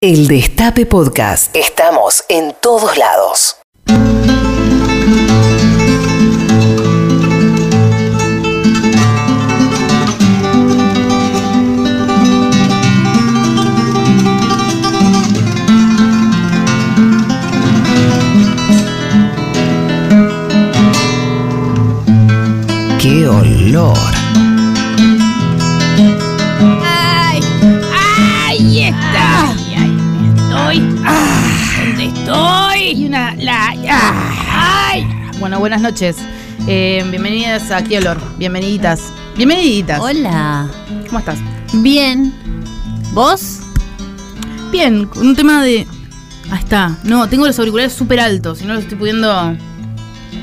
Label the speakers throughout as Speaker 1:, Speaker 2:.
Speaker 1: El Destape Podcast. Estamos en todos lados. ¡Qué olor!
Speaker 2: ¡Ay! ¡Ahí está! ¡Ay, ay! estoy? ¿Dónde estoy?
Speaker 3: Y una. La, ah. Bueno, buenas noches. Eh, bienvenidas a Qué Olor. Bienveniditas. Bienveniditas.
Speaker 2: Hola.
Speaker 3: ¿Cómo estás?
Speaker 2: Bien. ¿Vos?
Speaker 3: Bien, con un tema de. Ahí está. No, tengo los auriculares súper altos y no los estoy pudiendo.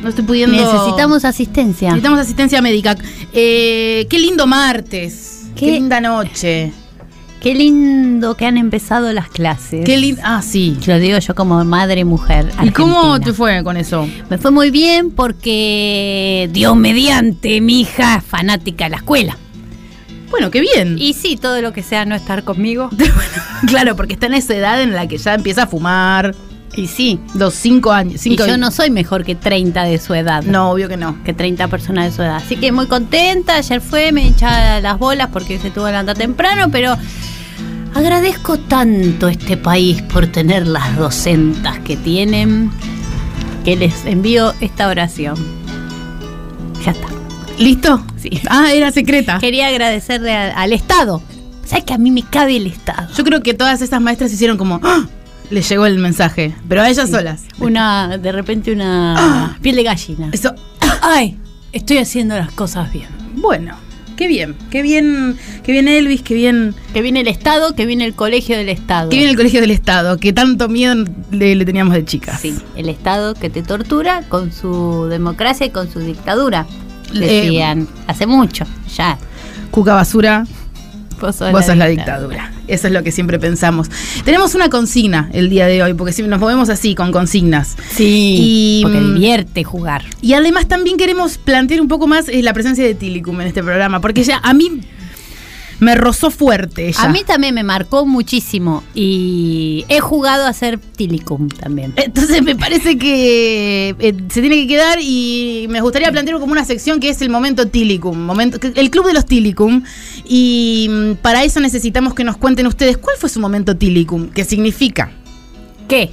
Speaker 3: No estoy pudiendo.
Speaker 2: Necesitamos asistencia.
Speaker 3: Necesitamos asistencia médica. Eh, qué lindo martes. Qué,
Speaker 2: Qué-
Speaker 3: linda noche.
Speaker 2: Qué lindo que han empezado las clases.
Speaker 3: Qué lindo. Ah, sí.
Speaker 2: Lo digo yo como madre mujer.
Speaker 3: ¿Y cómo te
Speaker 2: argentina.
Speaker 3: fue con eso?
Speaker 2: Me fue muy bien porque, Dios mediante, mi hija es fanática de la escuela.
Speaker 3: Bueno, qué bien.
Speaker 2: Y sí, todo lo que sea no estar conmigo.
Speaker 3: claro, porque está en esa edad en la que ya empieza a fumar.
Speaker 2: Y sí.
Speaker 3: Los cinco años.
Speaker 2: Y
Speaker 3: Cinco
Speaker 2: yo no soy mejor que 30 de su edad.
Speaker 3: No, obvio que no.
Speaker 2: que 30 personas de su edad. Así que muy contenta, ayer fue, me echaba las bolas porque se tuvo que levantar temprano, pero agradezco tanto a este país por tener las docentas que tienen, que les envío esta oración. Ya está.
Speaker 3: ¿Listo?
Speaker 2: Sí.
Speaker 3: Ah, era secreta.
Speaker 2: Quería agradecerle a- al Estado. ¿Sabes que a mí me cabe el Estado?
Speaker 3: Yo creo que todas estas maestras hicieron como. ¡Ah! Les llegó el mensaje, pero a ellas solas.
Speaker 2: Una, de repente
Speaker 3: Ah.
Speaker 2: una piel de gallina.
Speaker 3: Eso.
Speaker 2: Ay, estoy haciendo las cosas bien.
Speaker 3: Bueno, qué bien, qué bien, qué bien Elvis, qué bien,
Speaker 2: Que viene el Estado, que viene el colegio del Estado.
Speaker 3: qué bien el colegio del Estado, que tanto miedo le, le teníamos de chicas.
Speaker 2: Sí, el Estado que te tortura con su democracia y con su dictadura.
Speaker 3: Eh,
Speaker 2: Decían hace mucho, ya.
Speaker 3: Cuca basura,
Speaker 2: Vos sos,
Speaker 3: vos sos la dictadura. Eso es lo que siempre pensamos. Tenemos una consigna el día de hoy, porque si nos movemos así, con consignas.
Speaker 2: Sí,
Speaker 3: Y,
Speaker 2: porque
Speaker 3: mm,
Speaker 2: divierte jugar.
Speaker 3: Y además también queremos plantear un poco más eh, la presencia de Tilicum en este programa, porque ella a mí me rozó fuerte. Ella.
Speaker 2: A mí también me marcó muchísimo y he jugado a ser Tilicum también.
Speaker 3: Entonces me parece que eh, se tiene que quedar y me gustaría plantear como una sección que es el momento Tilicum, momento, que- el club de los Tilicum. Y mm, para eso necesitamos que nos cuenten ustedes cuál fue su momento Tilicum, qué significa.
Speaker 2: ¿Qué?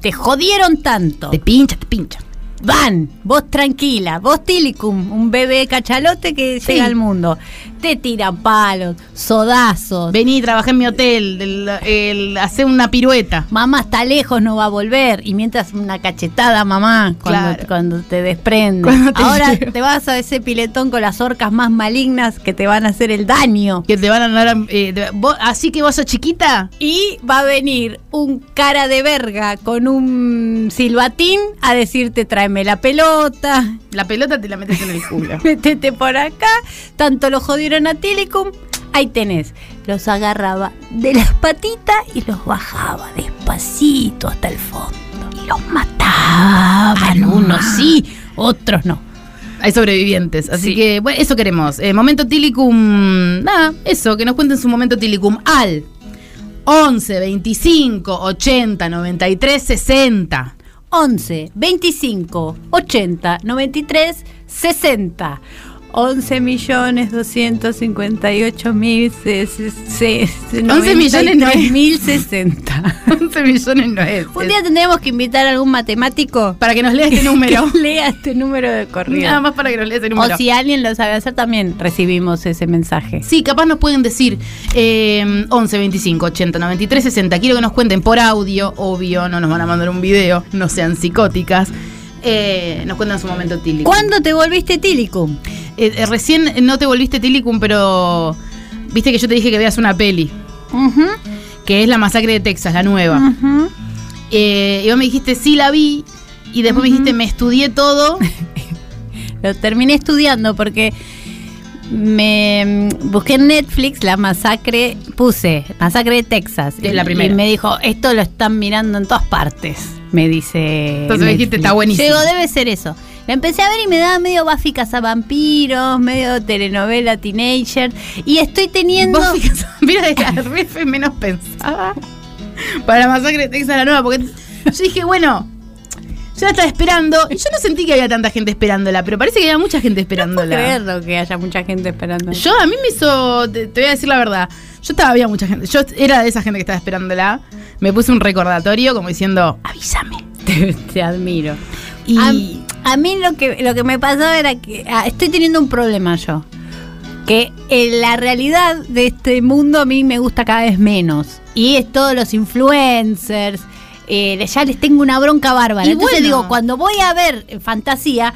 Speaker 2: Te jodieron tanto.
Speaker 3: Te pincha, te pincha.
Speaker 2: Van, vos tranquila, vos Tilicum, un bebé cachalote que
Speaker 3: Sí.
Speaker 2: llega al mundo. Te tiran palos, sodazos.
Speaker 3: Vení, trabajé en mi hotel, el, el- hacé una pirueta.
Speaker 2: Mamá está lejos, no va a volver. Y mientras una cachetada, mamá, cuando,
Speaker 3: Claro.
Speaker 2: cuando te desprende.
Speaker 3: Cuando te
Speaker 2: Ahora
Speaker 3: llevo.
Speaker 2: te vas a ese piletón con las orcas más malignas que te van a hacer el daño.
Speaker 3: Que te van a andar. a- eh, te- vos- así que vos sos chiquita.
Speaker 2: Y va a venir un cara de verga con un silbatín a decirte tráeme la pelota,
Speaker 3: La pelota te la metes en el culo.
Speaker 2: métete por acá. Tanto lo jodieron a Tilicum. Ahí tenés. Los agarraba de las patitas y los bajaba despacito hasta el fondo. Y los mataba. Algunos sí, otros no.
Speaker 3: Hay sobrevivientes, así
Speaker 2: Sí.
Speaker 3: que bueno, eso queremos. Eh, momento Tilicum, nada, eso, que nos cuenten su momento Tilicum al 11 25 80 93 60.
Speaker 2: 11, 25, 80, 93, 60. 11 millones 258 mil 11
Speaker 3: millones no es.
Speaker 2: mil 60.
Speaker 3: 11 millones no es.
Speaker 2: Un día tendremos que invitar a algún matemático
Speaker 3: para que nos lea este número.
Speaker 2: que lea este número de corrido.
Speaker 3: nada más para que nos lea este
Speaker 2: O
Speaker 3: número.
Speaker 2: si alguien lo sabe hacer, también recibimos ese mensaje.
Speaker 3: Sí, capaz nos pueden decir eh, 11 25 80 93 60. Quiero que nos cuenten por audio, obvio, no nos van a mandar un video, no sean psicóticas. Eh, nos cuentan su momento Tilicum.
Speaker 2: ¿Cuándo te volviste Tilicum?
Speaker 3: Eh, eh, recién no te volviste Tilicum, pero viste que yo te dije que veas una peli,
Speaker 2: Ujú,
Speaker 3: que es La Masacre de Texas, la nueva.
Speaker 2: ujú.
Speaker 3: Eh, y vos me dijiste, sí la vi, y después me dijiste, me estudié todo.
Speaker 2: Lo terminé estudiando porque me mm, busqué en Netflix la masacre, puse masacre de Texas.
Speaker 3: Es la
Speaker 2: Y-
Speaker 3: primera.
Speaker 2: Y me dijo, esto lo están mirando en todas partes, me dice.
Speaker 3: Entonces me dijiste, está buenísimo.
Speaker 2: Llegó, debe ser eso. La empecé a ver y me daba medio Buffy cazavampiros, medio telenovela teenager. Y estoy teniendo.
Speaker 3: Vos fijás- mira, de la refe menos pensada. para la masacre de Texas la nueva, porque yo dije, bueno, yo la estaba esperando. Y yo no sentí que había tanta gente esperándola, pero parece que había mucha gente
Speaker 2: puedo
Speaker 3: esperándola.
Speaker 2: creerlo que haya mucha gente esperando.
Speaker 3: Yo a mí me hizo, te, te voy a decir la verdad, yo estaba, había mucha gente, yo era de esa gente que estaba esperándola, me puse un recordatorio como diciendo, avísame.
Speaker 2: te, te admiro.
Speaker 3: Y
Speaker 2: A, a mí lo que, lo que me pasaba era que ah, estoy teniendo un problema yo. Que eh, la realidad de este mundo a mí me gusta cada vez menos. Y es todos los influencers. eh, le- ya les tengo una bronca bárbara.
Speaker 3: Y
Speaker 2: Entonces
Speaker 3: bueno.
Speaker 2: digo, cuando voy a ver eh, fantasía,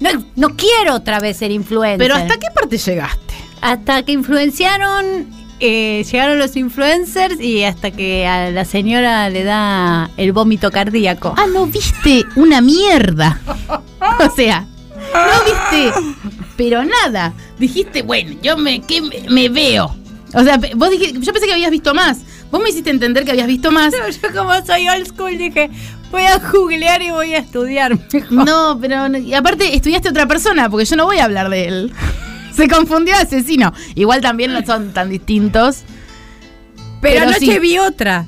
Speaker 2: no, no quiero otra vez ser influencer.
Speaker 3: pero ¿hasta qué parte llegaste?
Speaker 2: Hasta que influenciaron, eh, llegaron los influencers y hasta que a la señora le da el vómito cardíaco.
Speaker 3: Ah, no viste una mierda. O sea, no viste, pero nada. Dijiste, bueno, yo me, que me, me veo. O sea, pe- vos dijiste, yo pensé que habías visto más. Vos me hiciste entender que habías visto más.
Speaker 2: No, yo como soy old school dije, voy a googlear y voy a estudiar. mejor.
Speaker 3: No, pero no- y aparte estudiaste otra persona, porque yo no voy a hablar de él. Se confundió asesino. Igual también no son tan distintos,
Speaker 2: pero,
Speaker 3: pero
Speaker 2: anoche
Speaker 3: sí.
Speaker 2: vi otra.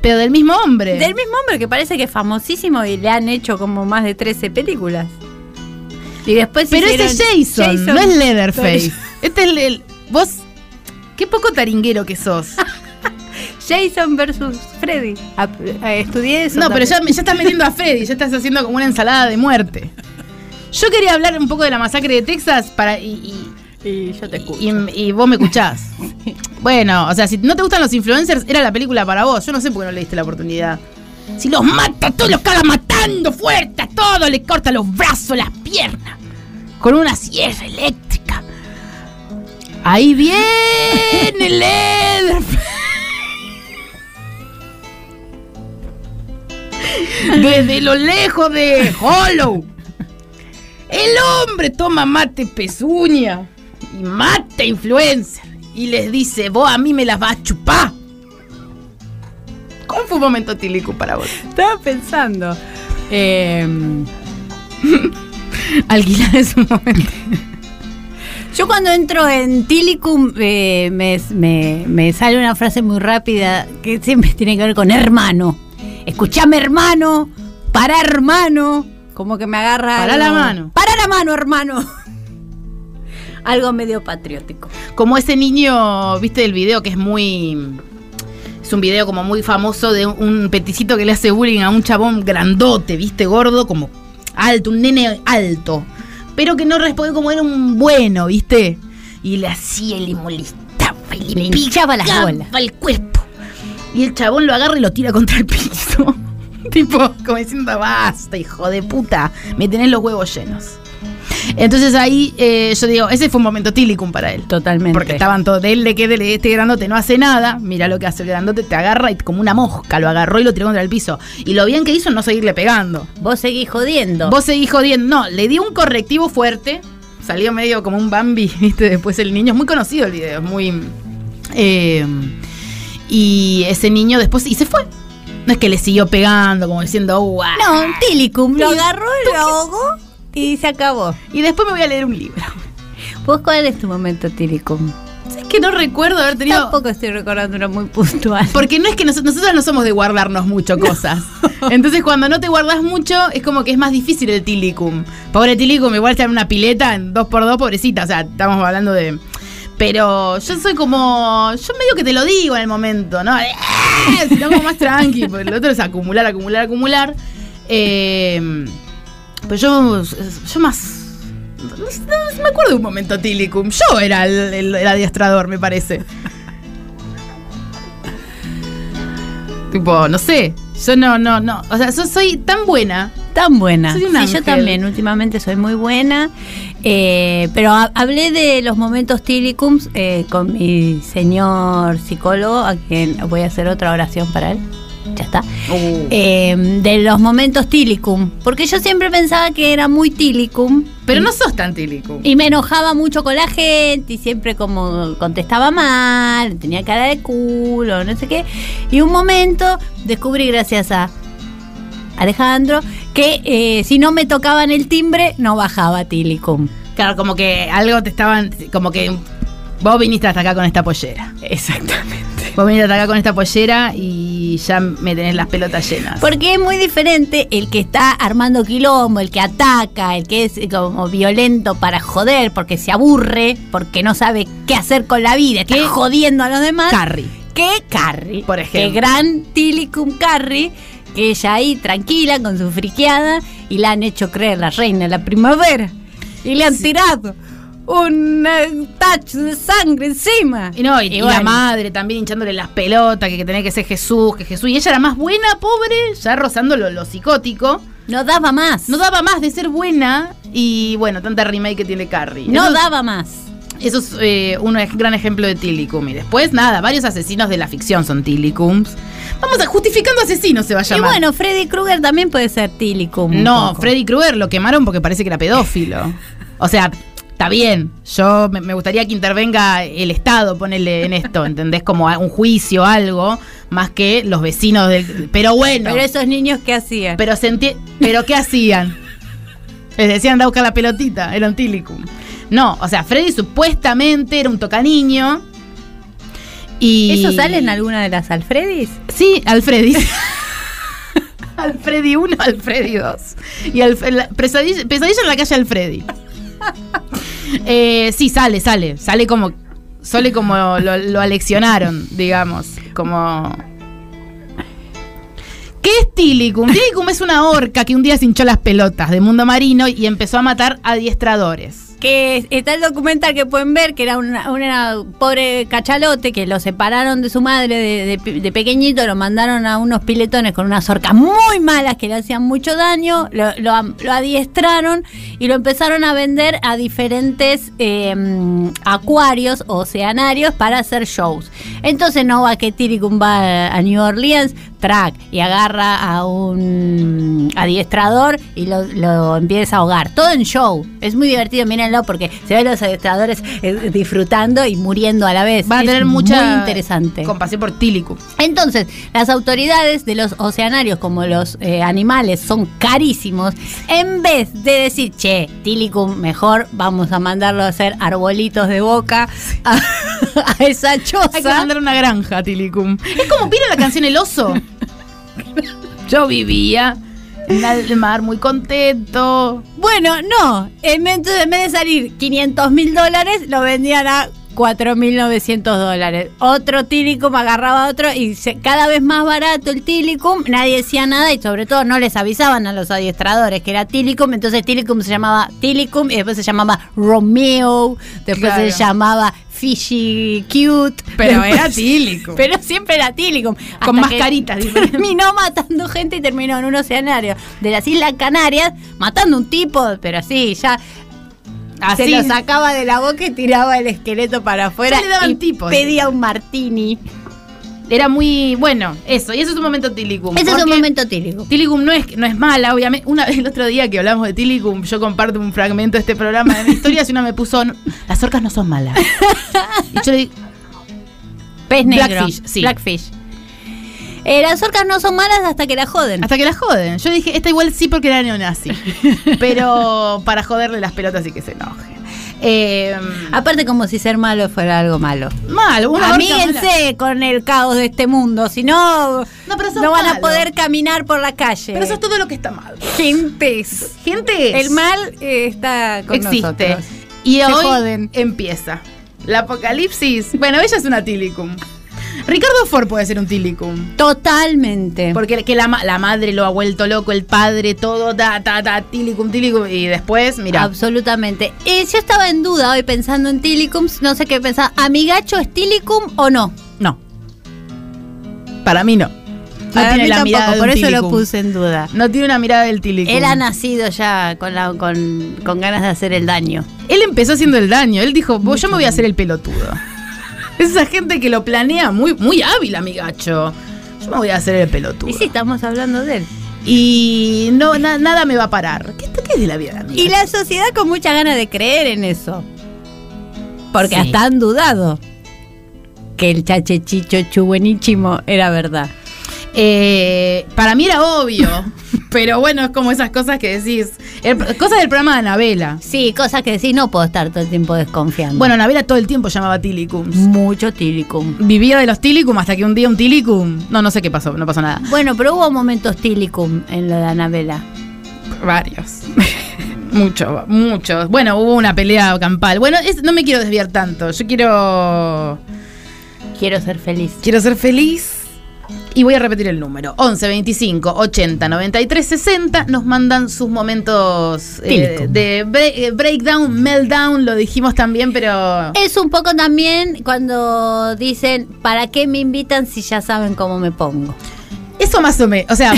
Speaker 3: pero del mismo hombre.
Speaker 2: Del mismo hombre que parece que es famosísimo y le han hecho como más de 13 películas. Y después
Speaker 3: pero ese es
Speaker 2: hicieron-
Speaker 3: Jason, no es Leatherface.
Speaker 2: Sorry.
Speaker 3: Este es el, el- Vos, qué poco taringuero que sos.
Speaker 2: Jason versus Freddy. Ap- eh, Estudié eso.
Speaker 3: No, pero ya,
Speaker 2: también.
Speaker 3: me- ya estás metiendo a Freddy, ya estás haciendo como una ensalada de muerte. Yo quería hablar un poco de la masacre de Texas para y, y-
Speaker 2: Y yo te escucho.
Speaker 3: y- y vos me escuchás. Bueno, o sea, si no te gustan los influencers, era la película para vos. Yo no sé por qué no le diste la oportunidad. Si los mata, todos los caga matando fuerte a todos, le corta los brazos, las piernas, con una sierra eléctrica. Ahí viene Leatherface. Desde lo lejos de Hollow. El hombre toma mate pezuña y mata influencer y les dice, vos a mí me las vas a chupar. ¿Cómo fue un momento tílico para vos?
Speaker 2: Estaba pensando. em,
Speaker 3: Alquilar es un momento.
Speaker 2: Yo cuando entro en Tilicum eh, me, me- me sale una frase muy rápida que siempre tiene que ver con hermano. Escuchame hermano, para hermano, como que me agarra...
Speaker 3: Pará la mano.
Speaker 2: Para la mano, hermano. Algo medio patriótico.
Speaker 3: Como ese niño, viste el video que es muy... Es un video como muy famoso de un peticito que le hace bullying a un chabón grandote, viste, gordo, como alto, un nene alto. Pero que no responde como era un bueno, viste. Y le hacía, le molestaba y le,
Speaker 2: Le hinchaba las
Speaker 3: picaba
Speaker 2: bolas.
Speaker 3: el cuerpo. Y el chabón lo agarra y lo tira contra el piso. tipo, como diciendo, basta, hijo de puta, me tenés los huevos llenos. Entonces ahí eh, yo digo, ese fue un momento tilicum para él.
Speaker 2: Totalmente.
Speaker 3: Porque estaban todos, de él de que de este grandote no hace nada, mira lo que hace el grandote, te agarra y como una mosca, lo agarró y lo tiró contra el piso. Y lo bien que hizo es no seguirle pegando.
Speaker 2: Vos seguís jodiendo.
Speaker 3: Vos seguís jodiendo. No, le dio un correctivo fuerte, salió medio como un Bambi, viste, después el niño. Es muy conocido el video, es muy. eh, y ese niño después y se fue. No es que le siguió pegando, como diciendo, "Uah".
Speaker 2: No, Tilicum lo
Speaker 3: Tili-
Speaker 2: agarró, lo ahogó y se acabó.
Speaker 3: Y después me voy a leer un libro.
Speaker 2: ¿Vos cuál es tu momento Tilicum?
Speaker 3: Es que no recuerdo haber tenido.
Speaker 2: Tampoco estoy recordando uno muy puntual.
Speaker 3: Porque no es que nosotros, nosotros no somos de guardarnos mucho cosas. Entonces, cuando no te guardas mucho, es como que es más difícil el tilicum. Pobre tilicum, igual está en una pileta en 2x2, pobrecita. O sea, estamos hablando de. Pero yo soy como. Yo medio que te lo digo en el momento, ¿no? De, "Ah", Sino como más tranqui, porque lo otro es acumular, acumular, acumular. Eh, pero yo. Yo más. No, sé, no me acuerdo de un momento tilicum. Yo era el- el- el adiestrador, me parece. Tipo, no sé. Yo no, no, no. O sea, yo soy tan buena.
Speaker 2: Tan buena.
Speaker 3: Soy un
Speaker 2: sí,
Speaker 3: ángel.
Speaker 2: yo también. Últimamente soy muy buena. Eh, pero ha- hablé de los momentos tilicums eh, con mi señor psicólogo, a quien voy a hacer otra oración para él. Ya está. Eh, de los momentos tilicum. Porque yo siempre pensaba que era muy tilicum.
Speaker 3: Pero no sos tan tílico.
Speaker 2: Y me enojaba mucho con la gente y siempre como contestaba mal, tenía cara de culo, no sé qué. Y un momento descubrí gracias a Alejandro que eh, si no me tocaban el timbre no bajaba Tilicum.
Speaker 3: Claro, como que algo te estaban. Como que vos viniste hasta acá con esta pollera.
Speaker 2: Exactamente.
Speaker 3: Vos venís acá con esta pollera y ya me tenés las pelotas llenas.
Speaker 2: Porque es muy diferente el que está armando quilombo, el que ataca, el que es eh, como violento para joder, porque se aburre, porque no sabe qué hacer con la vida, está jodiendo a los demás.
Speaker 3: Carrie.
Speaker 2: que Carrie,
Speaker 3: Por ejemplo.
Speaker 2: Que gran Tilicum Carrie, que ella ahí tranquila con su friqueada y la han hecho creer la reina de la primavera. Y le han tirado un eh, tacho de sangre encima.
Speaker 3: Y no, y, y la
Speaker 2: bueno,
Speaker 3: madre también hinchándole las pelotas, que, que tenía que ser Jesús, que Jesús. Y ella era más buena, pobre, ya rozando lo, lo psicótico.
Speaker 2: No daba más.
Speaker 3: No daba más de ser buena y bueno, tanta remake que tiene Carrie.
Speaker 2: No
Speaker 3: Eso-
Speaker 2: daba más.
Speaker 3: Eso es eh, un ej- gran ejemplo de Tillicum. Y después, nada, varios asesinos de la ficción son Tillicums. Vamos a justificando asesinos se va a
Speaker 2: Y
Speaker 3: llamar.
Speaker 2: bueno, Freddy Krueger también puede ser tílico.
Speaker 3: No, Freddy Krueger lo quemaron porque parece que era pedófilo. O sea, está bien. Yo me, me gustaría que intervenga el Estado, ponerle en esto, ¿entendés? Como a- un juicio, algo, más que los vecinos del. Pero bueno.
Speaker 2: Pero esos niños, ¿qué hacían?
Speaker 3: Pero se entie- ¿Pero qué hacían? Les decían anda a buscar la pelotita, era un tilicum. No, o sea, Freddy supuestamente era un tocaniño. Y.
Speaker 2: ¿Eso sale en alguna de las Alfredis?
Speaker 3: Sí, Alfredi. Alfredi 1, Alfredi 2. Y Alf- la- pesadilla, pesadilla en la calle Alfredi. Eh, sí, sale, sale. Sale como. Sale como lo, lo aleccionaron, digamos. Como. ¿Qué es Tilicum? Tilicum es una orca que un día se hinchó las pelotas de mundo marino y empezó a matar adiestradores.
Speaker 2: Que está el documental que pueden ver, que era una, una pobre cachalote que lo separaron de su madre de, de pe- de pequeñito, lo mandaron a unos piletones con unas orcas muy malas que le hacían mucho daño, lo, lo am- lo adiestraron y lo empezaron a vender a diferentes eh, acuarios o oceanarios para hacer shows. Entonces no va que Tiricum va a New Orleans, track, y agarra a un adiestrador y lo, lo empieza a ahogar. Todo en show. Es muy divertido, mírenlo, porque se ven los adiestradores eh, disfrutando y muriendo a la vez.
Speaker 3: Va a
Speaker 2: Es
Speaker 3: tener mucha.
Speaker 2: Muy interesante.
Speaker 3: Compasión por Tilicum.
Speaker 2: Entonces, las autoridades de los oceanarios, como los eh, animales, son carísimos. En vez de decir, che, Tilicum, mejor vamos a mandarlo a hacer arbolitos de boca a, a esa
Speaker 3: Hay que
Speaker 2: choza.
Speaker 3: mandar una granja, Tilicum. Es como pira la canción El oso. Yo vivía en el mar muy contento.
Speaker 2: Bueno, no. En vez, entonces, en vez de salir 500 mil dólares, lo vendían a 4.900 dólares. Otro Tilicum agarraba a otro y se- cada vez más barato el Tilicum. Nadie decía nada y sobre todo no les avisaban a los adiestradores que era Tilicum. Entonces Tilicum se llamaba Tilicum y después se llamaba Romeo. Después
Speaker 3: Claro.
Speaker 2: se llamaba Fishy Cute. después-
Speaker 3: Tilicum.
Speaker 2: Pero siempre era Tilicum. Hasta
Speaker 3: más
Speaker 2: que
Speaker 3: caritas diferentes.
Speaker 2: Terminó matando gente y terminó en un oceanario de las Islas Canarias, matando un tipo, pero así, ya.
Speaker 3: Así.
Speaker 2: Se lo sacaba de la boca y tiraba el esqueleto para afuera.
Speaker 3: Ya le daban
Speaker 2: y
Speaker 3: tipos.
Speaker 2: pedía un martini.
Speaker 3: Era muy bueno. Eso, y eso es un momento Tilicum.
Speaker 2: Ese es un
Speaker 3: Porque
Speaker 2: momento tílico.
Speaker 3: Tilicum no es, no es mala, obviamente. Una vez el otro día que hablamos de Tilicum, yo comparto un fragmento de este programa de mi historia y una me puso, "No, las orcas no son malas. Y yo le digo,
Speaker 2: Pez negro.
Speaker 3: Blackfish, sí.
Speaker 2: Blackfish. Eh, las orcas no son malas hasta que la joden.
Speaker 3: Hasta que la joden. Yo dije, esta igual sí porque era neonazi. Pero para joderle las pelotas y que se enoje. Eh,
Speaker 2: Aparte, como si ser malo fuera algo malo.
Speaker 3: mal, una orca mala.
Speaker 2: Amíguense con el caos de este mundo, si no,
Speaker 3: No, pero sos
Speaker 2: no van a
Speaker 3: malo.
Speaker 2: poder caminar por la calle.
Speaker 3: Pero eso es todo lo que está mal.
Speaker 2: Gente es.
Speaker 3: Gente,
Speaker 2: El mal eh, está con
Speaker 3: existe.
Speaker 2: nosotros.
Speaker 3: Y
Speaker 2: Se
Speaker 3: hoy
Speaker 2: joden.
Speaker 3: empieza. La apocalipsis. Bueno, ella es una tilicum. Ricardo Ford puede ser un tilicum.
Speaker 2: Totalmente.
Speaker 3: Porque que la, ma- la madre lo ha vuelto loco, el padre, todo, ta, ta, ta, tilicum, tilicum. Y después, mira.
Speaker 2: Ah. Absolutamente. Y yo estaba en duda hoy pensando en Tilicums, no sé qué pensaba. ¿Amigacho es Tilicum o no?
Speaker 3: No. Para mí no. No
Speaker 2: Para
Speaker 3: tiene
Speaker 2: mí
Speaker 3: la
Speaker 2: tampoco,
Speaker 3: mirada de
Speaker 2: por
Speaker 3: un
Speaker 2: eso lo
Speaker 3: tilicum.
Speaker 2: puse en duda.
Speaker 3: No tiene una mirada del tilicum.
Speaker 2: Él ha nacido ya con, la- con, con ganas de hacer el daño.
Speaker 3: Él empezó haciendo el daño. Él dijo, "Vos, yo me voy a hacer el pelotudo. Es esa gente que lo planea muy, muy hábil, amigacho. Yo me voy a hacer el pelotudo.
Speaker 2: Y sí, estamos hablando de él.
Speaker 3: Y no, na- nada me va a parar. ¿Qué, qué es de la vida de amigacho?
Speaker 2: Y la sociedad con mucha ganas de creer en eso. Porque
Speaker 3: Sí.
Speaker 2: hasta han dudado que el chachechicho chubuenísimo era verdad.
Speaker 3: Eh, para mí era obvio. Pero bueno, es como esas cosas que decís. El- cosas del programa de Anabela.
Speaker 2: Sí, cosas que decís, no puedo estar todo el tiempo desconfiando.
Speaker 3: Bueno, Anabela todo el tiempo llamaba Tilicums.
Speaker 2: mucho tílicum.
Speaker 3: Vivía de los Tilicum hasta que un día un Tilicum. No, no sé qué pasó, no pasó nada.
Speaker 2: Bueno, pero hubo momentos tílicum en lo de Anabela.
Speaker 3: Varios. Muchos, muchos. Bueno, hubo una pelea campal. Bueno, es- no me quiero desviar tanto. Yo quiero.
Speaker 2: Quiero ser feliz.
Speaker 3: Quiero ser feliz. Y voy a repetir el número. 11 25 80 93 60. Nos mandan sus momentos eh,
Speaker 2: Telecom.
Speaker 3: de bre- eh, breakdown, meltdown. Lo dijimos también, pero.
Speaker 2: Es un poco también cuando dicen, ¿para qué me invitan si ya saben cómo me pongo?
Speaker 3: Eso más o menos. O sea.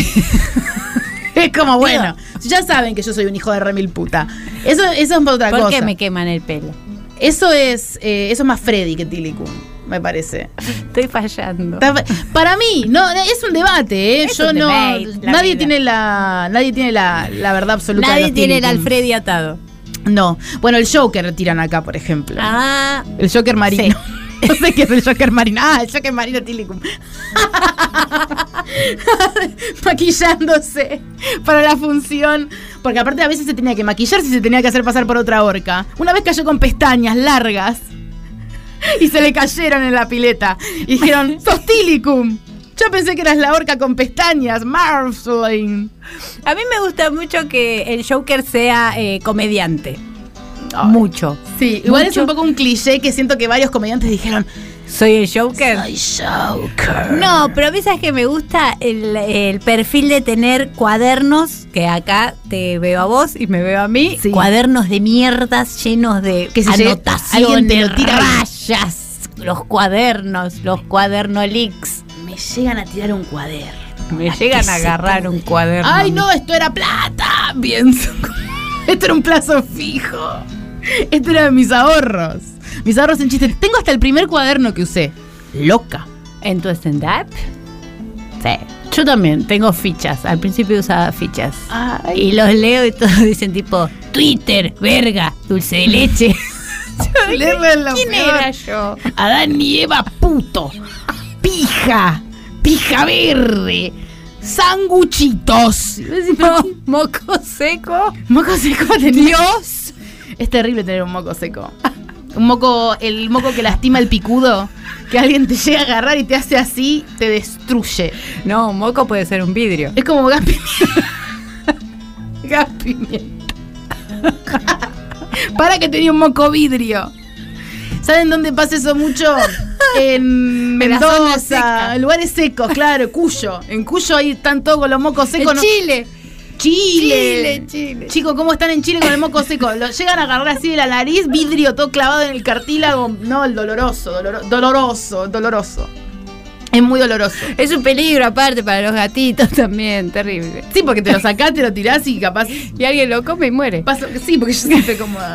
Speaker 3: es como bueno.
Speaker 2: Digo.
Speaker 3: Ya saben que yo soy un hijo de remil puta. Eso, eso es otra
Speaker 2: ¿Por
Speaker 3: cosa.
Speaker 2: qué me queman el pelo?
Speaker 3: Eso es. eh, eso es más Freddy que Tilicum, me parece.
Speaker 2: Estoy fallando.
Speaker 3: Está- Para mí, no, es un debate, ¿eh?
Speaker 2: Es
Speaker 3: Yo
Speaker 2: un
Speaker 3: no.
Speaker 2: debate, la
Speaker 3: nadie
Speaker 2: vida.
Speaker 3: tiene la. Nadie tiene la, la verdad absoluta. de
Speaker 2: Nadie
Speaker 3: los
Speaker 2: tiene el
Speaker 3: Tilicum.
Speaker 2: Alfredi atado.
Speaker 3: No. Bueno, el Joker tiran acá, por ejemplo.
Speaker 2: Ah,
Speaker 3: El Joker marino. No sé qué es el Joker marino. Ah, el Joker marino Tilicum. Maquillándose para la función. Porque aparte a veces se tenía que maquillar si se tenía que hacer pasar por otra orca. Una vez cayó con pestañas largas y se le cayeron en la pileta. Y dijeron, sos Tilicum. Yo pensé que eras la orca con pestañas, Marceline.
Speaker 2: a mí me gusta mucho que el Joker sea eh, comediante.
Speaker 3: Ay.
Speaker 2: Mucho.
Speaker 3: Sí, igual es
Speaker 2: Mucho.
Speaker 3: un poco un cliché que siento que varios comediantes dijeron,
Speaker 2: Soy el Joker.
Speaker 3: soy Joker.
Speaker 2: No, pero a mí sabes que me gusta el, el perfil de tener cuadernos, que acá te veo a vos y me veo a mí,
Speaker 3: Sí.
Speaker 2: cuadernos de mierdas llenos de
Speaker 3: Que si llega-
Speaker 2: anotaciones,
Speaker 3: alguien te lo tira-
Speaker 2: rayas, los cuadernos, los cuadernos leaks.
Speaker 3: Me llegan a tirar un cuaderno.
Speaker 2: Me
Speaker 3: ¿A
Speaker 2: llegan
Speaker 3: qué
Speaker 2: a
Speaker 3: se
Speaker 2: agarrar un cuaderno.
Speaker 3: Ay, no, esto era plata. Pienso. Esto era un plazo fijo. Esto era de mis ahorros. Mis ahorros en chiste. Tengo hasta el primer cuaderno que usé. Loca.
Speaker 2: ¿En tu stand-up? Sí. Yo también tengo fichas. Al principio usaba fichas. Y los leo y todos dicen tipo, Twitter, verga, dulce de leche.
Speaker 3: ¿Quién
Speaker 2: yo?
Speaker 3: Adán y Eva, puto. Pija. Pija verde. Sanguchitos.
Speaker 2: Mo- moco seco.
Speaker 3: Moco seco tenía. Dios. Es terrible tener un moco seco. Un moco, el moco que lastima el picudo, que alguien te llega a agarrar y te hace así, te destruye.
Speaker 2: No, moco puede ser un vidrio.
Speaker 3: Es como gas pimienta. Gas pimienta. Para que tenía un moco vidrio. ¿Saben dónde pasa eso mucho? En
Speaker 2: En la zona
Speaker 3: Mendoza,
Speaker 2: seca.
Speaker 3: lugares secos, claro, Cuyo. En Cuyo ahí están todos con los mocos secos. no-
Speaker 2: Chile.
Speaker 3: Chile.
Speaker 2: Chile, Chile.
Speaker 3: Chicos, ¿cómo están en Chile con el moco seco? Lo llegan a agarrar así de la nariz, vidrio todo clavado en el cartílago. No, el doloroso, doloro- doloroso, doloroso. Es muy doloroso.
Speaker 2: Es un peligro aparte para los gatitos también, terrible.
Speaker 3: Sí, porque te lo sacás, te lo tirás y capaz.
Speaker 2: Y alguien lo come y muere.
Speaker 3: Paso, sí, porque yo siempre como.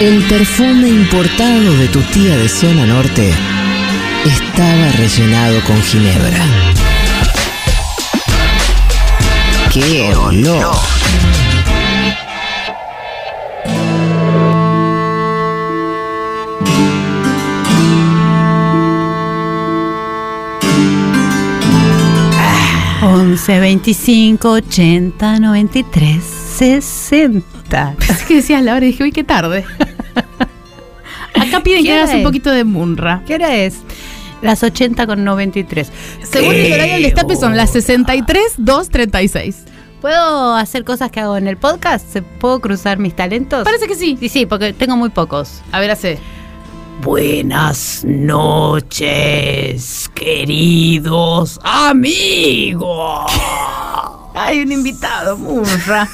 Speaker 1: El perfume importado de tu tía de zona norte estaba rellenado con ginebra. ¡Qué olor!
Speaker 2: Pa- 11, 25, 80, 93, 60.
Speaker 3: Pensé que decías la hora y dije, uy, qué tarde. Acá piden
Speaker 2: ¿Qué
Speaker 3: que hagas
Speaker 2: hora
Speaker 3: un
Speaker 2: es?
Speaker 3: poquito de munra.
Speaker 2: ¿Qué hora es? Las 80 con 93.
Speaker 3: Según el horario del destape son las 63, 236.
Speaker 2: ¿Puedo hacer cosas que hago en el podcast? ¿Se- ¿Puedo cruzar mis talentos?
Speaker 3: Parece que sí.
Speaker 2: Sí, sí, porque tengo muy pocos.
Speaker 3: A ver, hace.
Speaker 4: Buenas noches, queridos amigos.
Speaker 3: Hay un invitado, munra.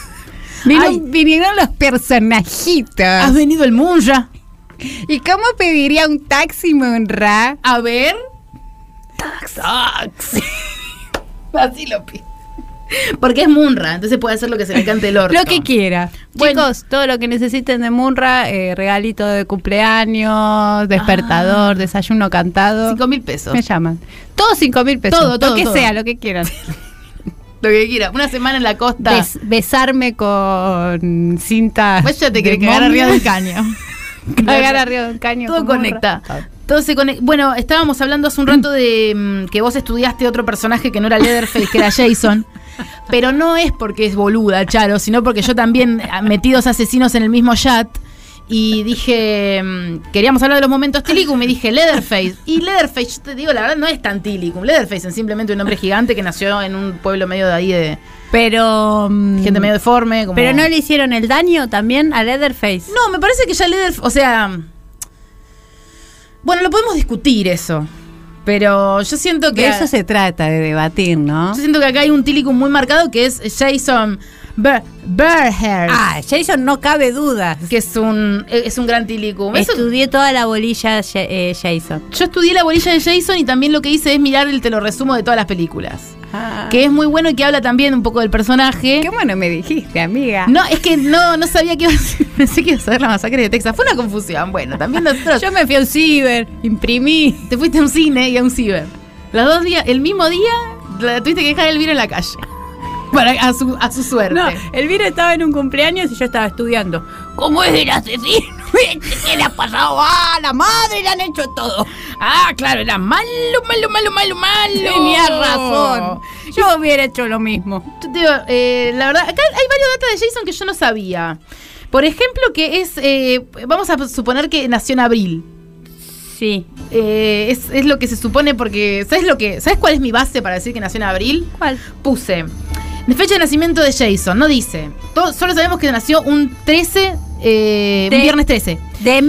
Speaker 3: Ay.
Speaker 2: vinieron los personajitos.
Speaker 3: ¿Has venido el munra?
Speaker 2: ¿Y cómo pediría un taxi, Monra?
Speaker 3: A ver. Taxi. Así lo pide. Porque es Munra, entonces puede hacer lo que se le cante el orto.
Speaker 2: Lo que quiera.
Speaker 3: Bueno.
Speaker 2: Chicos, todo lo que necesiten de Munra, eh, regalito de cumpleaños, despertador, desayuno cantado.
Speaker 3: Ah. Cinco mil pesos.
Speaker 2: me llaman. Todos cinco mil pesos.
Speaker 3: Todo, todo,
Speaker 2: Lo que
Speaker 3: todo.
Speaker 2: sea, lo que quieran.
Speaker 3: Lo que quiera. Una semana en la costa.
Speaker 2: Bes- besarme con cinta.
Speaker 3: Vos ya Pues te
Speaker 2: de
Speaker 3: querés cagar
Speaker 2: momia.
Speaker 3: arriba del caño.
Speaker 2: Cagar arriba de un caño.
Speaker 3: Todo
Speaker 2: con Munra.
Speaker 3: conecta. Todo se conec- e-, Bueno, estábamos hablando hace un rato de mm, que vos estudiaste otro personaje que no era Leatherface, que era Jason. Pero no es porque es boluda, Charo, sino porque yo también ah, metí dos asesinos en el mismo chat. Y dije, mm, queríamos hablar de los momentos Tilicum y dije Leatherface. Y Leatherface, yo te digo, la verdad no es tan Tilicum. Leatherface es simplemente un hombre gigante que nació en un pueblo medio de ahí de
Speaker 2: Pero. mm,
Speaker 3: gente medio deforme. como-
Speaker 2: Pero no le hicieron el daño también a Leatherface.
Speaker 3: No, me parece que ya Leatherface, o sea, bueno, lo podemos discutir eso, pero yo siento que
Speaker 2: De eso se trata, de debatir, ¿no?
Speaker 3: yo siento que acá hay un tílicum muy marcado que es Jason Ber Berher,
Speaker 2: Ah, Jason no cabe duda.
Speaker 3: que es un es un gran tílicum. Eso-
Speaker 2: Estudié toda la bolilla Ja- eh, Jason.
Speaker 3: yo estudié la bolilla de Jason y también lo que hice es mirar el te lo resumo de todas las películas, que es muy bueno y que habla también un poco del personaje.
Speaker 2: Ah, bueno me dijiste, amiga.
Speaker 3: No, es que no, no sabía que iba a ser- pensé que iba a saber la masacre de Texas. Fue una confusión. Bueno, también nosotros.
Speaker 2: Yo me fui a un ciber, imprimí.
Speaker 3: Te fuiste a un cine y a un ciber. Los dos días, el mismo día, la tuviste que dejar el Elvira en la calle. Para, a, su, a su suerte.
Speaker 2: No, Elvira estaba en un cumpleaños y yo estaba estudiando. ¿Cómo es el asesino? ¿Qué le ha pasado? ¡Ah, la madre! Le han hecho todo.
Speaker 3: Ah, claro, era malo, malo, malo, malo, malo.
Speaker 2: Tenía razón. Yo hubiera hecho lo mismo.
Speaker 3: Yo te digo, eh, la verdad, acá hay varios datos de Jason que yo no sabía. Por ejemplo, que es, eh, vamos a suponer que nació en abril.
Speaker 2: Sí.
Speaker 3: Eh, es, es lo que se supone porque, ¿sabes lo que? ¿Sabes cuál es mi base para decir que nació en abril?
Speaker 2: ¿Cuál?
Speaker 3: puse fecha de nacimiento de Jason, no dice. To- solo sabemos que nació un 13, eh, un
Speaker 2: De-
Speaker 3: viernes 13.
Speaker 2: De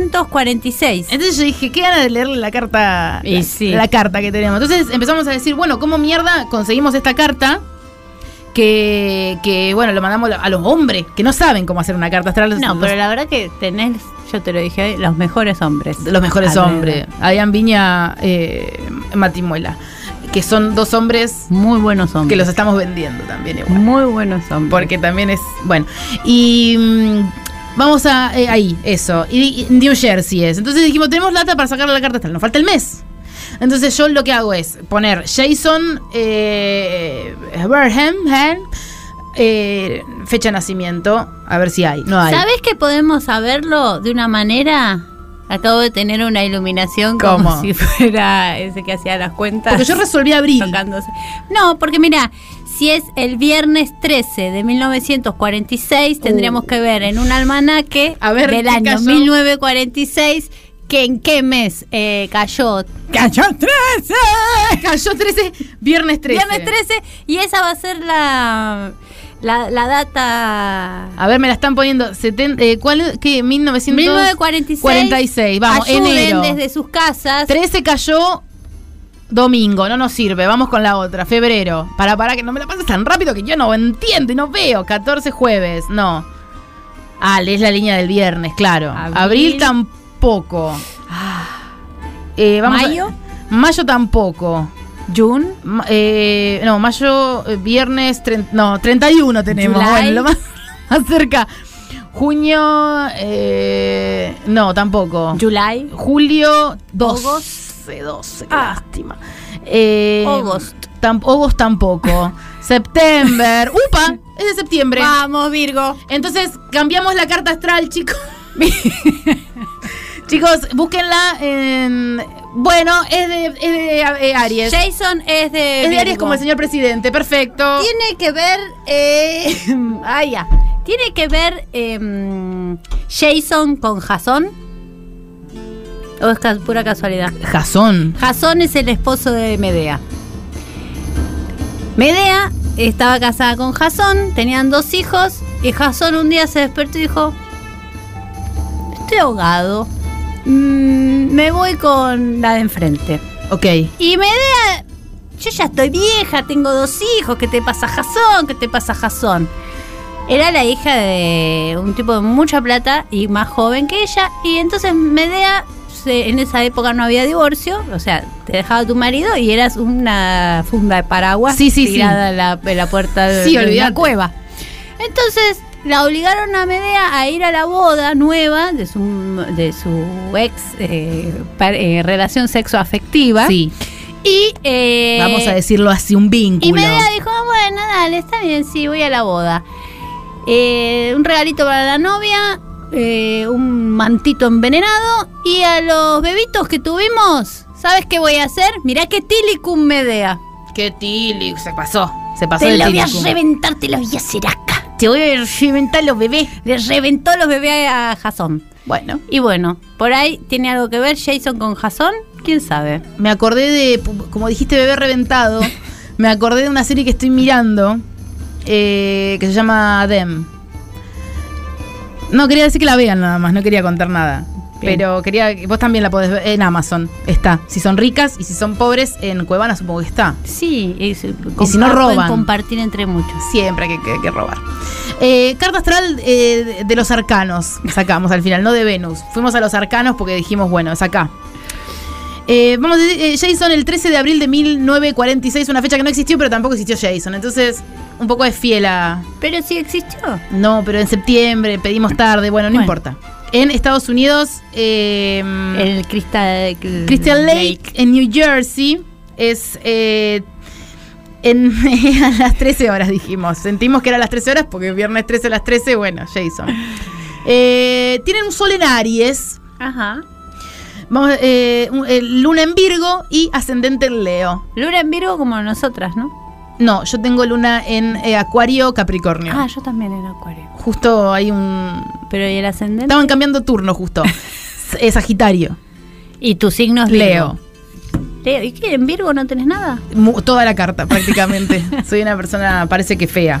Speaker 2: 1946.
Speaker 3: Entonces yo dije, qué ganas de leerle la carta,
Speaker 2: Y
Speaker 3: la,
Speaker 2: sí.
Speaker 3: la carta que tenemos. Entonces empezamos a decir, bueno, ¿cómo mierda conseguimos esta carta? Que, que, bueno, lo mandamos a los hombres, que no saben cómo hacer una carta astral.
Speaker 2: No,
Speaker 3: Los-
Speaker 2: pero la verdad que tenés, yo te lo dije, los mejores hombres.
Speaker 3: de los mejores
Speaker 2: Alrededor.
Speaker 3: hombres. Adrián Viña, eh, Matimuela. Que son dos hombres
Speaker 2: Muy buenos hombres.
Speaker 3: que los estamos vendiendo también igual.
Speaker 2: Muy buenos hombres.
Speaker 3: Porque también es. Bueno. Y. mm, vamos a. eh, ahí, eso. Y, y New Jersey es. Entonces dijimos, tenemos lata para sacar la carta astral. Nos falta el mes. Entonces yo lo que hago es poner Jason eh, Burnham, Hen, eh, fecha de nacimiento, a ver si hay. No hay.
Speaker 2: ¿Sabés que podemos saberlo de una manera? Acabo de tener una iluminación como
Speaker 3: ¿Cómo?
Speaker 2: si fuera ese que hacía las cuentas.
Speaker 3: Porque yo resolví abril.
Speaker 2: tocándose. No, porque mira, si es el viernes 13 de 1946, tendríamos que ver en un almanaque
Speaker 3: Uh. A ver,
Speaker 2: del
Speaker 3: ¿qué
Speaker 2: año
Speaker 3: cayó?
Speaker 2: 1946 que en qué mes eh, cayó. ¡Cayó 13!
Speaker 3: Cayó 13, viernes 13.
Speaker 2: Viernes 13 y esa va a ser la, la, la data...
Speaker 3: A ver, me la están poniendo. seten- eh, ¿Cuál? ¿Qué? 1900.
Speaker 2: 1946.
Speaker 3: 46, vamos,
Speaker 2: Ayuden
Speaker 3: enero.
Speaker 2: desde sus casas.
Speaker 3: 13 cayó domingo, no nos sirve. Vamos con la otra, febrero. Para, para, que no me la pases tan rápido que yo no entiendo y no veo. 14 jueves, no. Ah, es la línea del viernes, claro. Abril,
Speaker 2: Abril.
Speaker 3: tampoco. Eh, vamos a-
Speaker 2: Mayo.
Speaker 3: mayo tampoco.
Speaker 2: June.
Speaker 3: Ma- eh, no, mayo, eh, viernes, tren- no, 31 tenemos.
Speaker 2: July.
Speaker 3: Bueno, lo más, más cerca. Junio, eh, no, tampoco.
Speaker 2: July.
Speaker 3: Julio 12,
Speaker 2: Agost.
Speaker 3: 12, qué
Speaker 2: Ah.
Speaker 3: lástima. Eh,
Speaker 2: Agost.
Speaker 3: tam- Agost tampoco. September. ¡Upa! Es de septiembre.
Speaker 2: Vamos, Virgo.
Speaker 3: Entonces, cambiamos la carta astral, chicos. chicos, búsquenla en. Bueno, es de, es de, eh, Aries.
Speaker 2: Jason es de.
Speaker 3: es de
Speaker 2: Virgo.
Speaker 3: Aries como el señor presidente, perfecto.
Speaker 2: Tiene que ver. Eh, ah, ya. Tiene que ver em, Jason con Jason. O es ca- pura casualidad.
Speaker 3: Jasón.
Speaker 2: Jason es el esposo de Medea. Medea estaba casada con Jason, tenían dos hijos y Jason un día se despertó y dijo, estoy ahogado, Mm, me voy con la de enfrente.
Speaker 3: Ok.
Speaker 2: Y Medea, yo ya estoy vieja, tengo dos hijos, ¿qué te pasa Jason? ¿Qué te pasa Jason? Era la hija de un tipo de mucha plata y más joven que ella. Y entonces Medea, se- en esa época no había divorcio, o sea, te dejaba tu marido y eras una funda de paraguas
Speaker 3: Sí, sí, sí.
Speaker 2: tirada en la, en la puerta de,
Speaker 3: Sí,
Speaker 2: de
Speaker 3: olvidate.
Speaker 2: una cueva. Entonces la obligaron a Medea a ir a la boda nueva de su, de su ex eh, par- eh, relación sexoafectiva.
Speaker 3: Sí.
Speaker 2: Y eh,
Speaker 3: Vamos a decirlo así, un vínculo.
Speaker 2: Y Medea dijo, "Ah, bueno, dale, está bien, sí, voy a la boda. Eh, un regalito para la novia eh, un mantito envenenado. Y a los bebitos que tuvimos, ¿sabes qué voy a hacer? Mirá qué tilicum me dea.
Speaker 3: Qué tili, se pasó. Se pasó
Speaker 2: Te
Speaker 3: de
Speaker 2: lo voy a
Speaker 3: tilicum.
Speaker 2: reventar, te lo voy a hacer acá.
Speaker 3: Te voy a reventar los bebés.
Speaker 2: Le reventó los bebés a Jason.
Speaker 3: Bueno,
Speaker 2: Y bueno, por ahí tiene algo que ver Jason con Jason, quién sabe.
Speaker 3: me acordé de, pu- como dijiste, bebé reventado. me acordé de una serie que estoy mirando eh, que se llama Dem. No, quería decir que la vean nada más, no quería contar nada.
Speaker 2: Bien.
Speaker 3: Pero quería que vos también la podés ver en Amazon. Está. Si son ricas y si son pobres, en Cuevana supongo que está.
Speaker 2: Sí, y, si
Speaker 3: si no roban.
Speaker 2: compartir entre muchos.
Speaker 3: Siempre hay que, que- que robar. Eh, carta astral eh, de los arcanos sacamos al final, no de Venus. Fuimos a los arcanos porque dijimos, bueno, es acá. Eh, vamos a decir, eh, Jason el 13 de abril de 1946, una fecha que no existió, pero tampoco existió Jason. Entonces, un poco es fiel a...
Speaker 2: Pero sí existió.
Speaker 3: No, pero en septiembre, pedimos tarde, bueno, no
Speaker 2: Bueno.
Speaker 3: importa. En Estados Unidos, eh,
Speaker 2: El Mm. Crystal, Mm,
Speaker 3: Crystal Lake, en New Jersey es eh, en, a las 13 horas, dijimos. Sentimos que era a las 13 horas porque viernes 13 a las 13, bueno, Jason. Eh, tienen un sol en Aries,
Speaker 2: Ajá.
Speaker 3: vamos, eh, un- eh, luna en Virgo y ascendente en Leo.
Speaker 2: Luna en Virgo como nosotras, ¿no?
Speaker 3: No, yo tengo luna en eh, Acuario, Capricornio.
Speaker 2: Ah, yo también era Acuario.
Speaker 3: Justo hay un...
Speaker 2: Pero ¿y el ascendente?
Speaker 3: Estaban cambiando turno justo. Es Sagitario,
Speaker 2: Y tu signo es Virgo?
Speaker 3: Leo.
Speaker 2: Leo. ¿Y qué? ¿En Virgo no tenés nada?
Speaker 3: Mu- toda la carta prácticamente. Soy una persona, parece que fea.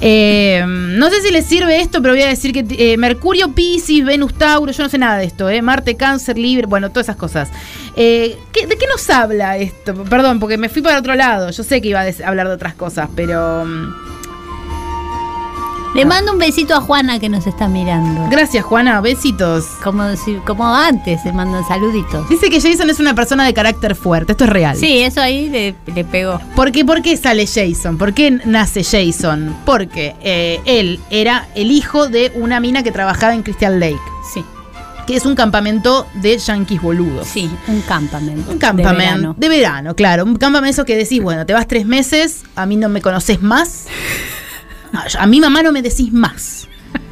Speaker 3: Eh, no sé si les sirve esto, pero voy a decir que eh, Mercurio, Pisces, Venus, Tauro, yo no sé nada de esto, ¿eh? Marte, Cáncer, Libre, bueno, todas esas cosas. Eh, ¿qué- ¿De qué nos habla esto? Perdón, porque me fui para otro lado. Yo sé que iba a des- hablar de otras cosas, pero... mm,
Speaker 2: Le mando un besito a Juana que nos está mirando.
Speaker 3: Gracias, Juana. Besitos.
Speaker 2: Como, decir- como antes, le mando un saludito.
Speaker 3: Dice que Jason es una persona de carácter fuerte. Esto es real.
Speaker 2: Sí, eso ahí le, le pegó.
Speaker 3: ¿Por qué, ¿Por qué sale Jason? ¿Por qué nace Jason? Porque eh, él era el hijo de una mina que trabajaba en Crystal Lake,
Speaker 2: Sí,
Speaker 3: que es un campamento de yanquis boludos.
Speaker 2: sí, un campamento.
Speaker 3: Un
Speaker 2: de
Speaker 3: campamento
Speaker 2: verano.
Speaker 3: de, verano, claro. Un campamento eso que decís, bueno, te vas tres meses, a mí no me conoces más, a, a mi mamá no me decís más,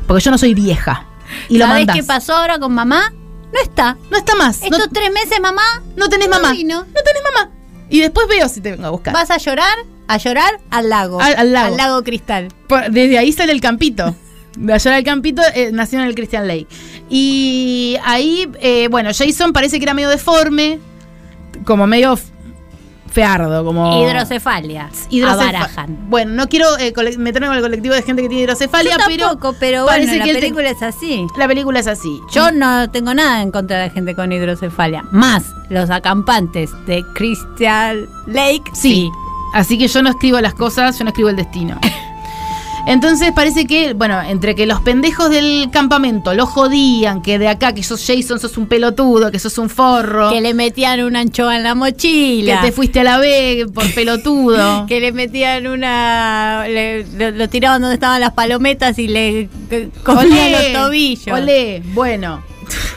Speaker 3: porque yo no soy vieja. Y lo
Speaker 2: ¿Sabés
Speaker 3: mandás.
Speaker 2: qué pasó ahora con mamá? No está.
Speaker 3: No está más, no,
Speaker 2: Estos tres meses, mamá,
Speaker 3: no tenés mamá.
Speaker 2: No vino.
Speaker 3: No tenés mamá. Y después veo si te vengo a buscar.
Speaker 2: vas a llorar, a llorar al lago.
Speaker 3: Al- al lago.
Speaker 2: Al lago cristal.
Speaker 3: Por- desde ahí sale el campito. De allá del campito eh, nació en el Christian Lake. Y ahí, eh, bueno, Jason parece que era medio deforme, como medio f- feardo, como...
Speaker 2: Hidrocefalia.
Speaker 3: hidrocefa-
Speaker 2: Abarajan.
Speaker 3: Bueno, no quiero eh, cole- meterme con el colectivo de gente que tiene hidrocefalia,
Speaker 2: Yo
Speaker 3: pero
Speaker 2: tampoco, pero,
Speaker 3: parece
Speaker 2: bueno, la
Speaker 3: que él te-
Speaker 2: película es así.
Speaker 3: la película es así.
Speaker 2: Yo no tengo nada en contra de la gente con hidrocefalia. Más los acampantes de Crystal Lake.
Speaker 3: Sí. Así que yo no escribo las cosas, yo no escribo el destino. Entonces parece que, bueno, entre que los pendejos del campamento lo jodían, que de acá, que sos Jason, sos un pelotudo, que sos un forro.
Speaker 2: Que le metían una anchoa en la
Speaker 3: Que
Speaker 2: mochila.
Speaker 3: te fuiste a la B por pelotudo.
Speaker 2: que le metían una. le- lo, lo tiraban donde estaban las palometas y le te- comían los tobillos.
Speaker 3: Olé, bueno.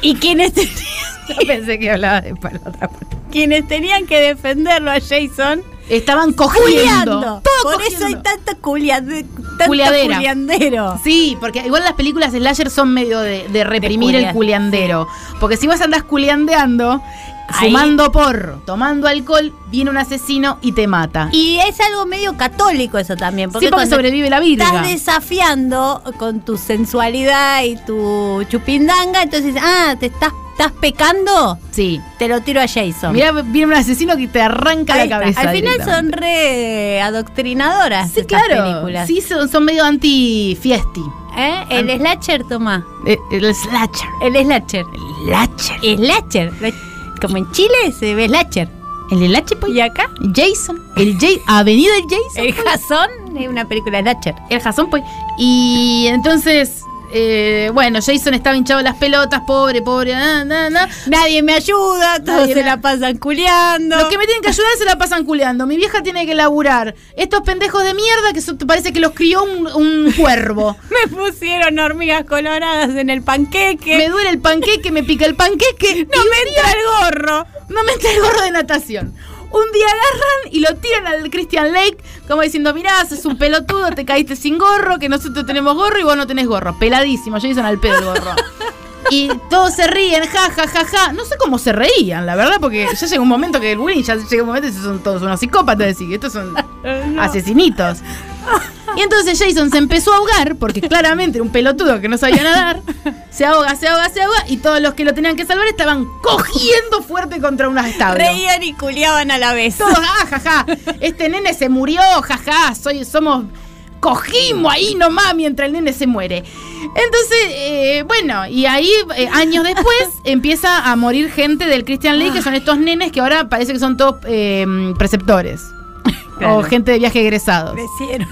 Speaker 2: Y quienes, ten-
Speaker 3: Yo pensé que hablaba de para otra parte.
Speaker 2: quienes tenían que defenderlo a Jason
Speaker 3: Estaban cogiendo.
Speaker 2: culiando.
Speaker 3: Todo
Speaker 2: Por
Speaker 3: cogiendo.
Speaker 2: eso hay tanta culiade- tanto
Speaker 3: Culiadera.
Speaker 2: culiandero.
Speaker 3: Sí, porque igual las películas slasher son medio de, de reprimir
Speaker 2: De
Speaker 3: el
Speaker 2: culia-
Speaker 3: culiandero. Porque si vos andás culiandeando,
Speaker 2: Ahí-
Speaker 3: fumando porro, tomando alcohol, viene un asesino y te mata.
Speaker 2: Y es algo medio católico eso también. Porque
Speaker 3: sí, porque
Speaker 2: cuando
Speaker 3: sobrevive la vida.
Speaker 2: estás desafiando con tu sensualidad y tu chupindanga, entonces, ah, te estás, estás pecando,
Speaker 3: Sí.
Speaker 2: te lo tiro a Jason.
Speaker 3: Mirá, viene un asesino que te arranca
Speaker 2: Ahí
Speaker 3: la
Speaker 2: está.
Speaker 3: cabeza.
Speaker 2: Al final
Speaker 3: directamente.
Speaker 2: son re adoctrinadoras
Speaker 3: Sí,
Speaker 2: estas
Speaker 3: claro.
Speaker 2: películas.
Speaker 3: Sí, son, son medio anti-fiesti.
Speaker 2: ¿Eh? El slasher, toma.
Speaker 3: Eh, El slasher.
Speaker 2: El slasher.
Speaker 3: Lacher.
Speaker 2: El slasher. Como en Chile se ve slasher.
Speaker 3: El pues, Lache,
Speaker 2: Y acá,
Speaker 3: Jason. El J Avenida del Jason.
Speaker 2: el Jason es una película slasher.
Speaker 3: Eh, El Jason, pues. Y entonces, eh, bueno, Jason estaba hinchado las pelotas, pobre, pobre, na, na, na.
Speaker 2: Nadie me ayuda, todos
Speaker 3: Nadie
Speaker 2: se
Speaker 3: me-
Speaker 2: la pasan culeando.
Speaker 3: Los que me tienen que ayudar se la pasan culeando. Mi vieja tiene que laburar. Estos pendejos de mierda que son- parece que los crió un, un cuervo.
Speaker 2: Me pusieron hormigas coloradas en el panqueque.
Speaker 3: Me duele el panqueque, me pica el panqueque.
Speaker 2: No me entra el gorro.
Speaker 3: No me entra el gorro de natación. un día agarran y lo tiran al Christian Lake, como diciendo, mirá, es un pelotudo, te caíste sin gorro, que nosotros tenemos gorro y vos no tenés gorro. Peladísimo, Jason al pedo el gorro. Y todos se ríen, ja, ja, ja, ja. No sé cómo se reían, la verdad, porque ya llega un momento que el bullying, ya llega un momento que son todos unos psicópatas, decir, estos son asesinitos. Y entonces Jason se empezó a ahogar, porque claramente era un pelotudo que no sabía nadar. Se ahoga, se ahoga, se ahoga, y todos los que lo tenían que salvar estaban cogiendo fuerte contra unas establos.
Speaker 5: Reían y culiaban a la vez.
Speaker 3: Todos, ah, jaja, este nene se murió, jaja, soy, somos. Cogimos ahí nomás mientras el nene se muere. Entonces, eh, bueno, y ahí eh, años después empieza a morir gente del Christian Lee, que son estos nenes que ahora parece que son todos eh, preceptores. O gente de viaje egresados.
Speaker 5: Crecieron.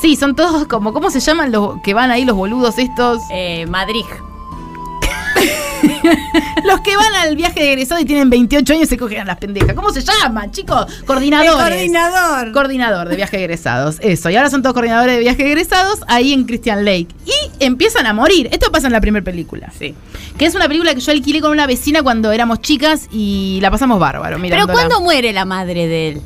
Speaker 3: Sí, son todos como, ¿cómo se llaman los que van ahí los boludos estos?
Speaker 2: Eh, Madrid.
Speaker 3: Los que van al viaje de egresado y tienen 28 años y se cogen a las pendejas. ¿Cómo se llaman, chicos?
Speaker 5: El
Speaker 3: Coordinadores.
Speaker 5: coordinador.
Speaker 3: Coordinador de viaje de egresados, eso. Y ahora son todos coordinadores de viaje de egresados ahí en Christian Lake. Y empiezan a morir. Esto pasa en la primera película.
Speaker 2: Sí.
Speaker 3: Que es una película que yo alquilé con una vecina cuando éramos chicas y la pasamos bárbaro.
Speaker 2: Pero
Speaker 3: mirándola.
Speaker 2: ¿cuándo muere la madre de él?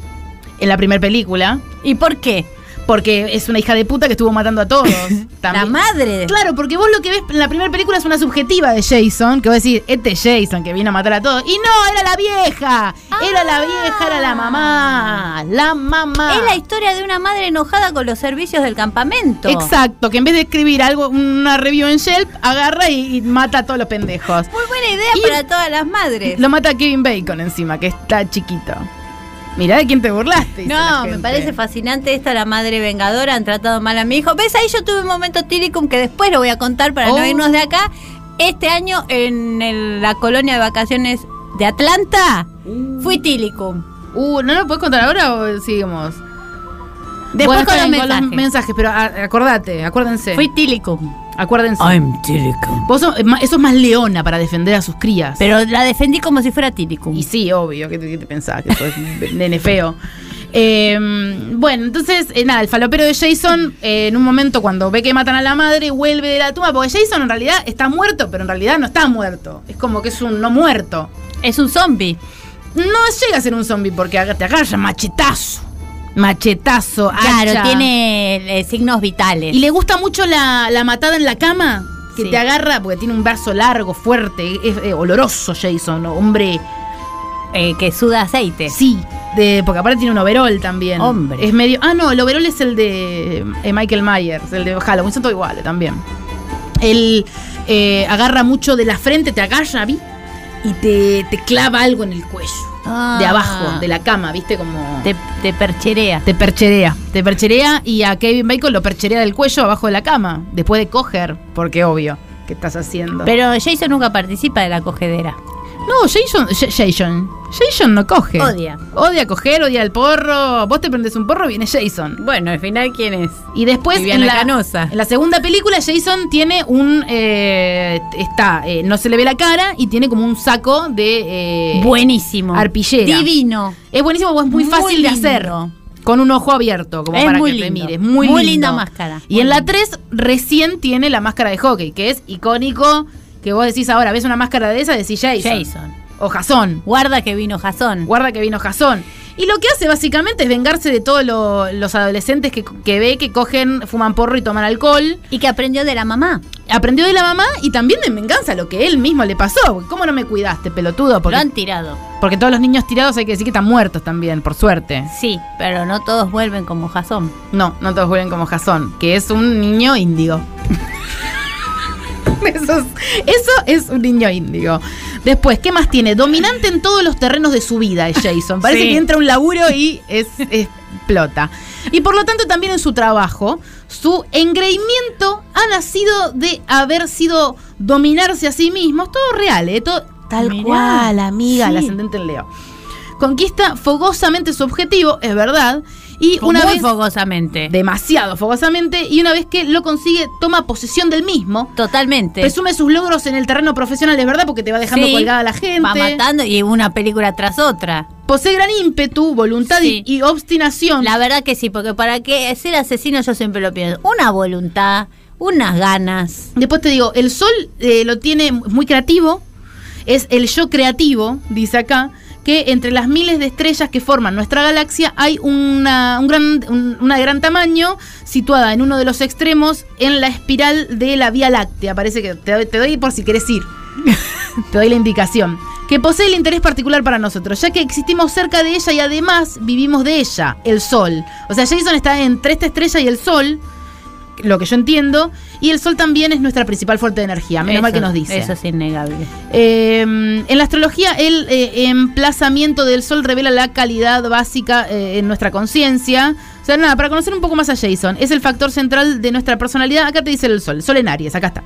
Speaker 3: En la primera película.
Speaker 2: ¿Y por qué?
Speaker 3: Porque es una hija de puta que estuvo matando a todos.
Speaker 2: La
Speaker 3: También.
Speaker 2: madre de
Speaker 3: Claro, porque vos lo que ves en la primera película es una subjetiva de Jason, que vos decís, este es Jason que vino a matar a todos. Y no, era la vieja. Era la vieja, era la mamá. Ah. La mamá.
Speaker 2: Es la historia de una madre enojada con los servicios del campamento.
Speaker 3: Exacto, que en vez de escribir algo, una review en Yelp, agarra y, y mata a todos los pendejos.
Speaker 2: Muy buena idea
Speaker 3: Y-
Speaker 2: para todas las madres.
Speaker 3: Lo mata Kevin Bacon encima, que está chiquito. Mirá de quién te burlaste. dice la
Speaker 2: No, me
Speaker 3: gente.
Speaker 2: parece fascinante esta, la madre vengadora, han tratado mal a mi hijo. ¿Ves? Ahí yo tuve un momento tílicum que después lo voy a contar para
Speaker 3: Oh.
Speaker 2: no irnos de acá. Este año en el- la colonia de vacaciones de Atlanta fui tílicum.
Speaker 3: Uh, ¿no lo puedes contar ahora o seguimos?
Speaker 2: Después con los
Speaker 3: esperen,
Speaker 2: mensajes.
Speaker 3: mensajes, pero a- acordate, acuérdense.
Speaker 2: Fui tílicum.
Speaker 3: Acuérdense.
Speaker 4: I'm Tillicum.
Speaker 3: Vos sos, eh, ma- eso es más leona para defender a sus crías.
Speaker 2: Pero la defendí como si fuera tílicum.
Speaker 3: y sí, obvio, ¿qué te, qué te pensás? Que sos un nene feo. Eh, bueno, entonces, eh, nada, el falopero de Jason, eh, en un momento cuando ve que matan a la madre, vuelve de la tumba, porque Jason en realidad está muerto, pero en realidad no está muerto. Es como que es un no muerto.
Speaker 2: Es un zombie.
Speaker 3: No llega a ser un zombie porque aga- te agarra machetazo. Machetazo,
Speaker 2: Ah, Claro,
Speaker 3: hacha.
Speaker 2: tiene eh, signos vitales.
Speaker 3: Y le gusta mucho la, la matada en la cama. Que
Speaker 2: Sí.
Speaker 3: te agarra porque tiene un brazo largo, fuerte, es eh, oloroso Jason, hombre.
Speaker 2: Eh, que suda aceite.
Speaker 3: Sí, de, porque aparte tiene un overall también.
Speaker 2: Hombre.
Speaker 3: Es medio. Ah, no, el overall es el de eh, Michael Myers, el de Halloween, son todos iguales también. Él eh, agarra mucho de la frente, te agarra, ¿vi? Y te, te clava algo en el cuello,
Speaker 2: Ah.
Speaker 3: de abajo, de la cama, ¿viste? Como.
Speaker 2: Te, te percherea.
Speaker 3: Te percherea, te percherea y a Kevin Bacon lo percherea del cuello abajo de la cama, después de coger, porque obvio, ¿qué estás haciendo?
Speaker 2: Pero Jason nunca participa de la cogedera.
Speaker 3: no, Jason, Ja- Jason, Jason no coge.
Speaker 2: Odia.
Speaker 3: Odia coger, odia el porro. Vos te prendes un porro, viene Jason.
Speaker 2: Bueno, al final, ¿quién es?
Speaker 3: Y después
Speaker 2: Viviana
Speaker 3: en la,
Speaker 2: Canosa.
Speaker 3: en la segunda película Jason tiene un eh, está eh, no se le ve la cara y tiene como un saco de eh,
Speaker 2: Buenísimo.
Speaker 3: Arpillera.
Speaker 2: Divino.
Speaker 3: es buenísimo, porque es muy,
Speaker 2: Muy
Speaker 3: fácil
Speaker 2: lindo.
Speaker 3: de hacer con un ojo abierto como
Speaker 2: Es
Speaker 3: para
Speaker 2: muy
Speaker 3: que te
Speaker 2: lindo.
Speaker 3: mires, muy,
Speaker 2: Muy
Speaker 3: lindo.
Speaker 2: linda máscara.
Speaker 3: Y
Speaker 2: Muy
Speaker 3: en la
Speaker 2: lindo.
Speaker 3: 3 recién tiene la máscara de hockey que es icónico que vos decís ahora ves una máscara de esa decís Jason,
Speaker 2: Jason.
Speaker 3: o Jason
Speaker 2: Guarda que vino Jason.
Speaker 3: guarda que vino Jason. Y lo que hace básicamente es vengarse de todos lo- los adolescentes que, que ve que cogen, fuman porro y toman alcohol.
Speaker 2: Y que aprendió de la mamá.
Speaker 3: Aprendió de la mamá y también de venganza lo que él mismo le pasó. ¿Cómo no me cuidaste, pelotudo?
Speaker 2: Lo
Speaker 3: Porque,
Speaker 2: han tirado.
Speaker 3: porque todos los niños tirados hay que decir que están muertos también, por suerte.
Speaker 2: Sí, pero no todos vuelven como Jason.
Speaker 3: No, no todos vuelven como Jason, que es un niño índigo. Eso es, eso es un niño índigo. Después, ¿qué más tiene? Dominante en todos los terrenos de su vida es Jason. Parece
Speaker 4: Sí.
Speaker 3: que entra a un laburo y es, explota. Y por lo tanto también en su trabajo, su engreimiento ha nacido de haber sido dominarse a sí mismo. Es todo real, ¿eh? Todo, tal
Speaker 2: Mirá,
Speaker 3: cual, amiga,
Speaker 2: sí.
Speaker 3: la ascendente en Leo. Conquista fogosamente su objetivo, es verdad. Y una
Speaker 2: Muy
Speaker 3: vez
Speaker 2: fogosamente.
Speaker 3: demasiado fogosamente y una vez que lo consigue toma posesión del mismo.
Speaker 2: Totalmente.
Speaker 3: Presume sus logros en el terreno profesional, es verdad, porque te va dejando
Speaker 2: Sí,
Speaker 3: colgada la gente.
Speaker 2: Va matando y una película tras otra.
Speaker 3: Posee gran ímpetu, voluntad y-
Speaker 2: Sí.
Speaker 3: y, obstinación.
Speaker 2: La verdad que sí, porque para qué ser asesino yo siempre lo pienso. Una voluntad, unas ganas.
Speaker 3: Después te digo, el sol eh, lo tiene muy creativo, es el yo creativo, dice acá, que entre las miles de estrellas que forman nuestra galaxia hay una, un gran, un- una de gran tamaño situada en uno de los extremos en la espiral de la Vía Láctea. Parece que te, doy- te doy por si querés ir. Te doy la indicación. Que posee el interés particular para nosotros, ya que existimos cerca de ella y además vivimos de ella, el Sol. O sea, Jason está entre esta estrella y el Sol, lo que yo entiendo, y el Sol también es nuestra principal fuente de energía, menos mal que nos dice.
Speaker 2: Eso es innegable.
Speaker 3: Eh, en la astrología, el eh, emplazamiento del Sol revela la calidad básica eh, en nuestra conciencia. O sea, nada, para conocer un poco más a Jason, es el factor central de nuestra personalidad. Acá te dice el Sol, Sol en Aries, acá está.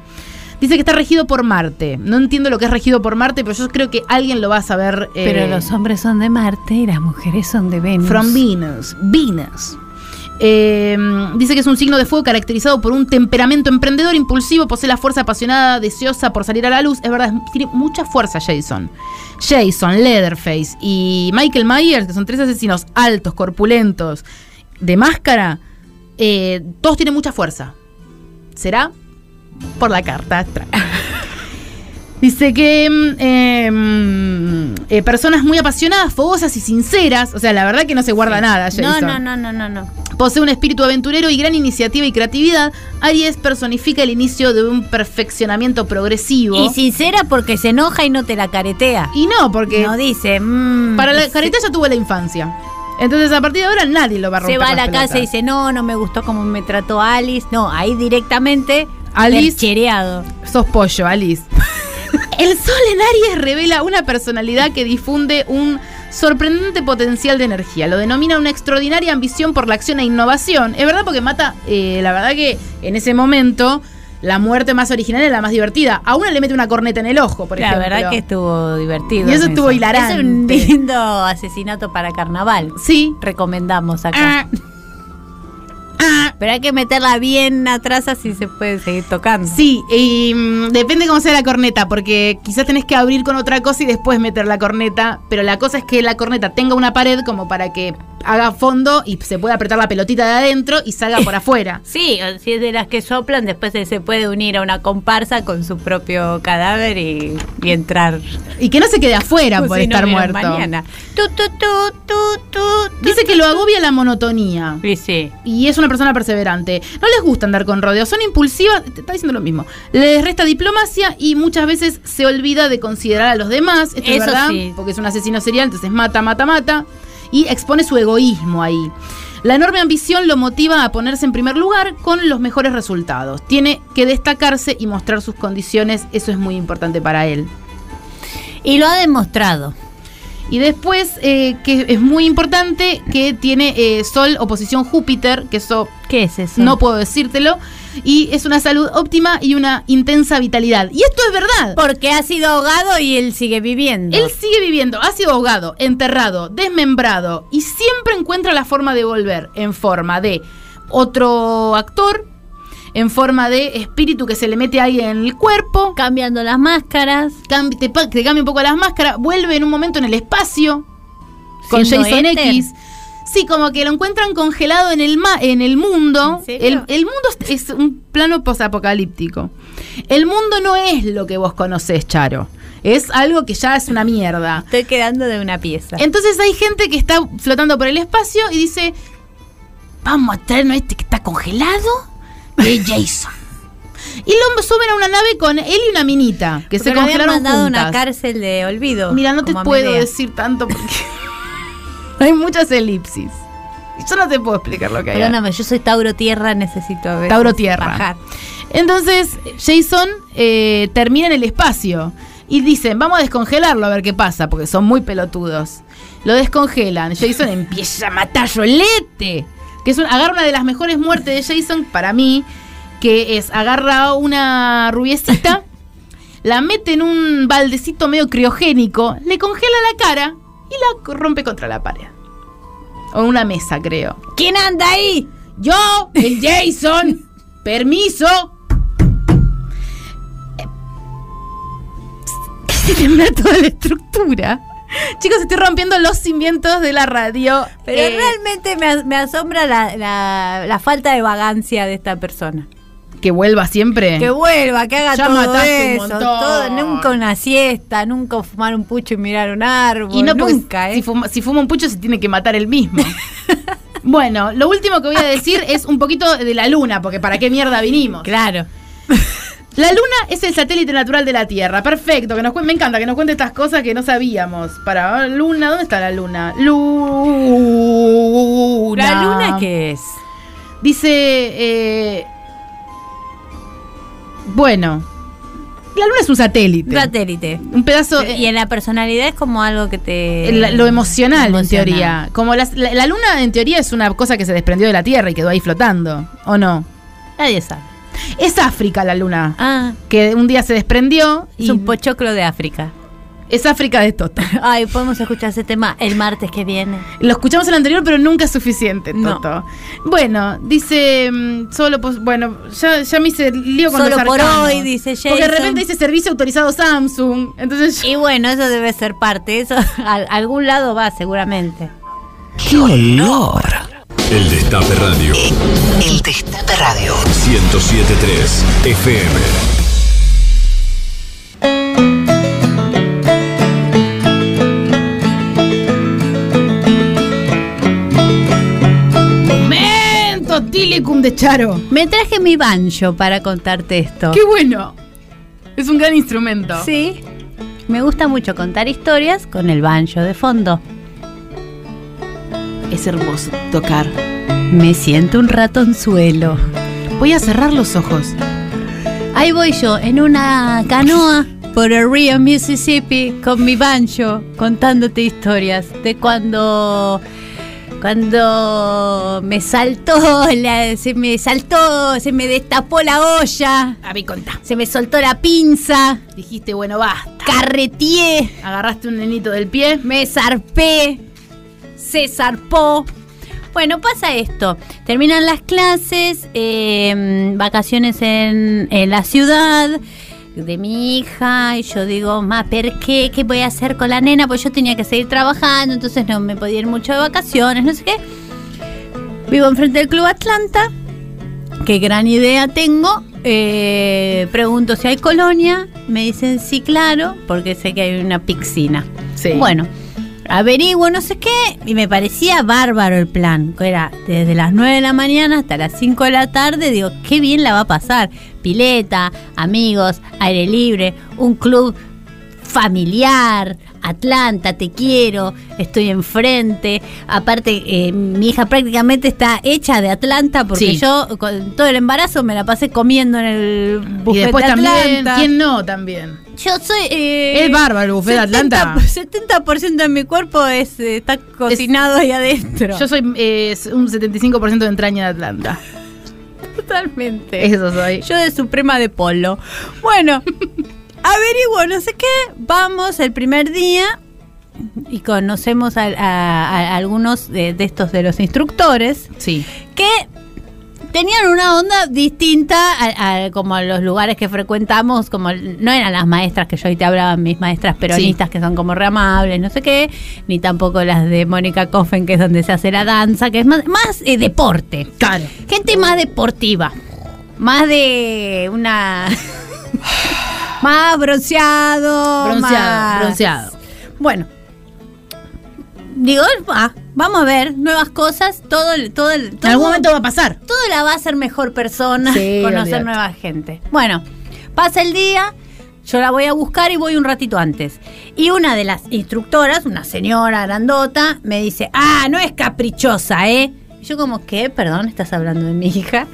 Speaker 3: Dice que está regido por Marte. No entiendo lo que es regido por Marte, pero yo creo que alguien lo va a saber. eh,
Speaker 2: Pero los hombres son de Marte y las mujeres son de Venus.
Speaker 3: From Venus. Venus. Eh, dice que es un signo de fuego caracterizado por un temperamento emprendedor, impulsivo, posee la fuerza apasionada, deseosa por salir a la luz. Es verdad, es- tiene mucha fuerza Jason. Jason, Leatherface y Michael Myers, que son tres asesinos altos, corpulentos, de máscara, eh, todos tienen mucha fuerza. ¿Será? Por la carta astral. Dice que mm, eh, mm, eh, personas muy apasionadas, fogosas y sinceras. O sea, la verdad que no se guarda nada, Jason.
Speaker 2: No, no, no, no, no, no.
Speaker 3: Posee un espíritu aventurero y gran iniciativa y creatividad. Aries personifica el inicio de un perfeccionamiento progresivo.
Speaker 2: Y sincera porque se enoja y no te la caretea.
Speaker 3: Y no, porque
Speaker 2: No dice, "Mm".
Speaker 3: para la
Speaker 2: Se-
Speaker 3: careta ya tuvo la infancia. Entonces, a partir de ahora, nadie lo va a romper.
Speaker 2: se va a
Speaker 3: las
Speaker 2: la casa y
Speaker 3: pelotas.
Speaker 2: dice, no, no me gustó cómo me trató Alice. No, ahí directamente
Speaker 3: Alice-
Speaker 2: chereado.
Speaker 3: Sos pollo, Alice. El sol en Aries revela una personalidad que difunde un sorprendente potencial de energía. Lo denomina una extraordinaria ambición por la acción e innovación. Es verdad porque mata, eh, la verdad que en ese momento la muerte más original es la más divertida. A uno le mete una corneta en el ojo, por
Speaker 2: La
Speaker 3: ejemplo.
Speaker 2: verdad que estuvo divertido.
Speaker 3: Y eso estuvo hilarante.
Speaker 2: Es un lindo asesinato para carnaval.
Speaker 3: Sí.
Speaker 2: Recomendamos acá.
Speaker 3: Ah. Ah.
Speaker 2: Pero hay que meterla bien atrás así se puede seguir tocando.
Speaker 3: Sí, y mm, depende cómo sea la corneta, porque quizás tenés que abrir con otra cosa y después meter la corneta, pero la cosa es que la corneta tenga una pared como para que haga fondo y se pueda apretar la pelotita de adentro y salga por afuera.
Speaker 2: Sí, o si es de las que soplan, después se- se puede unir a una comparsa con su propio cadáver y, y entrar.
Speaker 3: Y que no se quede afuera
Speaker 2: como
Speaker 3: por
Speaker 2: Pues si no
Speaker 3: estar
Speaker 2: hubiera
Speaker 3: muerto.
Speaker 2: Mañana. Tu, tu, tu, tu, tu, tu.
Speaker 3: Dice que lo agobia la monotonía.
Speaker 2: Y sí.
Speaker 3: Y es una persona perseverante. No les gusta andar con rodeos, son impulsivas, te está diciendo lo mismo. Les resta diplomacia y muchas veces se olvida de considerar a los demás. Esto es
Speaker 2: Eso
Speaker 3: verdad,
Speaker 2: sí.
Speaker 3: porque es un asesino serial, entonces mata, mata, mata. Y expone su egoísmo ahí. La enorme ambición lo motiva a ponerse en primer lugar con los mejores resultados. Tiene que destacarse y mostrar sus condiciones, eso es muy importante para él.
Speaker 2: Y lo ha demostrado.
Speaker 3: Y después, eh, que es muy importante, que tiene eh, Sol oposición Júpiter, que eso
Speaker 2: ¿Qué es eso?
Speaker 3: no puedo decírtelo. Y es una salud óptima y una intensa vitalidad. Y esto es verdad.
Speaker 2: porque ha sido ahogado y él sigue viviendo.
Speaker 3: Él sigue viviendo, ha sido ahogado, enterrado, desmembrado y siempre encuentra la forma de volver en forma de otro actor, en forma de espíritu que se le mete ahí en el cuerpo,
Speaker 2: cambiando las máscaras.
Speaker 3: cambi- te, pa- te cambia un poco las máscaras, vuelve en un momento en el espacio con
Speaker 2: siendo
Speaker 3: Jason
Speaker 2: éter.
Speaker 3: X. Sí, como que lo encuentran congelado en el ma en el mundo.
Speaker 2: ¿En
Speaker 3: El,
Speaker 2: serio?
Speaker 3: el mundo es es un plano posapocalíptico. El mundo no es lo que vos conocés, Charo. Es algo que ya es una mierda.
Speaker 2: Estoy quedando de una pieza.
Speaker 3: Entonces hay gente que está flotando por el espacio y dice, vamos a traernos este que está congelado, que es Jason. y lo suben a una nave con él y una minita, que se
Speaker 2: Porque lo habían
Speaker 3: congelaron
Speaker 2: mandado a una
Speaker 3: juntas.
Speaker 2: cárcel de olvido.
Speaker 3: Mira, no te
Speaker 2: como a
Speaker 3: puedo
Speaker 2: Medea.
Speaker 3: decir tanto porque hay muchas elipsis. Yo no te puedo explicar lo que hay.
Speaker 2: Perdóname, yo soy Tauro Tierra, necesito a veces
Speaker 3: Tauro Tierra.
Speaker 2: bajar.
Speaker 3: Entonces, Jason eh, termina en el espacio. Y dicen, vamos a descongelarlo a ver qué pasa, porque son muy pelotudos. Lo descongelan. Jason empieza a matar Yolete. Que es un- agarra una de las mejores muertes de Jason para mí, que es agarra a una rubiecita, la mete en un baldecito medio criogénico, le congela la cara y la rompe contra la pared. O una mesa, creo.
Speaker 2: ¿Quién anda ahí?
Speaker 3: Yo, el Jason, permiso. Se tembla toda la estructura. Chicos, estoy rompiendo los cimientos de la radio.
Speaker 2: Pero
Speaker 3: Eh,
Speaker 2: realmente me, as- me asombra la, la- la falta de vagancia de esta persona.
Speaker 3: que vuelva siempre.
Speaker 5: Que vuelva, que haga
Speaker 3: Ya
Speaker 5: todo
Speaker 3: mataste un
Speaker 5: eso.
Speaker 3: montón.
Speaker 5: todo- nunca una siesta, nunca fumar un pucho y mirar un árbol.
Speaker 3: y no porque
Speaker 5: nunca,
Speaker 3: si,
Speaker 5: ¿eh?
Speaker 3: fuma, si fuma un pucho se tiene que matar él mismo. bueno, lo último que voy a decir es un poquito de la luna, porque para qué mierda vinimos.
Speaker 5: Claro.
Speaker 3: La luna es el satélite natural de la Tierra. Perfecto, que nos cuen- me encanta que nos cuente estas cosas que no sabíamos. Para ah, luna, ¿dónde está la luna? Luna.
Speaker 5: ¿La luna qué es?
Speaker 3: Dice. eh, bueno. La luna es un satélite.
Speaker 5: Satélite.
Speaker 3: un pedazo. eh,
Speaker 2: Y en la personalidad es como algo que te.
Speaker 3: El- lo emocional, en
Speaker 2: emociona.
Speaker 3: teoría. Como las- la, la luna, en teoría, es una cosa que se desprendió de la Tierra y quedó ahí flotando, ¿o no?
Speaker 2: Nadie sabe.
Speaker 3: Es África la luna,
Speaker 2: Ah,
Speaker 3: que un día se desprendió
Speaker 2: es
Speaker 3: y
Speaker 2: un pochoclo de África.
Speaker 3: es África de Toto.
Speaker 2: Ay, podemos escuchar ese tema el martes que viene.
Speaker 3: Lo escuchamos en el anterior, pero nunca es suficiente,
Speaker 2: No.
Speaker 3: Toto. Bueno, dice mm, solo pos- bueno, ya, ya me hice lío con
Speaker 2: Solo
Speaker 3: los
Speaker 2: por
Speaker 3: arcanos.
Speaker 2: hoy, dice
Speaker 3: Porque de
Speaker 2: Jason.
Speaker 3: repente dice servicio autorizado Samsung. Entonces yo-
Speaker 2: Y bueno, eso debe ser parte. Eso a algún lado va seguramente.
Speaker 1: ¡Qué olor!
Speaker 6: El Destape Radio
Speaker 1: El Destape Radio.
Speaker 6: 1073 FM.
Speaker 3: ¡Momento Tilicum de Charo!
Speaker 2: Me traje mi banjo para contarte esto.
Speaker 3: ¡Qué bueno! Es un gran instrumento.
Speaker 2: Sí. Me gusta mucho contar historias con el banjo de fondo.
Speaker 3: Es hermoso tocar.
Speaker 2: Me siento un ratonzuelo.
Speaker 3: Voy a cerrar los ojos.
Speaker 2: Ahí voy yo, en una canoa por el río Mississippi, con mi banjo, contándote historias de cuando. Cuando me saltó, la- se me saltó, se me destapó la olla,
Speaker 3: A mí contá.
Speaker 2: se me soltó la pinza,
Speaker 3: Dijiste, bueno, basta.
Speaker 2: carreteé,
Speaker 3: Agarraste un nenito del pie.
Speaker 2: me zarpé, se zarpó. Bueno, pasa esto. Terminan las clases, eh, vacaciones en, en la ciudad de mi hija y yo digo, ma, ¿per qué? ¿Qué voy a hacer con la nena? Pues yo tenía que seguir trabajando, entonces no me podía ir mucho de vacaciones, no sé qué. Vivo enfrente del Club Atlanta. Qué gran idea tengo. Eh, pregunto si hay colonia. Me dicen sí, claro, porque sé que hay una piscina.
Speaker 3: Sí.
Speaker 2: Bueno, averiguo no sé qué y me parecía bárbaro el plan. que Era desde las 9 de la mañana hasta las 5 de la tarde. Digo, qué bien la va a pasar. Pileta, amigos, aire libre, un club familiar. Atlanta, te quiero, estoy enfrente. Aparte, eh, mi hija prácticamente está hecha de Atlanta porque
Speaker 3: Sí.
Speaker 2: yo con todo el embarazo me la pasé comiendo en el
Speaker 3: Y
Speaker 2: buffet
Speaker 3: después
Speaker 2: de
Speaker 3: también,
Speaker 2: Atlanta.
Speaker 3: ¿quién no también?
Speaker 2: Yo soy. eh,
Speaker 3: Es bárbaro el buffet de Atlanta.
Speaker 2: 70% de mi cuerpo es, eh, está cocinado ahí adentro.
Speaker 3: Yo soy eh, un 75% de entraña de Atlanta.
Speaker 2: totalmente.
Speaker 3: Eso soy.
Speaker 2: Yo de Suprema de Polo. Bueno, averiguo, no sé qué. Vamos el primer día y conocemos al- a, a- a algunos de, de estos de los instructores
Speaker 3: Sí.
Speaker 2: que tenían una onda distinta a, a- como a los lugares que frecuentamos, como no eran las maestras que yo hoy te hablaba, mis maestras peronistas que son como reamables, no sé qué, ni tampoco las de Mónica Coffen, que es donde se hace la danza, que es más, más eh, deporte.
Speaker 3: Claro.
Speaker 2: Gente más deportiva. Más de una. más bronceado.
Speaker 3: Bronceado,
Speaker 2: más-
Speaker 3: bronceado.
Speaker 2: Bueno. Digo, ah, vamos a ver nuevas cosas. Todo el. Todo el
Speaker 3: En
Speaker 2: todo-
Speaker 3: algún momento va a pasar.
Speaker 2: todo la va a hacer mejor persona,
Speaker 3: Sí,
Speaker 2: conocer
Speaker 3: olvídate.
Speaker 2: nueva gente. Bueno, pasa el día, yo la voy a buscar y voy un ratito antes. Y una de las instructoras, una señora grandota, me dice, ah, no es caprichosa, ¿eh? Y Yo como, ¿qué? Perdón, estás hablando de mi hija.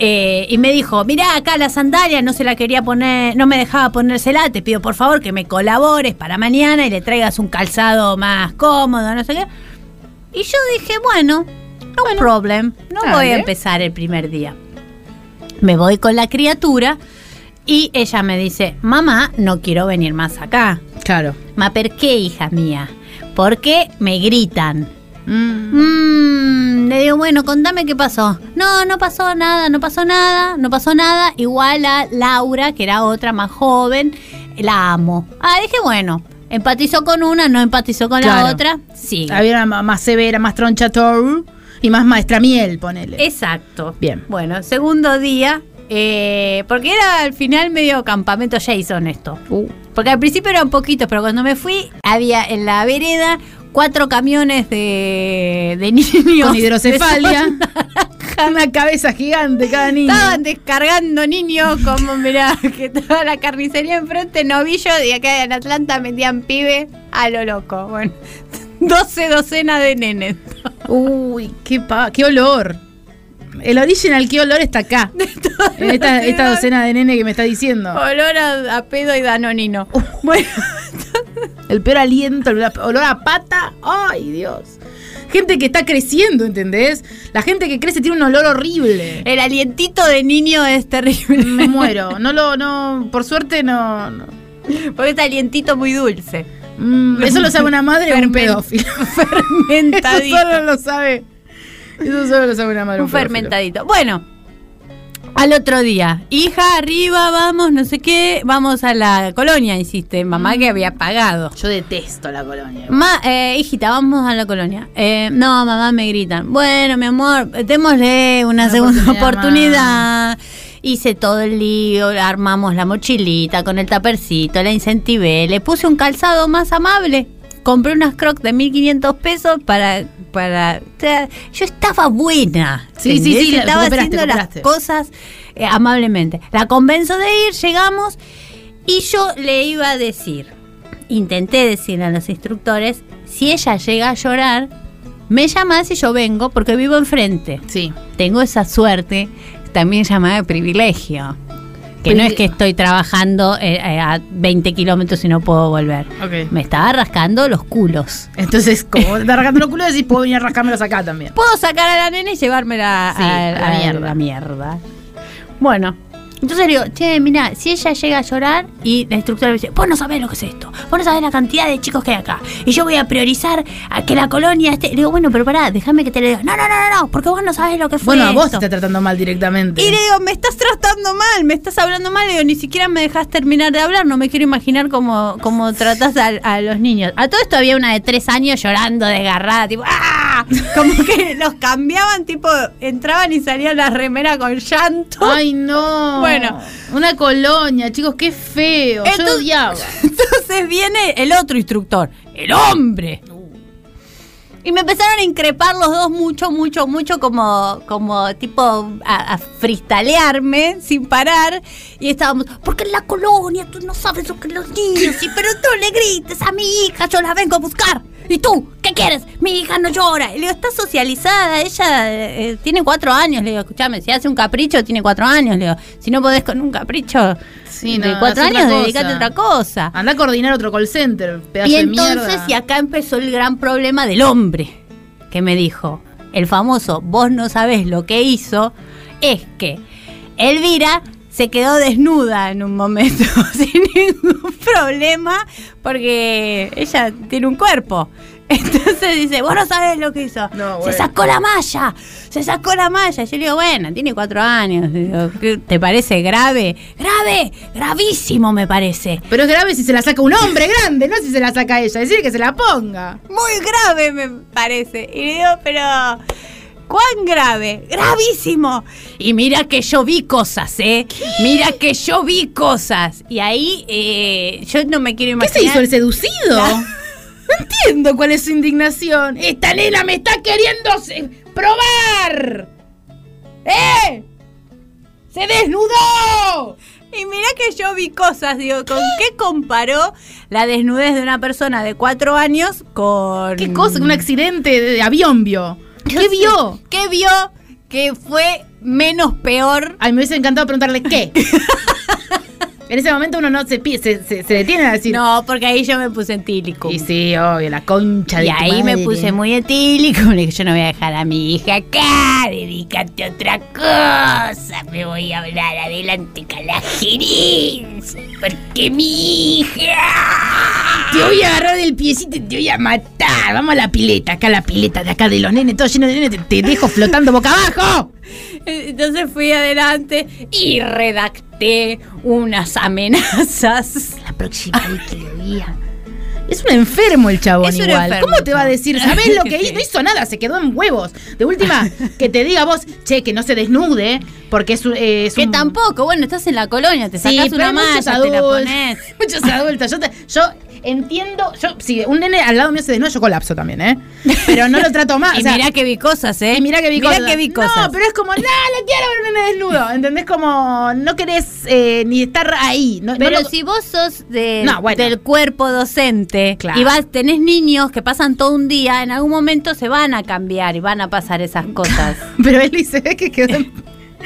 Speaker 2: Eh, y me dijo, mirá, acá la sandalia no se la quería poner, no me dejaba ponérsela, te pido por favor que me colabores para mañana y le traigas un calzado más cómodo, no sé qué. Y yo dije, bueno, no problem, no
Speaker 3: dale.
Speaker 2: voy a empezar el primer día. Me voy con la criatura y ella me dice, mamá, no quiero venir más acá.
Speaker 3: Claro.
Speaker 2: Ma, ¿por qué, hija mía? Porque me gritan. Mm, le digo, bueno, contame qué pasó. No, no pasó nada, no pasó nada, no pasó nada. Igual a Laura, que era otra más joven, la amo. Ah, dije, bueno, empatizó con una, no empatizó con
Speaker 3: Claro. Ah,
Speaker 2: la otra. Sí.
Speaker 3: Había una ma- más severa, más troncha Tor y más maestra miel, ponele.
Speaker 2: Exacto.
Speaker 3: Bien.
Speaker 2: Bueno, segundo día, Eh, porque era al final medio campamento Jason esto.
Speaker 3: Uh.
Speaker 2: Porque al principio eran poquitos, pero cuando me fui había en la vereda cuatro camiones de, de niños.
Speaker 3: Con
Speaker 2: de
Speaker 3: hidrocefalia.
Speaker 2: zona.
Speaker 3: Una cabeza gigante cada niño.
Speaker 2: Estaban descargando niños, como mirá, que toda la carnicería enfrente, novillo, y acá en Atlanta metían pibe a lo loco. Bueno, 12 docenas de nenes.
Speaker 3: Uy, qué, pa- qué olor. El original, qué olor está acá. En esta, esta docena de nene que me está diciendo.
Speaker 2: Olor a, a pedo y danonino.
Speaker 3: Bueno, el peor aliento, el olor a pata. ¡Ay, Dios! Gente que está creciendo, ¿entendés? La gente que crece tiene un olor horrible.
Speaker 2: El alientito de niño es terrible,
Speaker 3: Me muero. No lo, no, por suerte no. no.
Speaker 2: porque es alientito muy dulce.
Speaker 3: Mm, eso lo sabe una madre o un
Speaker 2: Ferment-
Speaker 3: pedófilo. Eso
Speaker 2: Fermentadito.
Speaker 3: solo lo sabe. Eso solo lo sabe una madre. o
Speaker 2: un
Speaker 3: pedófilo.
Speaker 2: fermentadito. Bueno, al otro día, hija, arriba, vamos, no sé qué, vamos a la colonia, insiste, mamá que había pagado.
Speaker 3: Yo detesto la colonia.
Speaker 2: Ma, eh, hijita, vamos a la colonia. Eh, no, mamá, me gritan. Bueno, mi amor, démosle una,
Speaker 3: Una
Speaker 2: segunda
Speaker 3: oportunidad
Speaker 2: oportunidad. Hice todo el lío, armamos la mochilita con el tapercito, la incentivé, le puse un calzado más amable. Compré unas crocs de 1500 pesos para. para o sea, yo estaba buena.
Speaker 3: Sí, sí,
Speaker 2: ¿entendés?
Speaker 3: sí, la-
Speaker 2: Estaba
Speaker 3: cooperaste,
Speaker 2: haciendo las
Speaker 3: cooperaste.
Speaker 2: cosas eh, amablemente. La convenzo de ir, llegamos y yo le iba a decir intenté decirle a los instructores, si ella llega a llorar, me llamás y yo vengo porque vivo enfrente.
Speaker 3: Sí.
Speaker 2: Tengo esa suerte, también llamada privilegio. Que no es que estoy trabajando eh, eh, a 20 kilómetros y no puedo volver.
Speaker 3: Ok.
Speaker 2: Me estaba rascando los culos.
Speaker 3: Entonces, como te rascando los culos, decís, puedo venir a rascármelos acá también.
Speaker 2: Puedo sacar a la nena y llevármela
Speaker 3: Sí,
Speaker 2: a,
Speaker 3: a la
Speaker 2: a
Speaker 3: mierda.
Speaker 2: la mierda. Bueno, entonces le digo, che, mira, si ella llega a llorar y la instructora me dice, vos no sabés lo que es esto, vos no sabés la cantidad de chicos que hay acá, y yo voy a priorizar a que la colonia esté. Le digo, bueno, pero pará, déjame que te lo diga. No, no, no, no, no, porque vos no sabés lo que fue.
Speaker 3: Bueno, a vos te
Speaker 2: esto".
Speaker 3: está tratando mal directamente.
Speaker 2: Y le digo, me estás tratando mal, me estás hablando mal, le digo, ni siquiera me dejas terminar de hablar, no me quiero imaginar cómo, cómo tratás a, a los niños. A todo esto había una de tres años llorando, desgarrada, tipo, ¡ah! Como que los cambiaban, tipo, entraban y salían las remeras con llanto.
Speaker 3: Ay, no.
Speaker 2: Bueno.
Speaker 3: Una colonia, chicos, qué feo. Yo
Speaker 2: Entonces-
Speaker 3: odiaba.
Speaker 2: Entonces viene el otro instructor, el hombre. Y me empezaron a increpar los dos mucho, mucho, mucho, como, como tipo a, a fristalearme sin parar. Y estábamos, porque en la colonia tú no sabes lo que los niños, y pero tú le grites a mi hija, yo la vengo a buscar. ¿Y tú? ¿Qué quieres? Mi hija no llora. Y le digo, está socializada, ella eh, tiene cuatro años. Le digo, escúchame, si hace un capricho, tiene cuatro años. Le digo, si no podés con un capricho
Speaker 3: Sí,
Speaker 2: de
Speaker 3: no,
Speaker 2: cuatro
Speaker 3: haz otra
Speaker 2: años,
Speaker 3: cosa.
Speaker 2: dedícate a otra cosa.
Speaker 3: Andá a coordinar otro call center, pedazo
Speaker 2: Y
Speaker 3: de
Speaker 2: entonces,
Speaker 3: mierda.
Speaker 2: y acá empezó el gran problema del hombre, que me dijo, el famoso, vos no sabés lo que hizo, es que Elvira se quedó desnuda en un momento, sin ningún problema, porque ella tiene un cuerpo. Entonces dice, vos no sabés lo que hizo.
Speaker 3: No,
Speaker 2: Se
Speaker 3: bueno.
Speaker 2: sacó la malla, se sacó la malla. Yo le digo, bueno, tiene cuatro años. Le digo, "¿Qué- ¿Te parece grave? Grave, gravísimo me parece.
Speaker 3: Pero es grave si se la saca un hombre grande, no si se la saca ella. Decir que se la ponga.
Speaker 2: Muy grave, me parece. Y le digo, pero. ¿Cuán grave? ¡Gravísimo! Y mira que yo vi cosas, ¿eh? Mira que yo vi cosas. Y ahí eh, yo no me quiero
Speaker 3: ¿Qué
Speaker 2: imaginar.
Speaker 3: se hizo el seducido? No entiendo cuál es su indignación. Esta nena me está queriendo se- probar. ¡Eh! ¡Se desnudó!
Speaker 2: Y mira que yo vi cosas, digo, ¿con qué comparó la desnudez de una persona de cuatro años con.
Speaker 3: ¿Qué cosa? Un accidente de avión vio. ¿Qué vio?
Speaker 2: ¿Qué vio que fue menos peor?
Speaker 3: Ay, me hubiese encantado preguntarle qué. en ese momento uno no se, pi- se, se- se detiene a decir.
Speaker 2: No, porque ahí yo me puse en tílico.
Speaker 3: Y sí, obvio, la concha
Speaker 2: Y
Speaker 3: de tu
Speaker 2: ahí me
Speaker 3: madre.
Speaker 2: puse muy etílico, le dije, yo no voy a dejar a mi hija acá, dedícate a otra cosa, me voy a hablar adelante con la gerencia, porque mi hija...
Speaker 3: Te voy a agarrar del piecito y te voy a matar. Vamos a la pileta, acá la pileta de acá de los nenes, todo lleno de nenes, te, te dejo flotando boca abajo.
Speaker 2: Entonces fui adelante y redacté unas amenazas.
Speaker 3: La próxima vez que lo vea, Es un enfermo el chabón
Speaker 2: Es un
Speaker 3: igual.
Speaker 2: enfermo.
Speaker 3: ¿Cómo te va a decir? ¿Sabés lo que
Speaker 2: Sí.
Speaker 3: hizo? No hizo nada, se quedó en huevos. De última, que te diga vos, che, que no se desnude, porque es, un- eh, es
Speaker 2: Que
Speaker 3: un-
Speaker 2: tampoco, bueno, estás en la colonia, te
Speaker 3: Sí,
Speaker 2: sacás
Speaker 3: pero
Speaker 2: una
Speaker 3: hay muchos
Speaker 2: malla, te la
Speaker 3: adultos,
Speaker 2: pones.
Speaker 3: Muchos adultos. Yo, te- yo entiendo. Yo, si un nene al lado mío se desnuda, yo colapso también, ¿eh? Pero no lo trato más.
Speaker 2: Y
Speaker 3: o sea,
Speaker 2: mirá que vi cosas, ¿eh?
Speaker 3: y mirá que vi cosas.
Speaker 2: cosas.
Speaker 3: No, pero es como, no, no quiero ver un nene desnudo. ¿Entendés? Como, no querés eh, ni estar ahí. No, no
Speaker 2: Pero
Speaker 3: lo-
Speaker 2: si vos sos de-
Speaker 3: No, bueno.
Speaker 2: del cuerpo docente
Speaker 3: Claro.
Speaker 2: y vas, tenés niños que pasan todo un día, en algún momento se van a cambiar y van a pasar esas cosas.
Speaker 3: Pero Eli se ve que quedó en,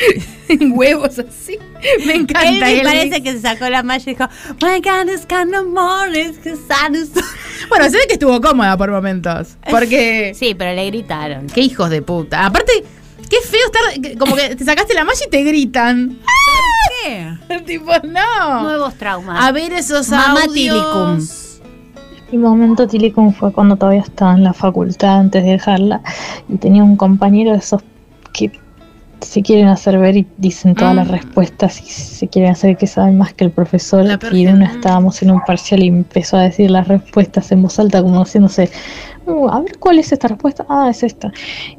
Speaker 3: en huevos así. Me
Speaker 2: Él
Speaker 3: encanta.
Speaker 2: me
Speaker 3: Elvis.
Speaker 2: parece que se sacó la malla y dijo, My God, it's kind of morning, it's kind of-"
Speaker 3: Bueno, se ve que Eh. estuvo cómoda por momentos. Porque.
Speaker 2: Sí, pero le gritaron.
Speaker 3: Qué hijos de puta. Aparte, qué feo estar. que- Como que te sacaste la malla y te gritan. tipo, no.
Speaker 2: Nuevos traumas.
Speaker 3: A ver esos
Speaker 2: Mamá
Speaker 3: audios.
Speaker 2: Tilicum.
Speaker 7: Mi momento Tilicum fue cuando todavía estaba en la facultad antes de dejarla y tenía un compañero de esos que se quieren hacer ver y dicen todas
Speaker 3: Mm.
Speaker 7: las respuestas y se quieren hacer que saben más que el profesor.
Speaker 3: La peor
Speaker 7: Y en
Speaker 3: gente.
Speaker 7: una estábamos en un parcial y empezó a decir las respuestas en voz alta como haciéndose, "Uh, a ver cuál es esta respuesta, ah, es esta.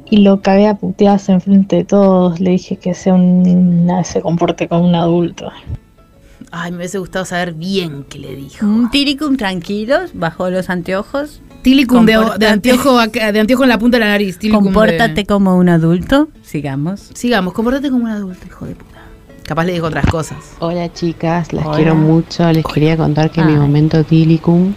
Speaker 7: Y lo cagué a puteadas enfrente de todos, le dije que sea un, se comporte como un adulto.
Speaker 3: Ay, me hubiese gustado saber bien qué le dijo.
Speaker 2: Un Tiricum tranquilos, bajó los anteojos.
Speaker 3: Tilicum de,
Speaker 2: Comportate.
Speaker 3: de anteojo acá- de anteojo en la punta de la nariz. Tilicum de-
Speaker 2: Compórtate como un adulto. Sigamos.
Speaker 3: Sigamos, compórtate como un adulto, hijo de puta. Capaz le dijo otras cosas.
Speaker 8: Hola chicas, las
Speaker 2: Hola.
Speaker 8: quiero mucho. Les quería contar que mi
Speaker 2: Ay.
Speaker 8: momento tilicum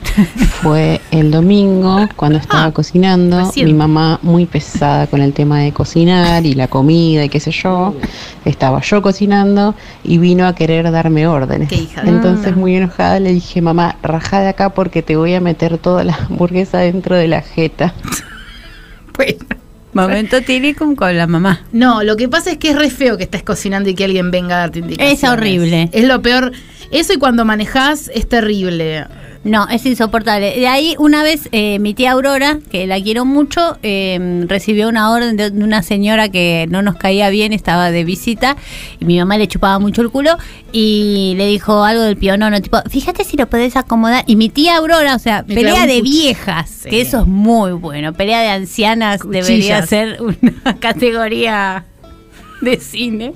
Speaker 8: fue el domingo cuando estaba
Speaker 3: Ah,
Speaker 8: cocinando.
Speaker 3: recién.
Speaker 8: Mi mamá muy pesada con el tema de cocinar y la comida y qué sé yo. Estaba yo cocinando y vino a querer darme órdenes.
Speaker 3: Qué hija de
Speaker 8: Entonces
Speaker 3: puta.
Speaker 8: muy enojada le dije, mamá, rajá de acá porque te voy a meter toda la hamburguesa dentro de la jeta.
Speaker 3: Bueno.
Speaker 2: Momento Tilicum con la mamá.
Speaker 3: No, lo que pasa es que es re feo que estés cocinando y que alguien venga a darte indicaciones.
Speaker 2: Es horrible.
Speaker 3: Es lo peor. Eso y cuando manejás es terrible.
Speaker 2: No, es insoportable. De ahí, una vez, eh, mi tía Aurora, que la quiero mucho, eh, recibió una orden de, de una señora que no nos caía bien, estaba de visita, y mi mamá le chupaba mucho el culo, y le dijo algo del pionono, tipo, fíjate si lo podés acomodar. Y mi tía Aurora, o sea,
Speaker 3: Me clavó
Speaker 2: pelea
Speaker 3: un
Speaker 2: de
Speaker 3: cuch-
Speaker 2: viejas,
Speaker 3: Sí.
Speaker 2: que eso es muy bueno. Pelea de ancianas
Speaker 3: Cuchillas.
Speaker 2: debería ser una categoría de cine.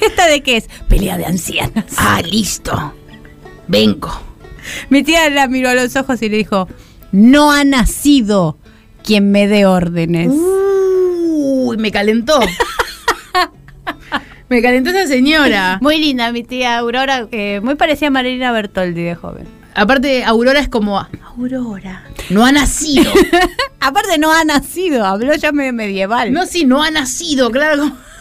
Speaker 2: ¿Esta de qué es? Pelea de ancianas.
Speaker 3: Ah, listo. Vengo.
Speaker 2: Mi tía la miró a los ojos y le dijo, no ha nacido quien me dé órdenes.
Speaker 3: Uy, me calentó. me calentó esa señora.
Speaker 2: Muy linda mi tía Aurora, eh, muy parecida a Marilina Bertoldi de joven.
Speaker 3: Aparte, Aurora es como. "Ah, Aurora. No ha nacido.
Speaker 2: Aparte no ha nacido, habló ya medio medieval.
Speaker 3: No, sí, no ha nacido, claro. como-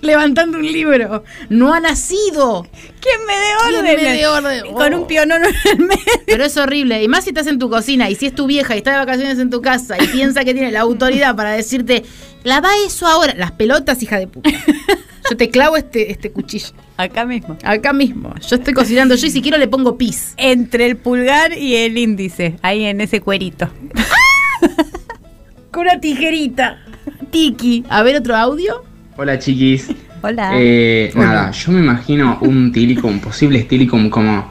Speaker 3: Levantando un libro. No ha nacido.
Speaker 2: ¿Quién me dé
Speaker 3: ¿Quién
Speaker 2: órdenes?
Speaker 3: me dé orden?
Speaker 2: Y Con
Speaker 3: Oh.
Speaker 2: un pionono en el medio.
Speaker 3: Pero es horrible. Y más si estás en tu cocina y si es tu vieja y está de vacaciones en tu casa y piensa que tiene la autoridad para decirte, lava eso ahora. Las pelotas, hija de puta. Yo te clavo este, este cuchillo.
Speaker 2: Acá mismo.
Speaker 3: Acá mismo. Yo estoy cocinando yo y si quiero le pongo pis.
Speaker 2: Entre el pulgar y el índice, ahí en ese cuerito.
Speaker 3: Con una tijerita. Tiki. A ver otro audio.
Speaker 9: Hola chiquis.
Speaker 2: Hola.
Speaker 9: Eh, nada, yo me imagino un tilicum, posibles tilicum como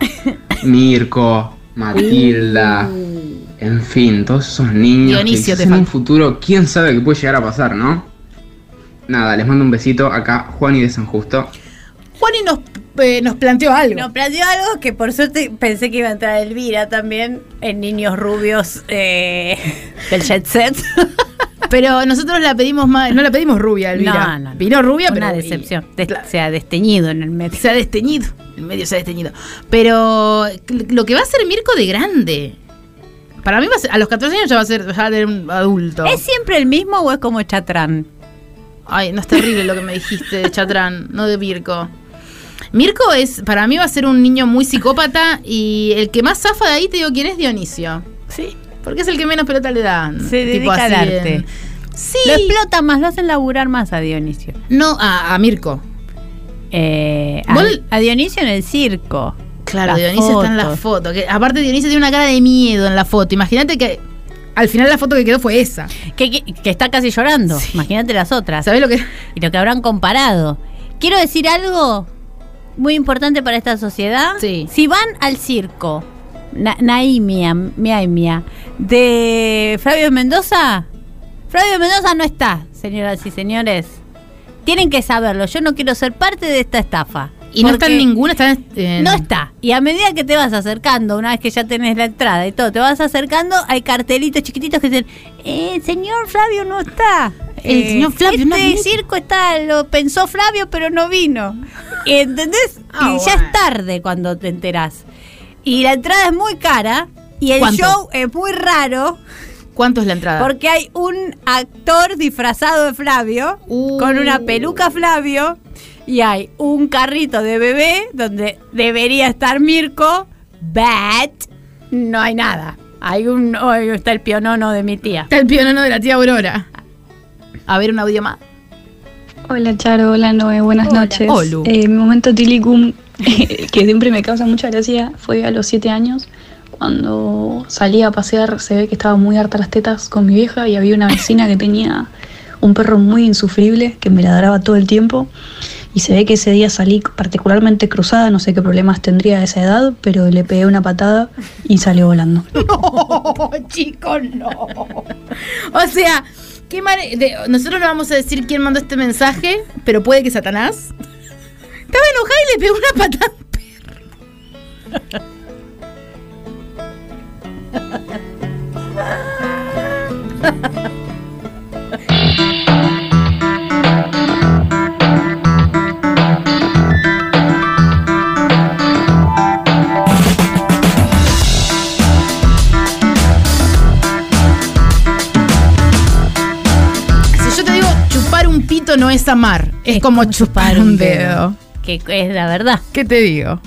Speaker 9: Mirko, Matilda, en fin, todos esos niños. que
Speaker 3: Dionisio
Speaker 9: quizás
Speaker 3: te
Speaker 9: en un
Speaker 3: falta.
Speaker 9: futuro, quién sabe qué puede llegar a pasar, ¿no? Nada, les mando un besito acá, Juani de San Justo.
Speaker 3: Juani nos, eh, nos planteó algo.
Speaker 2: Nos planteó algo que por suerte pensé que iba a entrar Elvira también en Niños Rubios eh, del Jet Set.
Speaker 3: Pero nosotros la pedimos más. No la pedimos rubia, Elvira.
Speaker 2: No, no, no.
Speaker 3: Vino rubia, pero.
Speaker 2: Una decepción. De- Se ha desteñido en el medio.
Speaker 3: se ha desteñido. El medio se ha desteñido. Pero lo que va a ser Mirko de grande. Para mí va a, ser- a los 14 años ya va a ser, ya va a ser un adulto.
Speaker 2: ¿Es siempre el mismo o es como chatrán?
Speaker 3: Ay, no es terrible lo que me dijiste de Chatrán, no de Mirko. Mirko es, para mí va a ser un niño muy psicópata y el que más zafa de ahí te digo quién es Dionisio.
Speaker 2: Sí.
Speaker 3: Porque es el que menos pelota le dan.
Speaker 2: Se dedica al arte.
Speaker 3: en- Sí.
Speaker 2: Lo explota más, lo hacen laburar más a Dionisio.
Speaker 3: No, a, a Mirko.
Speaker 2: Eh, a,
Speaker 3: ¿Vos-
Speaker 2: a Dionisio en el circo.
Speaker 3: Claro,
Speaker 2: Las
Speaker 3: Dionisio está en la
Speaker 2: fotos.
Speaker 3: foto. Que, aparte, Dionisio tiene una cara de miedo en la foto. Imagínate que al final la foto que quedó fue esa.
Speaker 2: Que, que- que está casi llorando. Imagínate las otras.
Speaker 3: ¿Sabés lo que.?
Speaker 2: Y lo que habrán comparado. Quiero decir algo muy importante para esta sociedad.
Speaker 3: Sí.
Speaker 2: Si van al circo Na- Naimia, Miaimia, de Flavio Mendoza. Flavio Mendoza no está, señoras y señores. Tienen que saberlo, yo no quiero ser parte de esta estafa.
Speaker 3: Y no está en
Speaker 2: Porque-
Speaker 3: ninguna, está en- en-
Speaker 2: no está. Y a medida que te vas acercando, una vez que ya tenés la entrada y todo, te vas acercando, hay cartelitos chiquititos que dicen, eh, el señor Flavio no está.
Speaker 3: El
Speaker 2: Eh,
Speaker 3: señor Flavio no
Speaker 2: este
Speaker 3: viene".
Speaker 2: circo está, lo pensó Flavio, pero no vino. ¿Entendés?
Speaker 3: Ah,
Speaker 2: y ya
Speaker 3: bueno.
Speaker 2: es tarde cuando te enterás. Y la entrada es muy cara y el
Speaker 3: ¿Cuánto?
Speaker 2: show es muy raro
Speaker 3: ¿Cuánto es la entrada?
Speaker 2: porque hay un actor disfrazado de Flavio
Speaker 3: Uh.
Speaker 2: con una peluca Flavio y hay un carrito de bebé donde debería estar Mirko, Bat, no hay nada. Hay un hoy está el pionono de mi tía.
Speaker 3: Está el pionono de la tía Aurora. A ver, un audio más.
Speaker 10: Hola Charo, hola Noé, buenas noches.
Speaker 3: Olu.
Speaker 10: Eh, mi momento tilicum, que siempre me causa mucha gracia, fue a los 7 años. Cuando salía a pasear, se ve que estaba muy harta las tetas con mi vieja y había una vecina que tenía un perro muy insufrible que me ladraba todo el tiempo. Y se ve que ese día salí particularmente cruzada, no sé qué problemas tendría a esa edad, pero le pegué una patada y salió volando.
Speaker 2: Oh,
Speaker 3: No, chicos, no. O sea, qué mar- de- nosotros no vamos a decir quién mandó este mensaje, pero puede que Satanás. Estaba enojada y le pegó una patada. Si yo te digo, chupar un pito no es amar, es, como, chupar un dedo.
Speaker 2: Que es la verdad.
Speaker 3: ¿Qué te digo?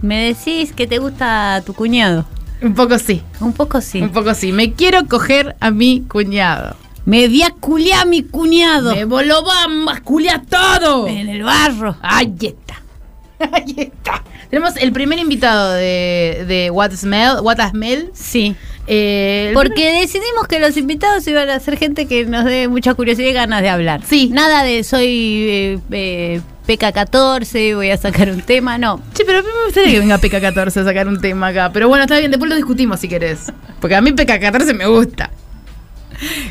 Speaker 2: Me decís que te gusta tu cuñado.
Speaker 3: Un poco sí,
Speaker 2: Un poco sí.
Speaker 3: un poco sí. Me quiero coger a mi cuñado.
Speaker 2: Me vi a culiar a mi cuñado
Speaker 3: Me voló a masculiar todo.
Speaker 2: en el barro. Ahí está.
Speaker 3: Ahí está. Tenemos el primer invitado de, de What Smell. What a Smell.
Speaker 2: Sí.
Speaker 3: Eh, el
Speaker 2: Porque decidimos que los invitados iban a ser gente que nos dé mucha curiosidad y ganas de hablar.
Speaker 3: Sí.
Speaker 2: Nada de soy eh, eh, PK14, voy a sacar un tema, no.
Speaker 3: Che, pero a mí me gustaría que venga PK14 a sacar un tema acá. Pero bueno, está bien, después lo discutimos si querés. Porque a mí PK14 me gusta.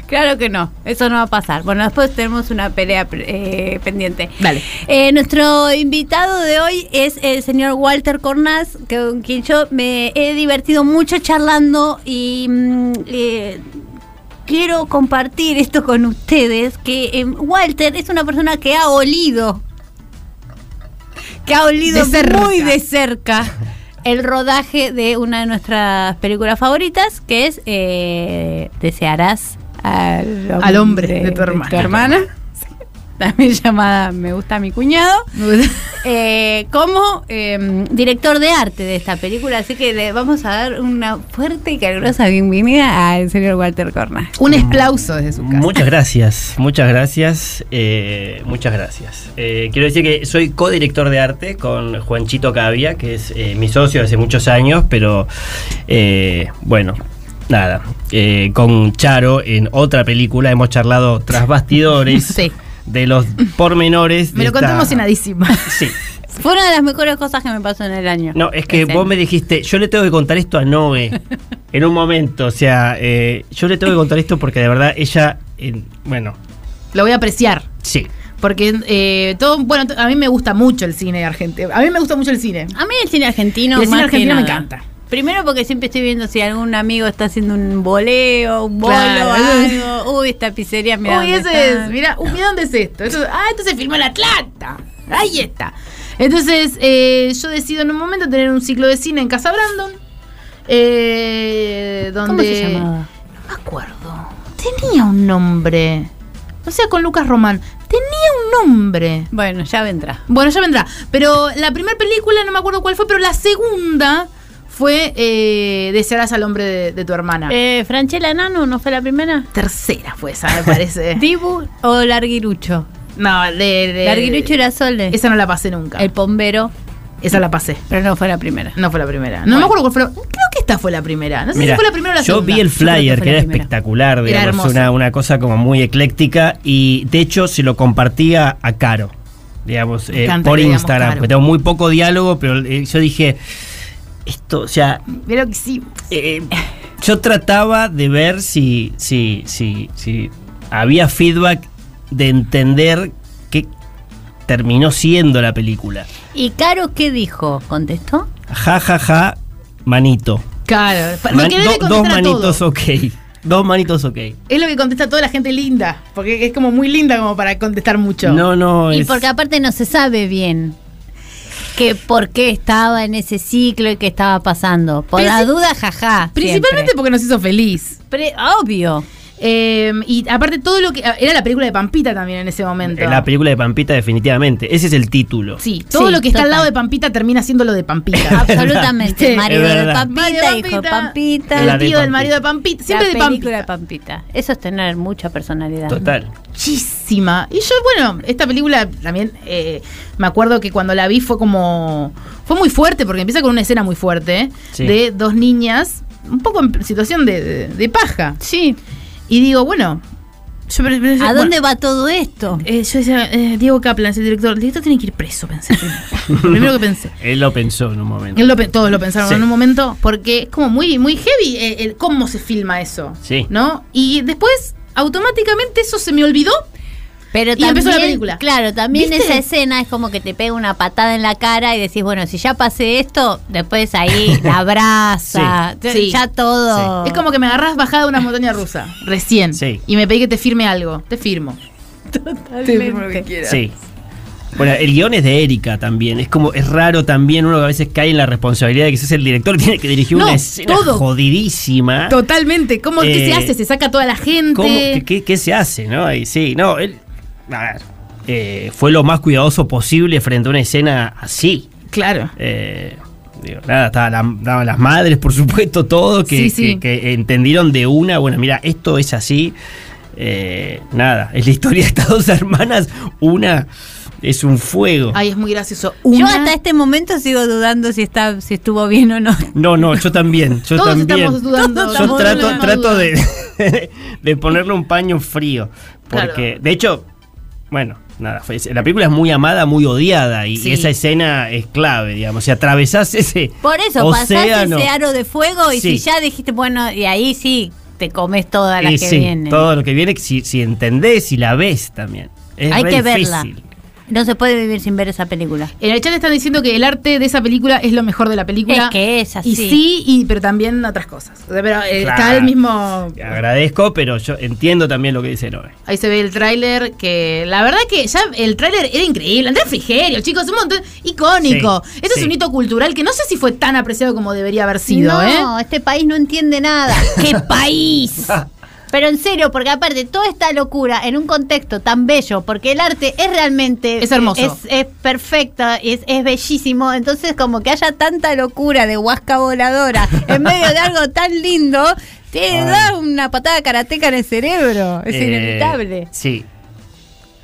Speaker 2: Claro que no, eso no va a pasar. Bueno, después tenemos una pelea eh, pendiente.
Speaker 3: Dale.
Speaker 2: Eh, nuestro invitado de hoy es el señor Walter Cornaz, que- con quien yo me he divertido mucho charlando y mm, eh, quiero compartir esto con ustedes, que eh, Walter es una persona que ha olido, que ha olido
Speaker 3: De cerca.
Speaker 2: muy de cerca el rodaje de una de nuestras películas favoritas, que es eh, Desearás al hombre,
Speaker 3: Al hombre de tu hermana.
Speaker 2: Sí. También llamada Me gusta mi cuñado. eh, como eh, director de arte de esta película, así que le vamos a dar una fuerte y calurosa bienvenida al señor Walter Corna.
Speaker 3: Un esplauso desde su casa.
Speaker 11: Muchas gracias, muchas gracias, eh, muchas gracias. Eh, quiero decir que soy codirector de arte con Juanchito Cavia, que es eh, mi socio hace muchos años, pero eh, bueno, nada. Eh, con Charo en otra película hemos charlado tras bastidores
Speaker 3: Sí.
Speaker 11: de los pormenores.
Speaker 3: Me
Speaker 11: de
Speaker 3: lo
Speaker 11: esta-
Speaker 3: contó emocionadísima.
Speaker 11: Sí.
Speaker 2: Fue una de las mejores cosas que me pasó en el año.
Speaker 11: No, es que
Speaker 2: Ese.
Speaker 11: vos me dijiste, yo le tengo que contar esto a Noe en un momento. O sea, eh, yo le tengo que contar esto porque de verdad ella, eh, bueno,
Speaker 3: Lo voy a apreciar.
Speaker 11: sí.
Speaker 3: Porque eh, todo, bueno, t- a mí me gusta mucho el cine argentino. A mí me gusta mucho el cine.
Speaker 2: A mí el cine argentino,
Speaker 3: El cine
Speaker 2: más que
Speaker 3: argentino me
Speaker 2: nada.
Speaker 3: encanta.
Speaker 2: Primero porque siempre estoy viendo si algún amigo está haciendo un voleo, un bolo,
Speaker 3: Claro.
Speaker 2: algo. Uy, esta pizzería, mira.
Speaker 3: Uy, ese es, mira, uy, mira dónde es esto. Eso- ah, esto se filmó en Atlanta. Ahí está. Entonces, eh, yo decido en un momento tener un ciclo de cine en Casa Brandon. eh,
Speaker 2: ¿Cómo
Speaker 3: donde
Speaker 2: se llamaba?
Speaker 3: No me acuerdo. Tenía un nombre. O sea, con Lucas Román. Tenía un nombre.
Speaker 2: Bueno, ya vendrá.
Speaker 3: Bueno, ya vendrá. Pero la primera película, no me acuerdo cuál fue, pero la segunda fue eh, Desearás al hombre de, de tu hermana.
Speaker 2: Eh, ¿Franchella Nano no fue la primera?
Speaker 3: Tercera fue esa, me parece.
Speaker 2: ¿Dibu o Larguirucho?
Speaker 3: no, de,
Speaker 2: Eh,
Speaker 3: de-
Speaker 2: Larguirucho era Sole.
Speaker 3: Esa no la pasé nunca.
Speaker 2: El bombero,
Speaker 3: Esa la pasé.
Speaker 2: pero no fue la primera.
Speaker 3: No fue la primera. No me acuerdo cuál fue. la- Creo que esta fue la primera. No sé si
Speaker 11: Mirá,
Speaker 3: fue la primera o la
Speaker 11: yo
Speaker 3: segunda.
Speaker 11: vi el
Speaker 2: Yo creo que
Speaker 11: flyer
Speaker 2: fue
Speaker 11: que
Speaker 2: la
Speaker 11: era
Speaker 2: primera.
Speaker 11: espectacular,
Speaker 3: Era
Speaker 11: digamos,
Speaker 3: hermoso.
Speaker 11: una, una cosa como muy ecléctica y de hecho se lo compartía a Caro, digamos,
Speaker 3: Me
Speaker 11: eh,
Speaker 3: encanta
Speaker 11: por
Speaker 3: que digamos
Speaker 11: Instagram,
Speaker 3: Caro.
Speaker 11: porque tengo muy poco diálogo, pero eh, yo dije, esto, o sea,
Speaker 3: Pero que sí.
Speaker 11: Eh, yo trataba de ver si, si, si, si había feedback de entender qué terminó siendo la película.
Speaker 2: ¿Y Caro qué dijo? ¿Contestó?
Speaker 11: Ja, ja, ja, manito.
Speaker 3: Claro, pa- lo
Speaker 11: Man-
Speaker 3: que debe contestar
Speaker 11: do- dos
Speaker 3: a todo.
Speaker 11: manitos ok. Dos manitos ok.
Speaker 3: Es lo que contesta toda la gente linda, porque es como muy linda como para contestar mucho.
Speaker 11: No, no,
Speaker 2: y
Speaker 11: es-
Speaker 2: porque aparte no se sabe bien que por qué estaba en ese ciclo y qué estaba pasando. Por
Speaker 3: Pero
Speaker 2: la
Speaker 3: sí-
Speaker 2: duda, jaja.
Speaker 3: Principalmente porque nos hizo feliz.
Speaker 2: obvio.
Speaker 3: Em, y aparte todo lo que... ah, Era la película de Pampita también en ese momento.
Speaker 11: Eh, La película de Pampita, definitivamente. Ese es el título.
Speaker 3: Sí, todo
Speaker 2: Sí,
Speaker 3: lo que está al
Speaker 2: total.
Speaker 3: lado de Pampita termina siendo lo de Pampita.
Speaker 2: Absolutamente.
Speaker 3: Sí.
Speaker 2: Marido
Speaker 11: Es
Speaker 2: de
Speaker 11: verdad.
Speaker 2: Pampita,
Speaker 3: Marido de
Speaker 2: hijo de
Speaker 3: Pampita.
Speaker 2: Pampita.
Speaker 11: La
Speaker 3: El
Speaker 11: de
Speaker 3: tío del
Speaker 11: Pampita.
Speaker 3: marido de Pampita. Siempre
Speaker 2: la
Speaker 3: de
Speaker 2: película
Speaker 3: Pampita.
Speaker 2: de Pampita. Eso es tener mucha personalidad.
Speaker 11: Total.
Speaker 3: Muchísima. Y yo, bueno, esta película también eh, me acuerdo que cuando la vi fue como. Fue muy fuerte, porque empieza con una escena muy fuerte ¿eh?
Speaker 11: Sí.
Speaker 3: de dos niñas, un poco en situación de, de- de paja. Sí. Y digo, bueno. yo- pero- pero-
Speaker 2: ¿A dónde va
Speaker 3: bueno,
Speaker 2: todo esto?
Speaker 3: eh, yo decía, eh, Diego Kaplan es el director. El director tiene que ir preso, pensé. primero. Lo primero que pensé.
Speaker 11: Él lo pensó en un momento.
Speaker 3: Él lo pe- todos lo pensaron
Speaker 11: Sí.
Speaker 3: en un momento, porque es como muy, muy heavy eh, el, cómo se filma eso.
Speaker 11: Sí.
Speaker 3: ¿No? Y después, automáticamente, eso se me olvidó.
Speaker 2: Pero
Speaker 3: Y empezó la película.
Speaker 2: Claro, también
Speaker 3: ¿Viste?
Speaker 2: esa escena es como que te pega una patada en la cara y decís, bueno, si ya pasé esto, después ahí la abraza.
Speaker 3: Sí.
Speaker 2: Ya-
Speaker 3: Sí.
Speaker 2: Ya todo.
Speaker 3: Es como que me agarras bajada de una montaña rusa, recién.
Speaker 11: Sí.
Speaker 3: Y me pedí que te firme algo. Te firmo. Te firmo lo que quieras.
Speaker 11: Sí. Bueno, el guión es de Erika también. Es como, es raro también, uno a veces cae en la responsabilidad de que sos el director, tiene que dirigir
Speaker 3: No,
Speaker 11: una escena
Speaker 3: todo.
Speaker 11: jodidísima.
Speaker 3: Totalmente. ¿Cómo que
Speaker 11: Eh,
Speaker 3: se hace? Se saca toda la gente.
Speaker 11: ¿Cómo- qué, qué- qué se hace, no? Y sí, no, él. a ver, eh, fue lo más cuidadoso posible frente a una escena así.
Speaker 3: Claro.
Speaker 11: Eh, digo, nada, estaban las madres, por supuesto, todo, que,
Speaker 3: Sí, sí.
Speaker 11: que- que entendieron de una, bueno, mira, esto es así. Eh, nada, es la historia de estas dos hermanas. Una es un fuego.
Speaker 3: Ay, es muy gracioso.
Speaker 2: Yo
Speaker 3: Una,
Speaker 2: hasta este momento sigo dudando si está, si estuvo bien o no.
Speaker 11: No, no, yo también, yo
Speaker 3: todos
Speaker 11: también.
Speaker 3: estamos dudando.
Speaker 2: Todos
Speaker 11: Yo
Speaker 2: estamos
Speaker 11: trato,
Speaker 2: dudando.
Speaker 11: trato de, de ponerle un paño frío. Porque,
Speaker 3: Claro.
Speaker 11: de hecho, bueno, nada, fue- la película es muy amada, muy odiada. Y
Speaker 3: Sí.
Speaker 11: esa escena es clave, digamos. Si atravesás ese.
Speaker 2: Por eso,
Speaker 11: Océano.
Speaker 2: pasaste ese aro de fuego y
Speaker 11: Sí.
Speaker 2: si ya dijiste, bueno, y ahí sí te comes todas las
Speaker 11: y
Speaker 2: que
Speaker 11: sí,
Speaker 2: vienen.
Speaker 11: todo lo que viene, si, si entendés y la ves también. Es
Speaker 2: Hay
Speaker 11: re
Speaker 2: que verla.
Speaker 11: difícil.
Speaker 2: No se puede vivir sin ver esa película.
Speaker 3: En el chat están diciendo que el arte de esa película es lo mejor de la película.
Speaker 2: Es que es así.
Speaker 3: Y sí, y, pero también otras cosas. O sea, pero eh, está
Speaker 11: Claro.
Speaker 3: el mismo.
Speaker 11: Agradezco, pero yo entiendo también lo que dice Noé.
Speaker 3: Ahí se ve el tráiler que la verdad que ya el tráiler era increíble. Andrés Frigerio, chicos, un montón icónico.
Speaker 11: Sí,
Speaker 3: Eso es
Speaker 11: sí.
Speaker 3: un hito cultural que no sé si fue tan apreciado como debería haber sido,
Speaker 2: no,
Speaker 3: ¿eh?
Speaker 2: este país no entiende nada. ¡Qué país! Pero en serio, porque aparte toda esta locura en un contexto tan bello, porque el arte es realmente...
Speaker 3: Es hermoso.
Speaker 2: Es, es perfecta, es, es bellísimo. Entonces como que haya tanta locura de huasca voladora en medio de algo tan lindo, te
Speaker 11: Ay.
Speaker 2: da una patada karateca en el cerebro. Es
Speaker 11: Eh,
Speaker 2: inevitable.
Speaker 11: Sí.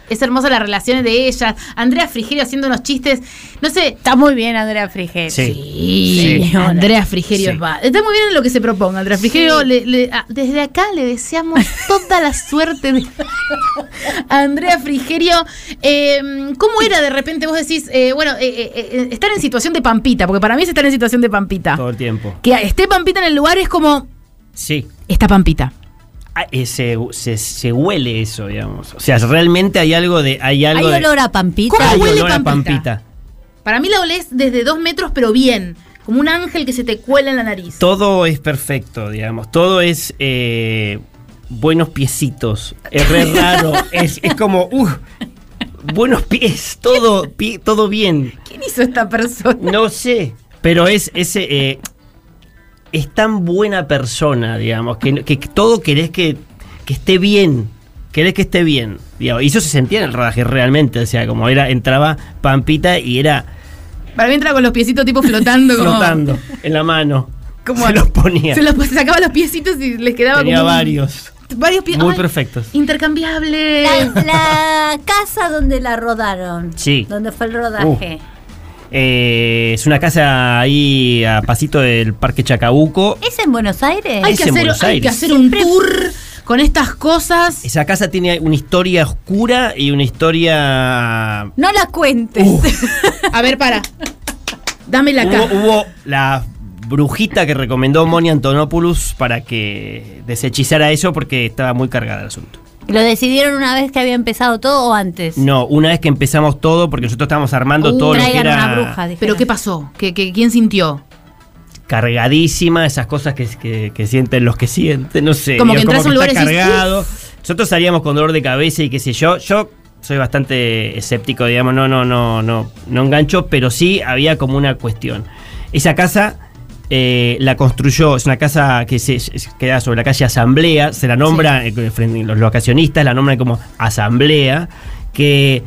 Speaker 3: Es hermosa las relaciones de ellas. Andrea Frigerio haciendo unos chistes. No sé.
Speaker 2: Está muy bien Andrea Frigel.
Speaker 11: Sí.
Speaker 3: Sí,
Speaker 11: Sí.
Speaker 3: Andrea Frigerio
Speaker 11: Sí.
Speaker 3: es va- Está muy bien en lo que se proponga. Andrea Frigerio, le- le- ah, desde acá le deseamos toda la suerte de Andrea Frigerio. eh, ¿Cómo era de repente vos decís, eh, bueno, eh, eh, eh, estar en situación de Pampita? Porque para mí es estar en situación de Pampita.
Speaker 11: Todo el tiempo.
Speaker 3: Que esté Pampita en el lugar es como,
Speaker 11: Sí.
Speaker 3: está Pampita.
Speaker 11: Ah, eh, se, se- se huele eso, digamos. O sea, realmente hay algo de. Hay
Speaker 2: Hay
Speaker 11: algo de-
Speaker 2: olor a pampita.
Speaker 3: ¿Cómo
Speaker 11: hay
Speaker 3: huele
Speaker 11: olor a
Speaker 3: Pampita?
Speaker 11: pampita.
Speaker 3: Para mí la olés desde dos metros, pero bien. Como un ángel que se te cuela en la nariz.
Speaker 11: Todo es perfecto, digamos. Todo es eh, buenos piecitos. Es re raro. es, es como. Uh, buenos pies. Todo, pie- todo bien.
Speaker 3: ¿Quién hizo esta persona?
Speaker 11: No sé. Pero es ese. eh, es tan buena persona, digamos, que, que todo querés que, que esté bien. Querés que esté bien. digamos. Y eso se sentía en el rodaje realmente. O sea, como era, entraba Pampita y era
Speaker 3: Para mí entra con los piecitos tipo flotando. como-
Speaker 11: flotando en la mano.
Speaker 3: Como-
Speaker 11: se los ponía.
Speaker 3: Se los pues, sacaba los piecitos y les quedaba
Speaker 11: Tenía
Speaker 3: como un-
Speaker 11: varios.
Speaker 3: varios pie-
Speaker 11: Muy
Speaker 3: ay,
Speaker 11: perfectos.
Speaker 3: Intercambiable.
Speaker 2: La, la casa donde la rodaron.
Speaker 11: Sí. Uh.
Speaker 2: Donde fue el rodaje.
Speaker 11: Eh, es una casa ahí a pasito del Parque Chacabuco.
Speaker 2: ¿Es en Buenos Aires?
Speaker 3: hay,
Speaker 11: es
Speaker 3: que
Speaker 11: en
Speaker 3: hacer,
Speaker 11: Buenos
Speaker 3: hay que
Speaker 11: Aires.
Speaker 3: hacer un tour con estas cosas.
Speaker 11: Esa casa tiene una historia oscura y una historia... Uh.
Speaker 2: No la cuentes.
Speaker 3: A ver, para. Dámela acá.
Speaker 11: Hubo, hubo la brujita que recomendó Moni Antonopoulos para que desechizara eso porque estaba muy cargada el asunto.
Speaker 2: ¿Lo decidieron una vez que había empezado todo o antes?
Speaker 11: No, una vez que empezamos todo, porque nosotros estábamos armando todo lo que
Speaker 2: Uh, traigan
Speaker 11: era
Speaker 2: una bruja, dijeron.
Speaker 3: ¿Pero qué pasó? ¿Qué, qué, quién sintió?
Speaker 11: cargadísima, esas cosas que, que- que sienten los que sienten, no sé.
Speaker 3: Como
Speaker 11: digo,
Speaker 3: que entras a un
Speaker 11: está
Speaker 3: lugar y decís,
Speaker 11: cargado. Nosotros salíamos con dolor de cabeza y qué sé yo. Yo soy bastante escéptico, digamos, no, no, no, no, no engancho, pero sí había como una cuestión. Esa casa eh, la construyó, es una casa que se es- queda sobre la calle Asamblea, se la nombra, eh, frente- los locacionistas la nombran como Asamblea, que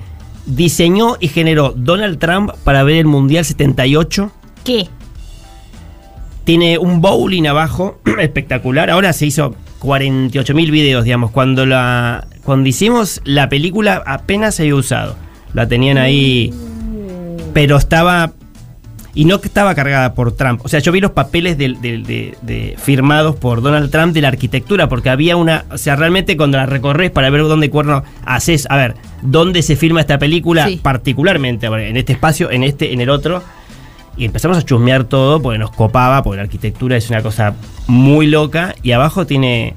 Speaker 11: diseñó y generó Donald Trump para ver el Mundial 78.
Speaker 2: ¿Qué?
Speaker 11: Tiene un bowling abajo espectacular. Ahora se hizo 48 mil videos, digamos. Cuando, la, cuando hicimos la película apenas se había usado. La tenían ahí. Pero estaba... Y no que estaba cargada por Trump. O sea, yo vi los papeles del- del- de- de- firmados por Donald Trump de la arquitectura, porque había una. O sea, realmente cuando la recorres para ver dónde cuerno haces. A ver, dónde se filma esta película,
Speaker 12: Sí.
Speaker 11: particularmente. a ver, En este espacio, en este, en el otro. Y empezamos a chusmear todo porque nos copaba, porque la arquitectura es una cosa muy loca. Y abajo tiene,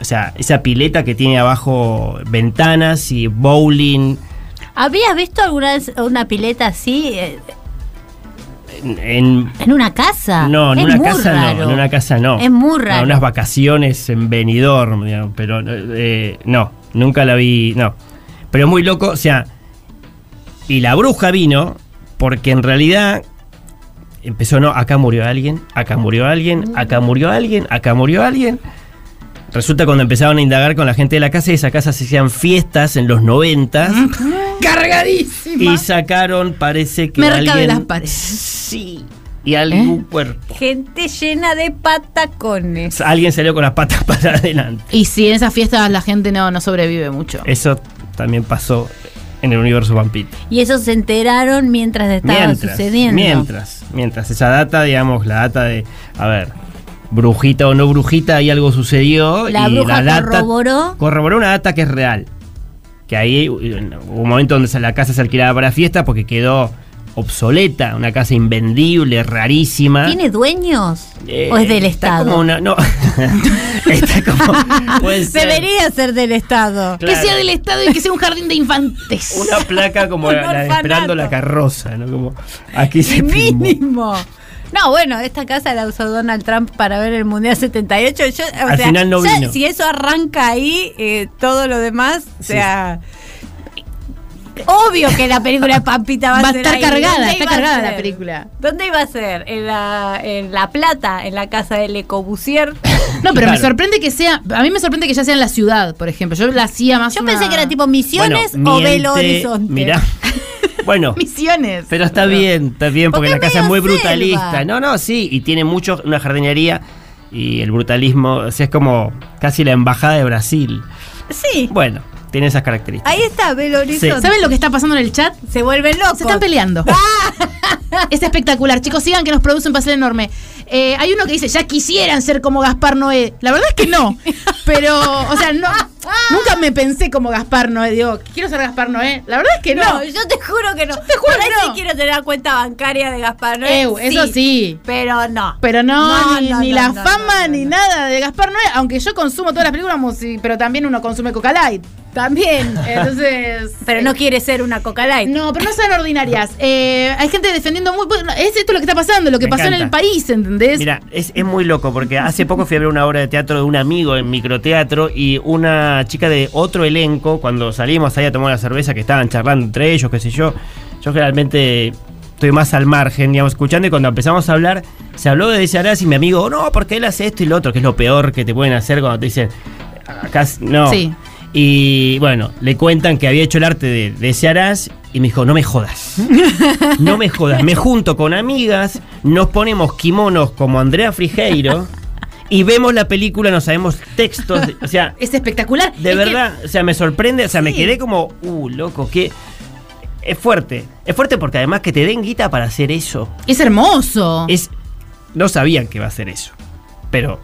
Speaker 11: o sea, esa pileta que tiene abajo ventanas y bowling.
Speaker 2: ¿Habías visto alguna vez una pileta así eh,
Speaker 11: En, en-
Speaker 2: en una casa?
Speaker 11: no, en
Speaker 2: Es
Speaker 11: una
Speaker 2: muy
Speaker 11: casa
Speaker 2: raro.
Speaker 11: no, en una casa no.
Speaker 2: Es muy raro.
Speaker 11: A unas vacaciones en Benidorm, digamos, pero eh, no, nunca la vi, no. Pero muy loco, o sea, y la bruja vino porque en realidad empezó, no, acá murió alguien, acá murió alguien,
Speaker 3: Mm.
Speaker 11: acá murió alguien, acá murió alguien. Resulta cuando empezaron a indagar con la gente de la casa, esa casa se hacían fiestas en los noventas.
Speaker 3: Cargadísima.
Speaker 11: Y sacaron, parece que
Speaker 3: Merca de
Speaker 11: alguien
Speaker 3: las paredes. ¿Eh?
Speaker 2: Sí.
Speaker 11: y algún cuerpo.
Speaker 5: Gente llena de patacones.
Speaker 11: Alguien salió con las patas para adelante.
Speaker 3: Y si en esas fiestas la gente no, no sobrevive mucho.
Speaker 11: Eso también pasó en el universo vampito.
Speaker 2: Y eso se enteraron mientras estaba
Speaker 11: Mientras,
Speaker 2: sucediendo.
Speaker 11: mientras, mientras esa data, digamos, la data de, a ver, brujita o no brujita, ahí algo sucedió
Speaker 2: La
Speaker 11: y
Speaker 2: bruja
Speaker 11: la data
Speaker 2: corroboró.
Speaker 11: corroboró una data que es real. Que ahí uh, hubo un momento donde se- la casa se alquilaba para fiestas porque quedó obsoleta, una casa invendible, rarísima.
Speaker 2: ¿Tiene dueños?
Speaker 11: ¿ah? Eh,
Speaker 2: ¿O es del
Speaker 11: está
Speaker 2: Estado?
Speaker 11: como una- no, puede ser.
Speaker 2: Debería ser del Estado.
Speaker 11: Claro.
Speaker 3: Que sea del Estado y que sea un jardín de infantes.
Speaker 11: una placa como la- la de esperando la carroza, ¿no? Como aquí se filmó.
Speaker 5: Mínimo.
Speaker 2: No, bueno, esta casa la usó Donald Trump para ver el Mundial 78. Yo, o
Speaker 11: Al
Speaker 2: sea,
Speaker 11: final no
Speaker 2: ya
Speaker 11: vino.
Speaker 2: Si eso arranca ahí, eh, todo lo demás, o
Speaker 11: Sí.
Speaker 2: sea... Obvio que la película de Pampita va,
Speaker 3: Va a
Speaker 2: ser
Speaker 3: estar
Speaker 2: ahí.
Speaker 3: cargada,
Speaker 2: ¿Dónde
Speaker 3: está
Speaker 2: iba a
Speaker 3: cargada la
Speaker 2: ser?
Speaker 3: película.
Speaker 2: ¿Dónde iba a ser? ¿En la, en la Plata? ¿En la casa del Ecobusier?
Speaker 3: No, pero me
Speaker 11: Claro.
Speaker 3: sorprende que sea. A mí me sorprende que ya sea en la ciudad, por ejemplo. Yo la hacía más. Yo
Speaker 2: pensé que era tipo Misiones
Speaker 11: Bueno, miente, Mirá. Bueno,
Speaker 3: Misiones.
Speaker 11: pero está bien, está bien, porque, la casa es muy brutalista.
Speaker 3: selva.
Speaker 11: No, no, sí, y tiene mucho, una jardinería y el brutalismo, o sea, es como casi la embajada de Brasil.
Speaker 2: Sí.
Speaker 11: Bueno, tiene esas características.
Speaker 2: Ahí está, Belo Horizonte.
Speaker 11: Sí.
Speaker 3: ¿Saben lo que está pasando en el chat?
Speaker 2: Se vuelven locos.
Speaker 3: Se están peleando. es espectacular, chicos. Sigan que nos produce un pastel enorme. Eh, hay uno que dice, ya quisieran ser como Gaspar Noé. La verdad es que no. Pero, o sea, no, nunca me pensé como Gaspar Noé. Digo, quiero ser Gaspar Noé. La verdad es que no.
Speaker 2: No, yo te juro que no.
Speaker 3: te juro
Speaker 2: Por ahí
Speaker 3: que no.
Speaker 2: sí quiero tener la cuenta bancaria de Gaspar Noé.
Speaker 3: Ew, eso sí.
Speaker 2: Pero no.
Speaker 3: Pero no,
Speaker 2: No,
Speaker 3: ni,
Speaker 2: no,
Speaker 3: ni
Speaker 2: no,
Speaker 3: la
Speaker 2: no,
Speaker 3: fama ni nada de Gaspar Noé. Aunque yo consumo todas las películas, musi- pero también uno consume Coca Light.
Speaker 2: También.
Speaker 3: Entonces.
Speaker 2: Pero no quiere ser una coca light.
Speaker 3: No, pero no sean ordinarias. Eh, hay gente defendiendo muy. bueno, es esto lo que está pasando, lo que
Speaker 11: Me
Speaker 3: pasó en
Speaker 11: encanta.
Speaker 3: el país, ¿entendés?
Speaker 11: Mira, es, es muy loco porque hace poco fui a ver una obra de teatro de un amigo en microteatro y una chica de otro elenco, cuando salimos ahí a tomar la cerveza, que estaban charlando entre ellos, qué sé yo, yo generalmente estoy más al margen, digamos, escuchando y cuando empezamos a hablar, se habló de ese y mi amigo, no, porque él hace esto y lo otro, que es lo peor que te pueden hacer cuando te dicen, acá no.
Speaker 3: Sí.
Speaker 11: Y bueno, le cuentan que había hecho el arte de, de ese Arás y me dijo, no me
Speaker 3: ¿Mm?
Speaker 11: jodas. No me jodas. Me junto con amigas, nos ponemos kimonos como Andrea Frigeiro y vemos la película, no sabemos textos. O sea,
Speaker 3: Es espectacular.
Speaker 11: de
Speaker 3: Es que-
Speaker 11: verdad, o sea, me sorprende, o sea, me
Speaker 3: Sí.
Speaker 11: quedé como, uh, loco, que es fuerte. Es fuerte porque además que te den guita para hacer eso.
Speaker 3: Es hermoso.
Speaker 11: Es no sabían que va a hacer eso. Pero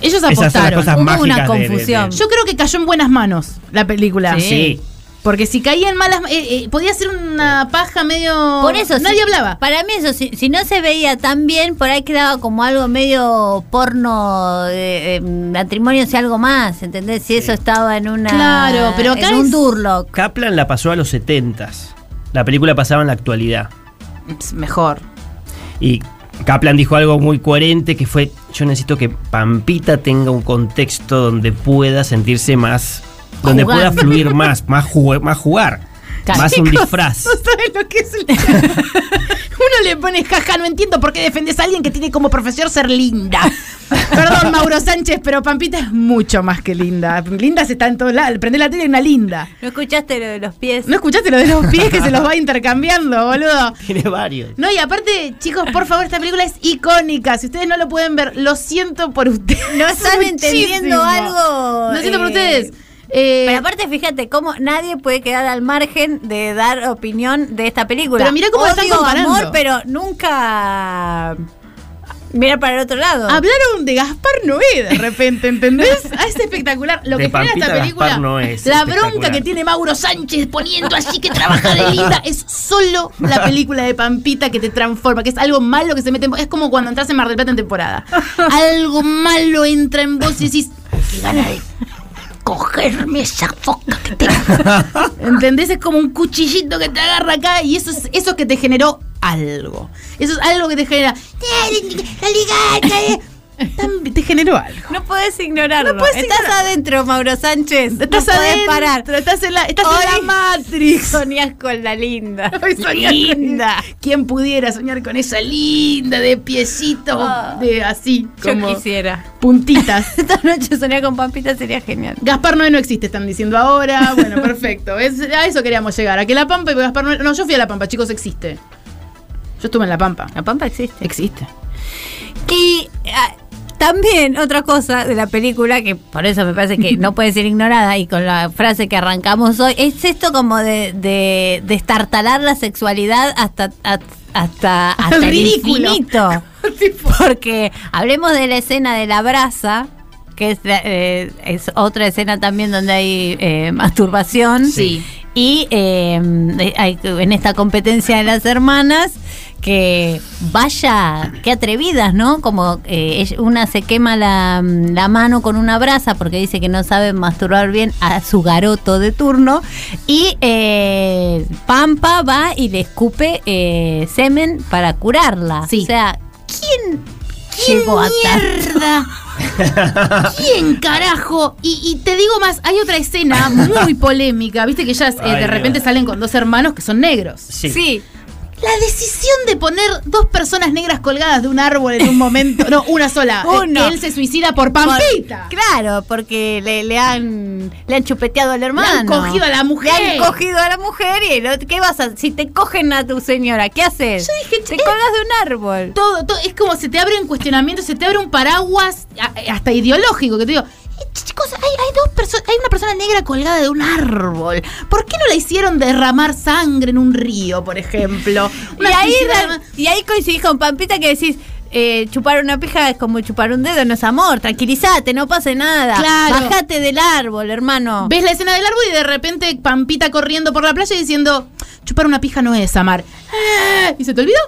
Speaker 3: Ellos
Speaker 11: esas son las
Speaker 3: apostaron.
Speaker 11: cosas mágicas de- de- de-
Speaker 3: Yo creo que cayó en buenas manos la película.
Speaker 11: Sí.
Speaker 3: Porque si caía en malas. eh, eh, podía ser una paja medio.
Speaker 2: Por eso,
Speaker 3: Nadie
Speaker 2: si-
Speaker 3: hablaba.
Speaker 2: Para mí eso, si, si no se veía tan bien, por ahí quedaba como algo medio porno, de, eh, matrimonio si algo más, ¿entendés? Si eso estaba en una...
Speaker 3: Claro, pero acá
Speaker 2: en un
Speaker 3: es-
Speaker 2: Durlock.
Speaker 11: Kaplan la pasó a los 70s. La película pasaba en la actualidad.
Speaker 3: Mejor.
Speaker 11: Y Kaplan dijo algo muy coherente que fue, yo necesito que Pampita tenga un contexto donde pueda sentirse más, donde
Speaker 3: Jugar.
Speaker 11: pueda fluir más, más, jugu- más jugar, más un
Speaker 3: Chicos,
Speaker 11: disfraz.
Speaker 3: No sabes lo que es el. Uno le pone jaja, no entiendo por qué defendes a alguien que tiene como profesor ser linda. Perdón, Mauro Sánchez, pero Pampita es mucho más que linda. Linda se está en todos lados. Prende la tele y una linda.
Speaker 2: ¿No escuchaste lo de los pies?
Speaker 3: ¿No escuchaste lo de los pies que se los va intercambiando, boludo?
Speaker 11: Tiene varios.
Speaker 3: No, y aparte, chicos, por favor, esta película es icónica. Si ustedes no lo pueden ver, lo siento por ustedes.
Speaker 2: No están entendiendo algo.
Speaker 3: Lo siento por
Speaker 2: eh,
Speaker 3: ustedes. Eh,
Speaker 2: Pero aparte, fíjate cómo nadie puede quedar al margen de dar opinión de esta película.
Speaker 3: Pero mirá cómo la están
Speaker 2: Odio,
Speaker 3: comparando.
Speaker 2: amor, pero nunca... Mira para el otro lado.
Speaker 3: Hablaron de Gaspar Noé de repente, ¿entendés? Ah, es espectacular. Lo
Speaker 11: De
Speaker 3: que genera esta
Speaker 11: Pampita
Speaker 3: película.
Speaker 11: Gaspar Noé es
Speaker 3: la
Speaker 11: espectacular.
Speaker 3: bronca que tiene Mauro Sánchez poniendo allí que trabaja de linda. Es solo la película de Pampita que te transforma, que es algo malo que se mete en vos. Es como cuando entras en Mar del Plata en temporada. Algo malo entra en vos y decís, qué gana de cogerme esa foca que tengo. ¿Entendés? Es como un cuchillito que te agarra acá y eso es eso que te generó algo. Eso es algo que te genera. "Eh, La ligacha, eh". Tan- te generó algo.
Speaker 2: No puedes ignorarlo.
Speaker 3: No podés
Speaker 2: estás
Speaker 3: ignorar-
Speaker 2: adentro, Mauro Sánchez.
Speaker 3: Estás
Speaker 2: no podés
Speaker 3: adentro,
Speaker 2: parar.
Speaker 3: Estás en la, estás
Speaker 2: Hoy
Speaker 3: en la Matrix.
Speaker 2: Soñás con la linda.
Speaker 3: Hoy soñás con-
Speaker 2: linda.
Speaker 3: ¿Quién pudiera soñar con esa linda de piecito?
Speaker 2: Ah.
Speaker 3: de así, como
Speaker 2: Yo quisiera.
Speaker 3: puntitas.
Speaker 2: Esta noche soñar con Pampita sería genial.
Speaker 3: Gaspar Noé no existe, están diciendo ahora. Bueno, perfecto. Es- a eso queríamos llegar. A que La Pampa y Gaspar Noé. No, yo fui a La Pampa, chicos, existe. Yo estuve en La Pampa.
Speaker 2: La Pampa existe.
Speaker 3: Existe.
Speaker 2: Y ah, también otra cosa de la película que por eso me parece que no puede ser ignorada y con la frase que arrancamos hoy, es esto como de, de, de estartalar la sexualidad hasta... hasta hasta, hasta el
Speaker 3: Ridículo.
Speaker 2: infinito. Porque hablemos de la escena de la brasa, que es, la- eh, es otra escena también donde hay eh, masturbación.
Speaker 3: Sí.
Speaker 2: Y eh, hay- en esta competencia de las hermanas, que vaya, qué atrevidas, ¿no? Como eh, ella- una se quema la, la mano con una brasa porque dice que no sabe masturbar bien a su garoto de turno. Y eh, Pampa va y le escupe eh, semen para curarla.
Speaker 3: Sí.
Speaker 2: O sea, ¿quién, ¿quién llegó a tanto?
Speaker 3: ¡Mierda! ¿Quién carajo? Y, y te digo más, hay otra escena muy polémica. Viste que ellas eh,
Speaker 11: Ay,
Speaker 3: de
Speaker 11: Dios.
Speaker 3: repente salen con dos hermanos que son negros.
Speaker 11: Sí.
Speaker 3: La decisión de poner dos personas negras colgadas de un árbol en un momento. No, una sola. Eh,
Speaker 2: Uno.
Speaker 3: Que él se suicida por Pampita.
Speaker 2: Claro, porque le, le han le han chupeteado al hermano.
Speaker 3: Le han cogido a la mujer.
Speaker 2: Le han cogido a la mujer y el otro- ¿qué vas a si te cogen a tu señora? ¿Qué haces?
Speaker 3: Yo dije,
Speaker 2: te
Speaker 3: che,
Speaker 2: colgas de un árbol.
Speaker 3: todo, todo. Es como se te abre un cuestionamiento, se te abre un paraguas a- hasta ideológico. Que te digo, eh, chicos, hay, hay dos personas. Hay una persona negra colgada de un árbol. ¿Por qué no la hicieron derramar sangre en un río, por ejemplo?
Speaker 2: Y
Speaker 3: Una
Speaker 2: ahí,
Speaker 3: actriz
Speaker 2: dan- y ahí coincidís con Pampita que decís, eh, chupar una pija es como chupar un dedo, no es amor, tranquilízate, no pase nada.
Speaker 3: Claro.
Speaker 2: Bájate del árbol, hermano.
Speaker 3: Ves la escena del árbol y de repente Pampita corriendo por la playa y diciendo, chupar una pija no es amar. Ah, ¿Y se te olvidó?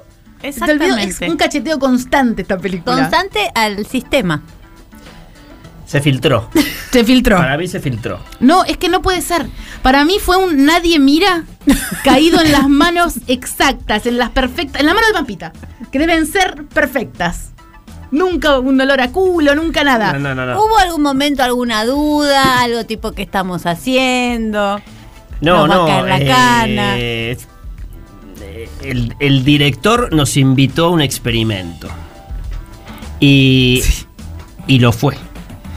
Speaker 3: Se te olvidó, es un cacheteo constante esta película.
Speaker 2: Constante al sistema.
Speaker 11: Se filtró.
Speaker 3: Se filtró.
Speaker 11: Para mí se filtró.
Speaker 3: No, es que no puede ser. Para mí fue un nadie mira caído en las manos exactas, en las perfectas, en la mano de Pampita, que deben ser perfectas. Nunca un olor a culo, nunca
Speaker 2: Ah.
Speaker 3: nada.
Speaker 11: No, no, no. No,
Speaker 2: ¿Hubo algún momento alguna duda, algo tipo que estamos haciendo?
Speaker 11: no.
Speaker 2: nos va a caer la
Speaker 11: eh,
Speaker 2: cana.
Speaker 11: es- eh, el, el director nos invitó a un experimento. Y, y lo fue.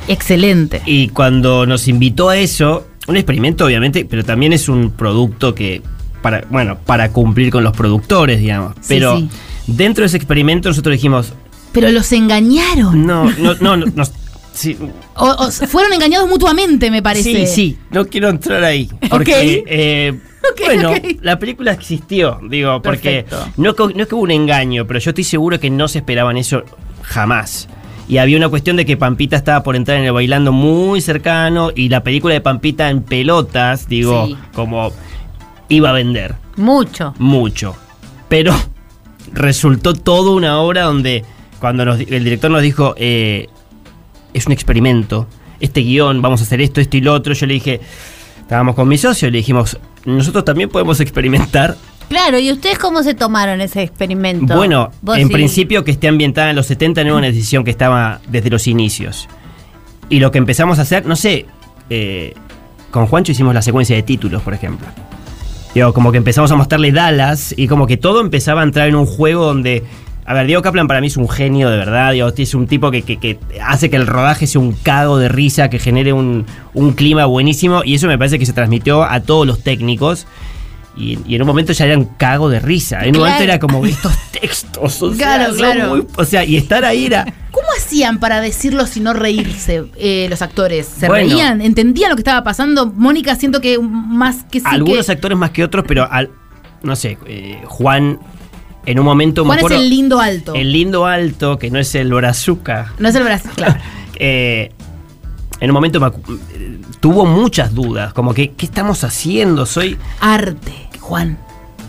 Speaker 3: Excelente.
Speaker 11: Y cuando nos invitó a eso, un experimento obviamente, pero también es un producto que, para, bueno, para cumplir con los productores, digamos.
Speaker 3: Sí,
Speaker 11: Pero
Speaker 3: sí.
Speaker 11: dentro de ese experimento nosotros dijimos,
Speaker 3: Pero los engañaron.
Speaker 11: no, no, no, no, nos- sí,
Speaker 3: O, o s- fueron engañados mutuamente, me parece.
Speaker 11: sí, sí, no quiero entrar ahí. Porque,
Speaker 3: Ok.
Speaker 11: eh,
Speaker 3: Ok,
Speaker 11: bueno,
Speaker 3: ok.
Speaker 11: la película existió, digo, porque
Speaker 3: Perfecto.
Speaker 11: no, co- no es que hubo un engaño, pero yo estoy seguro que no se esperaban eso jamás. y había una cuestión de que Pampita estaba por entrar en el bailando muy cercano y la película de Pampita en pelotas, digo,
Speaker 2: Sí.
Speaker 11: como iba a vender
Speaker 2: Mucho.
Speaker 11: mucho. Pero resultó todo una obra donde cuando nos di- el director nos dijo, eh, es un experimento, este guión, vamos a hacer esto, esto y lo otro, yo le dije, estábamos con mi socio, le dijimos, nosotros también podemos experimentar.
Speaker 2: Claro, ¿y ustedes cómo se tomaron ese experimento?
Speaker 11: bueno,
Speaker 2: Vos
Speaker 11: en
Speaker 2: sí.
Speaker 11: principio que esté ambientada en los 70 no era una decisión que estaba desde los inicios. Y lo que empezamos a hacer, no sé, eh, con Juancho hicimos la secuencia de títulos, por ejemplo. Digo, como que empezamos a mostrarle Dallas y como que todo empezaba a entrar en un juego donde. A ver, Diego Kaplan para mí es un genio de verdad. Digo, es un tipo que, que- que hace que el rodaje sea un cago de risa, que genere un, un clima buenísimo. Y eso me parece que se transmitió a todos los técnicos. Y, y en un momento ya eran cago de risa. En un momento
Speaker 3: Claro.
Speaker 11: era como estos textos. O sea,
Speaker 3: Claro,
Speaker 11: son
Speaker 3: claro.
Speaker 11: muy- o sea, y estar ahí era.
Speaker 3: ¿Cómo hacían para decirlo sin no reírse eh, los actores? ¿Se
Speaker 11: Bueno.
Speaker 3: reían? ¿Entendían lo que estaba pasando? Mónica, siento que más que sí
Speaker 11: algunos
Speaker 3: que...
Speaker 11: actores más que otros, pero al, no sé, eh, Juan. En un momento me
Speaker 3: Juan es
Speaker 11: acuerdo-
Speaker 3: el lindo alto.
Speaker 11: El lindo alto, que no es el brazuca.
Speaker 3: No es el brazo, claro.
Speaker 11: eh, en un momento me acu- eh, tuvo muchas dudas, como que, ¿qué estamos haciendo? Soy.
Speaker 3: Arte, Juan.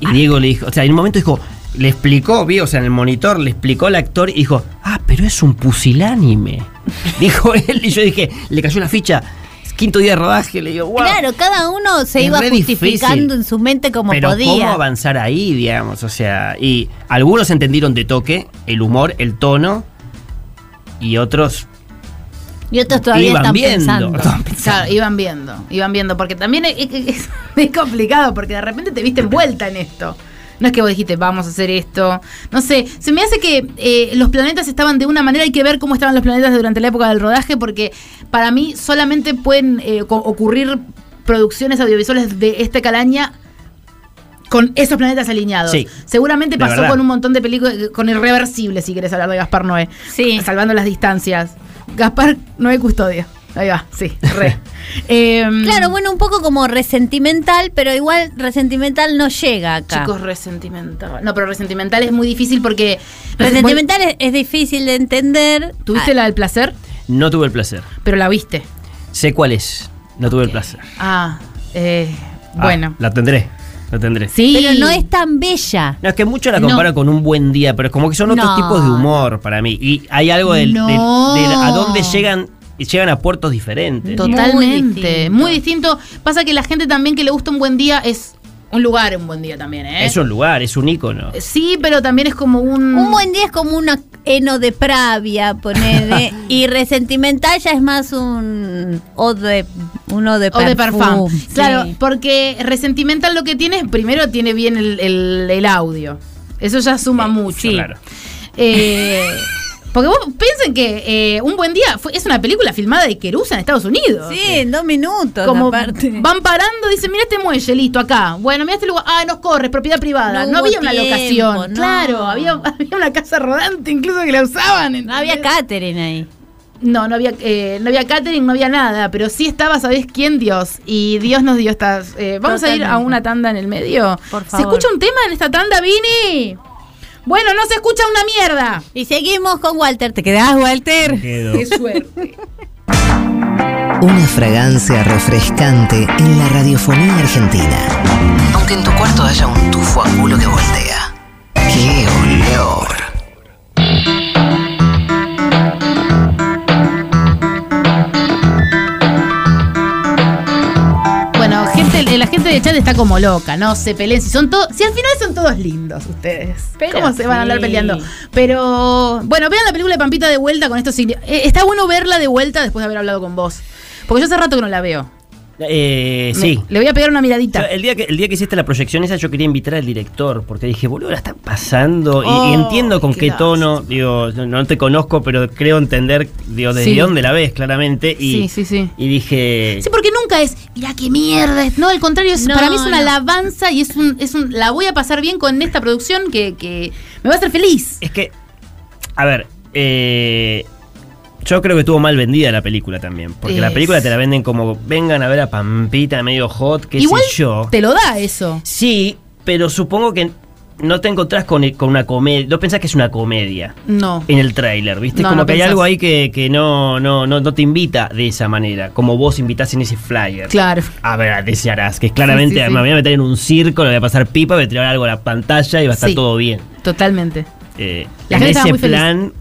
Speaker 11: Y Diego le dijo, o sea, en un momento dijo, le explicó, vio, o sea, en el monitor, le explicó al actor y dijo, ah, pero es un pusilánime. dijo él, y yo dije, le cayó la ficha, es quinto día de rodaje, le digo, wow.
Speaker 2: Claro, cada uno se
Speaker 11: Es
Speaker 2: iba
Speaker 11: re
Speaker 2: justificando
Speaker 11: difícil.
Speaker 2: en su mente como
Speaker 11: pero cómo
Speaker 2: podía.
Speaker 11: avanzar ahí, digamos, o sea, y algunos entendieron de toque el humor, el tono, y otros
Speaker 2: y otros todavía
Speaker 11: iban
Speaker 2: están
Speaker 11: viendo.
Speaker 2: pensando. Mm.
Speaker 3: Claro, iban viendo, iban viendo, porque también es, es- es complicado, porque de repente te viste envuelta en esto. No es que vos dijiste, vamos a hacer esto. No sé, se me hace que eh, los planetas estaban de una manera, hay que ver cómo estaban los planetas durante la época del rodaje, porque para mí solamente pueden eh, co- ocurrir producciones audiovisuales de esta calaña con esos planetas alineados.
Speaker 11: Sí.
Speaker 3: Seguramente
Speaker 11: De
Speaker 3: pasó
Speaker 11: verdad.
Speaker 3: con un montón de películas, eh, con Irreversible, si querés hablar de Gaspar Noé. Sí. Salvando las distancias. Gaspar Noé Custodia. Ahí va, sí, re. Em,
Speaker 2: claro, bueno, un poco como resentimental, pero igual resentimental no llega acá.
Speaker 3: Chicos, resentimental. No, pero resentimental es muy difícil porque.
Speaker 2: resentimental es, es difícil de entender. ah,
Speaker 3: ¿Tuviste la del placer?
Speaker 11: No tuve el placer.
Speaker 3: Pero la viste.
Speaker 11: Sé cuál es. No tuve el placer.
Speaker 3: Ah, eh,
Speaker 11: Ah,
Speaker 3: bueno.
Speaker 11: La tendré. La tendré.
Speaker 2: Pero no es tan bella.
Speaker 11: No, es que mucho la comparo
Speaker 2: No.
Speaker 11: con un buen día, pero es como que son otros
Speaker 2: No.
Speaker 11: tipos de humor para mí. Y hay algo del, del-
Speaker 3: No.
Speaker 11: del- a dónde llegan y llegan a puertos diferentes.
Speaker 3: Totalmente. Muy distinto. Pasa que la gente también que le gusta un buen día es un lugar, un buen día también, ¿eh?
Speaker 11: Es un lugar, es un ícono.
Speaker 3: Sí, pero también es como un.
Speaker 2: Un buen día es como una heno de pravia, ponele. y resentimental ya es más un o de uno de
Speaker 3: O de
Speaker 2: perfum.
Speaker 3: Parfum.
Speaker 2: sí.
Speaker 3: Claro, porque Resentimental lo que tiene es, primero tiene bien el, el- el audio. Eso ya suma mucho.
Speaker 11: claro.
Speaker 3: Eh, porque vos piensen que eh, Un Buen Día fue- es una película filmada de Querusa en Estados Unidos.
Speaker 2: Sí, en dos minutos.
Speaker 3: Como
Speaker 2: aparte.
Speaker 3: van parando, dicen, mira este muelle, listo, acá. Bueno, mira este lugar. Ah, nos corres, propiedad privada.
Speaker 2: No
Speaker 3: No, había
Speaker 2: hubo
Speaker 3: una
Speaker 2: tiempo,
Speaker 3: locación.
Speaker 2: no.
Speaker 3: Claro, había, había una casa rodante incluso que la usaban.
Speaker 2: No había catering ahí.
Speaker 3: No, no había, eh, no había catering, no había nada, pero sí estaba, ¿sabés quién? Dios. Y Dios nos dio estas. eh, vamos a ir a
Speaker 2: Totalmente.
Speaker 3: una tanda en el medio.
Speaker 2: Por
Speaker 3: ¿Se
Speaker 2: favor.
Speaker 3: escucha un tema en esta tanda, Vini? Bueno, no se escucha una mierda.
Speaker 2: Y seguimos con Walter. ¿Te quedás, Walter?
Speaker 3: Qué suerte.
Speaker 1: Una fragancia refrescante en la radiofonía argentina. Aunque en tu cuarto haya un tufo a culo que voltea. ¡Qué olor!
Speaker 3: Bueno, gente, eh, la gente de chat está como loca, no se peleen. Si son todos, si al final son todos lindos ustedes.
Speaker 2: Pero
Speaker 3: ¿Cómo se van a andar
Speaker 2: sí.
Speaker 3: peleando? Pero bueno, vean la película de Pampita de vuelta con estos signi- eh, Está bueno verla de vuelta después de haber hablado con vos. Porque yo hace rato que no la veo.
Speaker 11: Eh,
Speaker 3: Me-
Speaker 11: sí.
Speaker 3: le voy a pegar una miradita.
Speaker 11: Yo, eh, el, día que, el día que hiciste la proyección esa, yo quería invitar al director, porque dije, boludo, la están pasando. y- y,
Speaker 3: Oh,
Speaker 11: entiendo con
Speaker 3: qué
Speaker 11: qué, tono, digo, no te conozco, pero creo entender, digo, desde
Speaker 3: Sí.
Speaker 11: dónde la ves, claramente.
Speaker 3: Sí,
Speaker 11: Y,
Speaker 3: sí, sí.
Speaker 11: y dije.
Speaker 3: Sí, porque nunca es, mira qué mierda. es". No, al contrario, es-
Speaker 2: No,
Speaker 3: para mí es una
Speaker 2: no.
Speaker 3: alabanza y es un, es un. La voy a pasar bien con esta producción que, que me va a hacer feliz.
Speaker 11: Es que, a ver, eh, yo creo que estuvo mal vendida la película también. Porque la
Speaker 3: Es.
Speaker 11: película te la venden como, vengan a ver a Pampita medio hot, qué
Speaker 3: Igual
Speaker 11: sé yo.
Speaker 3: te lo da eso.
Speaker 11: Sí, pero supongo que no te encontrás con, con una comedia. No pensás que es una comedia
Speaker 3: No.
Speaker 11: en el tráiler, ¿viste? Es
Speaker 3: No,
Speaker 11: como
Speaker 3: no
Speaker 11: que hay
Speaker 3: pensás.
Speaker 11: algo ahí que, que no, no, no, no te invita de esa manera, como vos invitás en ese flyer.
Speaker 3: Claro.
Speaker 11: A ver, desearás, que es claramente
Speaker 3: Sí, sí, sí.
Speaker 11: me voy a meter en un circo, le voy a pasar pipa, voy a tirar algo a la pantalla y va a estar
Speaker 3: Sí.
Speaker 11: todo bien.
Speaker 3: Totalmente.
Speaker 11: Eh,
Speaker 3: La
Speaker 11: en
Speaker 3: gente estaba
Speaker 11: ese
Speaker 3: muy feliz.
Speaker 11: plan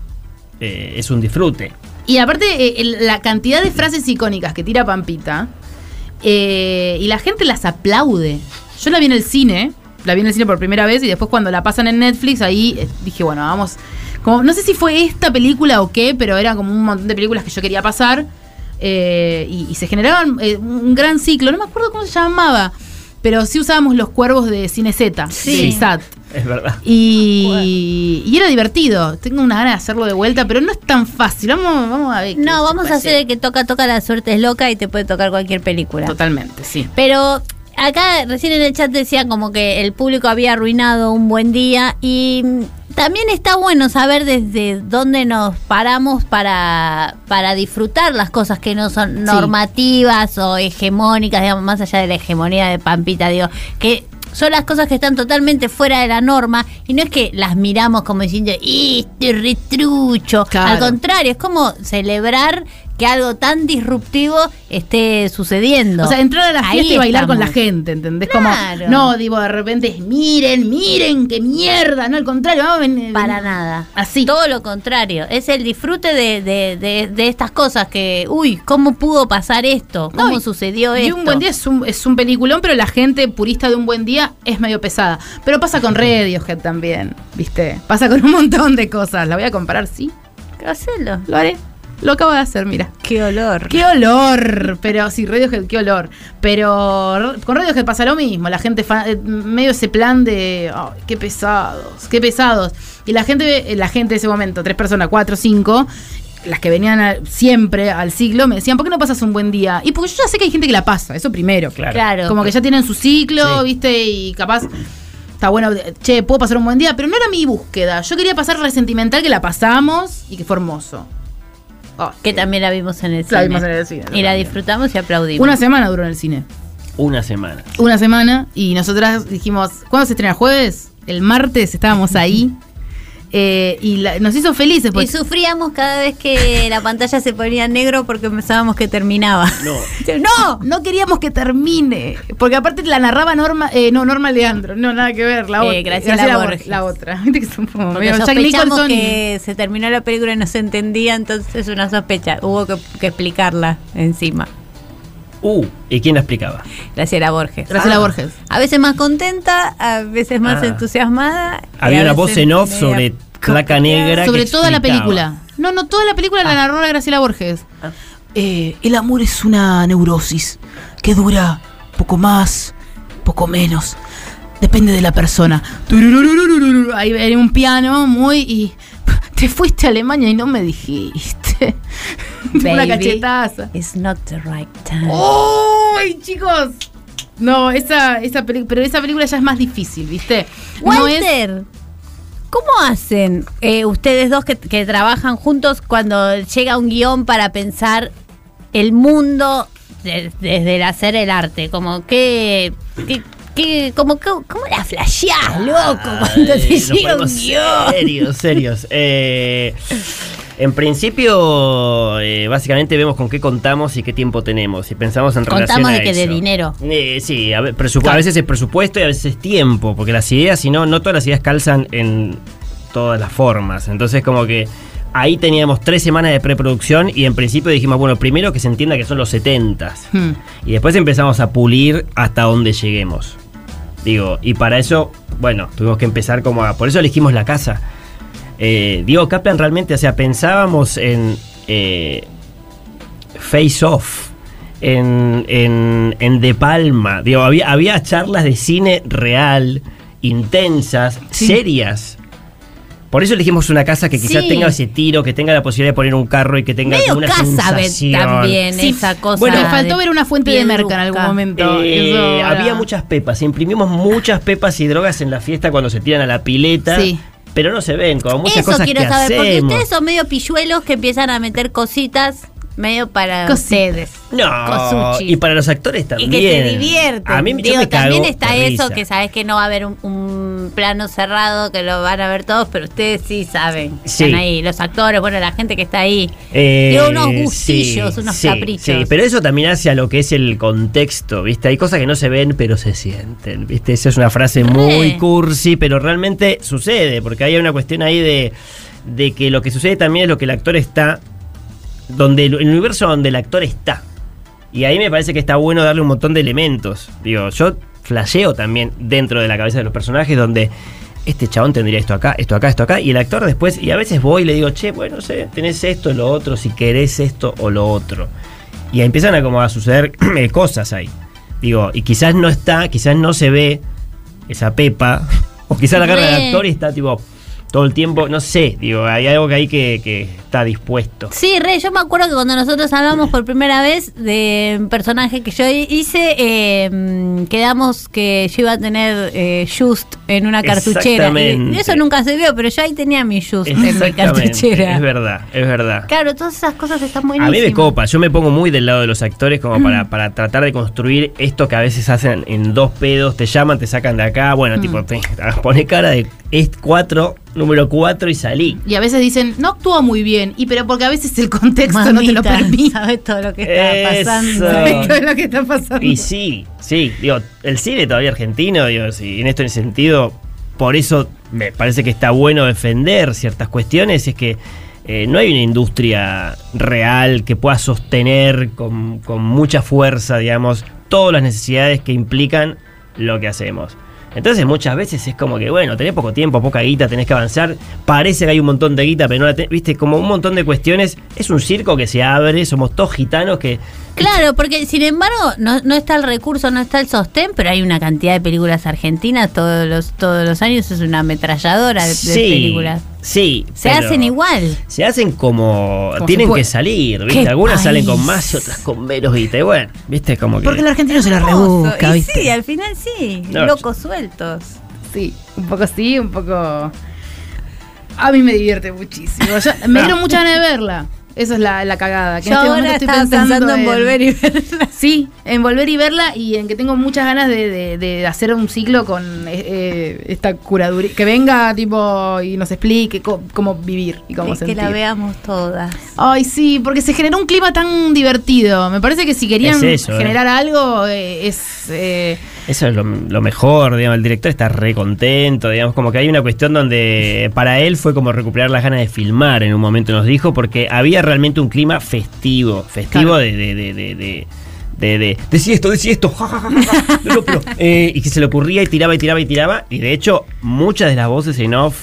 Speaker 11: eh, es un disfrute.
Speaker 3: Y aparte, eh, el- la cantidad de frases icónicas que tira Pampita, eh, y la gente las aplaude. Yo la vi en el cine, la vi en el cine por primera vez, y después cuando la pasan en Netflix, ahí eh, dije, bueno, vamos. Como, no sé si fue esta película o qué, pero era como un montón de películas que yo quería pasar. eh, y, y se generaban eh, un gran ciclo. No me acuerdo cómo se llamaba, pero sí usábamos los cuervos de Cine Z, de SAT.
Speaker 11: Es verdad.
Speaker 3: Y, y era divertido. Tengo una gana de hacerlo de vuelta, pero no es tan fácil. Vamos, vamos a ver. qué
Speaker 2: No,
Speaker 3: se
Speaker 2: vamos
Speaker 3: puede
Speaker 2: a hacer el que toca, toca, la suerte es loca y te puede tocar cualquier película.
Speaker 3: Totalmente, sí.
Speaker 2: Pero acá recién en el chat decía como que el público había arruinado un buen día y mm, también está bueno saber desde dónde nos paramos para, para disfrutar las cosas que no son normativas o hegemónicas, digamos, más allá de la hegemonía de Pampita, digo, que son las cosas que están totalmente fuera de la norma y no es que las miramos como diciendo, "Ih, este retrucho, al contrario, es como celebrar que algo tan disruptivo esté sucediendo.
Speaker 3: O sea, entrar a la
Speaker 2: Ahí
Speaker 3: fiesta y bailar con la
Speaker 2: estamos.
Speaker 3: gente, ¿entendés?
Speaker 2: Claro.
Speaker 3: Como, no, digo, de repente es, miren, miren, qué mierda. No, al contrario, vamos a ven-
Speaker 2: Para
Speaker 3: ven-
Speaker 2: nada. Así. Todo lo contrario. Es el disfrute de, de- de- de estas cosas que, uy, ¿cómo pudo pasar esto? ¿Cómo
Speaker 3: y-
Speaker 2: sucedió
Speaker 3: Y
Speaker 2: esto?
Speaker 3: un buen día es un, es un peliculón, pero la gente purista de un buen día es medio pesada. Pero pasa con Radiohead también, ¿viste? Pasa con un montón de cosas. La voy a comparar, sí.
Speaker 2: Hacelo.
Speaker 3: Lo haré. Lo acabo de hacer, mira.
Speaker 5: Qué olor.
Speaker 3: Qué olor, pero sí, Radiohead, qué olor. Pero r- con Radiohead pasa lo mismo, la gente fa- eh, medio ese plan de, "Ay, qué pesados, qué pesados. Y la gente, eh, la gente de ese momento, tres personas, cuatro, cinco, las que venían a- siempre al siglo, me decían, ¿por qué no pasas un buen día? Y porque yo ya sé que hay gente que la pasa, eso primero.
Speaker 2: Claro. Claro.
Speaker 3: Como que ya tienen su ciclo, viste, y capaz... Está bueno, eh, che, puedo pasar un buen día, pero no era mi búsqueda. Yo quería pasar resentimental que la pasamos y que fue hermoso.
Speaker 2: que también la vimos en el cine.
Speaker 3: La vimos en el cine,
Speaker 2: Y la disfrutamos y aplaudimos.
Speaker 3: Una semana duró en el cine.
Speaker 11: Una semana.
Speaker 3: Una semana y nosotras dijimos, ¿cuándo se estrena? ¿Jueves? El martes estábamos ahí eh, y la- nos hizo felices. pues.
Speaker 2: Y
Speaker 3: Porque,
Speaker 2: sufríamos cada vez que la pantalla se ponía negro porque pensábamos que terminaba.
Speaker 11: No.
Speaker 3: no, no queríamos que termine. Porque aparte la narraba Norma, eh, no, Norma Leandro, no, nada que ver, la
Speaker 2: Eh,
Speaker 3: otra.
Speaker 2: Graciela
Speaker 3: Bor-
Speaker 2: Borges.
Speaker 3: La otra. Viste que son como
Speaker 2: Porque
Speaker 3: medio Jack
Speaker 2: sospechamos
Speaker 3: Nicholson y-
Speaker 2: que se terminó la película y no se entendía, entonces es una sospecha. Hubo que, que explicarla encima.
Speaker 11: Uh, ¿y quién la explicaba?
Speaker 2: Graciela Borges.
Speaker 3: Graciela
Speaker 2: Ah.
Speaker 3: Borges.
Speaker 2: A veces más contenta, a veces más
Speaker 11: Ah.
Speaker 2: entusiasmada. y
Speaker 11: Había
Speaker 2: a
Speaker 11: una
Speaker 2: veces
Speaker 11: voz en off
Speaker 2: media-
Speaker 11: sobre placa negra.
Speaker 3: Sobre
Speaker 11: que
Speaker 3: toda la
Speaker 11: explicaba. Ah.
Speaker 3: película. No, no, toda la película la narró la Graciela Borges.
Speaker 4: Eh, el amor es una neurosis que dura poco más, poco menos.
Speaker 3: Depende de la persona. Tururururururu. Ahí viene un piano muy y. Te fuiste a Alemania y no me dijiste. Una
Speaker 2: Baby,
Speaker 3: cachetaza.
Speaker 2: It's not the right time.
Speaker 3: Oh, ¡Uy, chicos! No, esa, esa peli- pero esa película ya es más difícil, ¿viste? No es-
Speaker 2: Walter, ¿cómo hacen eh, ustedes dos que, que trabajan juntos cuando llega un guión para pensar el mundo de- desde el hacer el arte? Como que... que- que- como, que- ¿Cómo la flasheás, loco, cuando
Speaker 11: Ay,
Speaker 2: te
Speaker 11: nos
Speaker 2: llega un
Speaker 11: ponemos
Speaker 2: guión?
Speaker 11: Serios, serios. Eh, en principio, eh, básicamente vemos con qué contamos y qué tiempo tenemos. Y pensamos en relación
Speaker 2: Contamos
Speaker 11: a
Speaker 2: de que de
Speaker 11: eso.
Speaker 2: dinero.
Speaker 11: Eh, sí, a, ve- presupu- a veces es presupuesto y a veces es tiempo, porque las ideas, si no, no todas las ideas calzan en todas las formas. Entonces, como que ahí teníamos tres semanas de preproducción y en principio dijimos, bueno, primero que se entienda que son los 70
Speaker 3: Hmm.
Speaker 11: y después empezamos a pulir hasta donde lleguemos. Digo, y para eso, bueno, tuvimos que empezar como a. Por eso elegimos la casa. Eh, Diego Kaplan realmente, o sea, pensábamos en. eh, Face Off. En, en, en De Palma. Digo, había, había charlas de cine real, intensas, serias. Por eso elegimos una casa que quizás
Speaker 2: Sí.
Speaker 11: tenga ese tiro, que tenga la posibilidad de poner un carro y que tenga
Speaker 2: Medio
Speaker 11: una
Speaker 2: casa ve-
Speaker 11: sensación.
Speaker 2: también
Speaker 3: Sí.
Speaker 2: esa cosa.
Speaker 3: Bueno, me faltó
Speaker 2: de
Speaker 3: ver una fuente de merca en algún
Speaker 2: pieduca.
Speaker 3: momento.
Speaker 11: Eh,
Speaker 3: Eso era-
Speaker 11: había muchas pepas, imprimimos muchas pepas y drogas en la fiesta cuando se tiran a la pileta.
Speaker 3: Sí.
Speaker 11: Pero no se ven, como muchas
Speaker 2: Eso
Speaker 11: cosas
Speaker 2: quiero
Speaker 11: que
Speaker 2: saber, porque
Speaker 11: hacemos.
Speaker 2: ustedes son medio pilluelos que empiezan a meter cositas medio para
Speaker 11: Cosi-
Speaker 2: ustedes.
Speaker 11: No,
Speaker 2: Cosuchi.
Speaker 11: y para los actores también.
Speaker 2: Y que se divierten.
Speaker 11: A mí yo
Speaker 2: Digo,
Speaker 11: me cago
Speaker 2: también está
Speaker 11: de
Speaker 2: eso
Speaker 11: risa.
Speaker 2: que sabes que no va a haber un, un plano cerrado que lo van a ver todos, pero ustedes sí saben.
Speaker 11: Sí.
Speaker 2: Están ahí, los actores, bueno, la gente que está ahí.
Speaker 11: Eh,
Speaker 2: Digo, unos
Speaker 11: sí,
Speaker 2: gustillos, unos
Speaker 11: sí,
Speaker 2: caprichos.
Speaker 11: Sí, pero eso también hace a lo que es el contexto, ¿viste? Hay cosas que no se ven, pero se sienten, ¿viste? Esa es una frase muy cursi, pero realmente sucede, porque hay una cuestión ahí de, de que lo que sucede también es lo que el actor está, donde el, el universo donde el actor está. Y ahí me parece que está bueno darle un montón de elementos. Digo, yo flasheo también dentro de la cabeza de los personajes donde este chabón tendría esto acá, esto acá, esto acá. Y el actor después, y a veces voy y le digo, che, bueno, no sé, tenés esto, lo otro, si querés esto o lo otro. Y empiezan a como a suceder eh, cosas ahí. Digo, y quizás no está, quizás no se ve esa pepa. O quizás la cara del
Speaker 2: Re.
Speaker 11: actor y está tipo todo el tiempo, no sé, digo, hay algo que ahí que, que está dispuesto.
Speaker 2: Sí, Rey, yo me acuerdo que cuando nosotros hablamos por primera vez de un personaje que yo hice, eh, mm, quedamos que yo iba a tener eh, Just en una cartuchera. Y
Speaker 11: Exactamente.
Speaker 2: eso nunca se vio, pero yo ahí tenía mi Just en mi
Speaker 11: Exactamente, Es
Speaker 2: cartuchera.
Speaker 11: verdad, es verdad.
Speaker 2: Claro, todas esas cosas están
Speaker 11: A
Speaker 2: buenísimas.
Speaker 11: mí me copa, yo me pongo muy del lado de los actores como para, para tratar de construir esto que a veces hacen en dos pedos, te llaman, te sacan de acá, bueno, tipo, te, pone cara de es cuatro, número cuatro y salí.
Speaker 3: Y a veces dicen, no actúa muy bien, y pero porque a veces el contexto no te lo
Speaker 2: Mamita,
Speaker 3: permite.
Speaker 2: ¿Sabes todo lo que está
Speaker 11: Eso.
Speaker 2: pasando?
Speaker 3: ¿Sabes todo lo que está pasando?
Speaker 11: Y sí, sí, digo, el cine todavía argentino, digo, sí, en esto en el sentido, por eso me parece que está bueno defender ciertas cuestiones, es que eh, no hay una industria real que pueda sostener con, con mucha fuerza, digamos, todas las necesidades que implican lo que hacemos. Entonces muchas veces es como que, bueno, tenés poco tiempo, poca guita, tenés que avanzar, parece que hay un montón de guita, pero no la tenés, viste, como un montón de cuestiones, es un circo que se abre, somos todos gitanos que
Speaker 2: Claro, porque sin embargo no, no está el recurso, no está el sostén, pero hay una cantidad de películas argentinas todos los todos los años es una ametralladora de, de películas.
Speaker 11: Sí.
Speaker 2: Se
Speaker 11: pero
Speaker 2: hacen igual.
Speaker 11: Se hacen como.
Speaker 2: Como se
Speaker 11: tienen
Speaker 2: puede.
Speaker 11: que salir, ¿viste?
Speaker 2: ¡Qué
Speaker 11: Algunas salen
Speaker 2: país!
Speaker 11: con más y otras con menos guita. Y bueno, ¿viste? Como que.
Speaker 4: Porque el argentino se la rebusca,
Speaker 2: y
Speaker 4: ¿viste?
Speaker 2: sí, al final sí,
Speaker 11: No,
Speaker 2: locos sueltos.
Speaker 3: Sí, un poco sí, un poco. A mí me divierte muchísimo. Yo- me dieron mucha ganas de verla. Esa es la, la cagada. Que
Speaker 2: Yo
Speaker 3: este
Speaker 2: ahora
Speaker 3: momento estoy
Speaker 2: estaba pensando en volver y
Speaker 3: verla. Sí, en volver y verla y en que tengo muchas ganas de, de- de hacer un ciclo con eh, eh, esta curaduría. Que venga, tipo, y nos explique co- cómo vivir y cómo
Speaker 2: Y que
Speaker 3: sentir.
Speaker 2: la veamos todas.
Speaker 3: Ay, sí, porque se generó un clima tan divertido. Me parece que si querían
Speaker 11: Es eso, eh.
Speaker 3: generar algo, eh, es. eh,
Speaker 11: Eso es lo, lo mejor, digamos. El director está re contento, digamos. Como que hay una cuestión donde para él fue como recuperar las ganas de filmar en un momento, nos dijo, porque había realmente un clima festivo. Festivo de. de, de, de, de de, de, decí esto, decí esto, ja, ja, ja, ja, ja, no, no, pero, eh, y que se le ocurría y tiraba y tiraba y tiraba, y de hecho muchas de las voces en off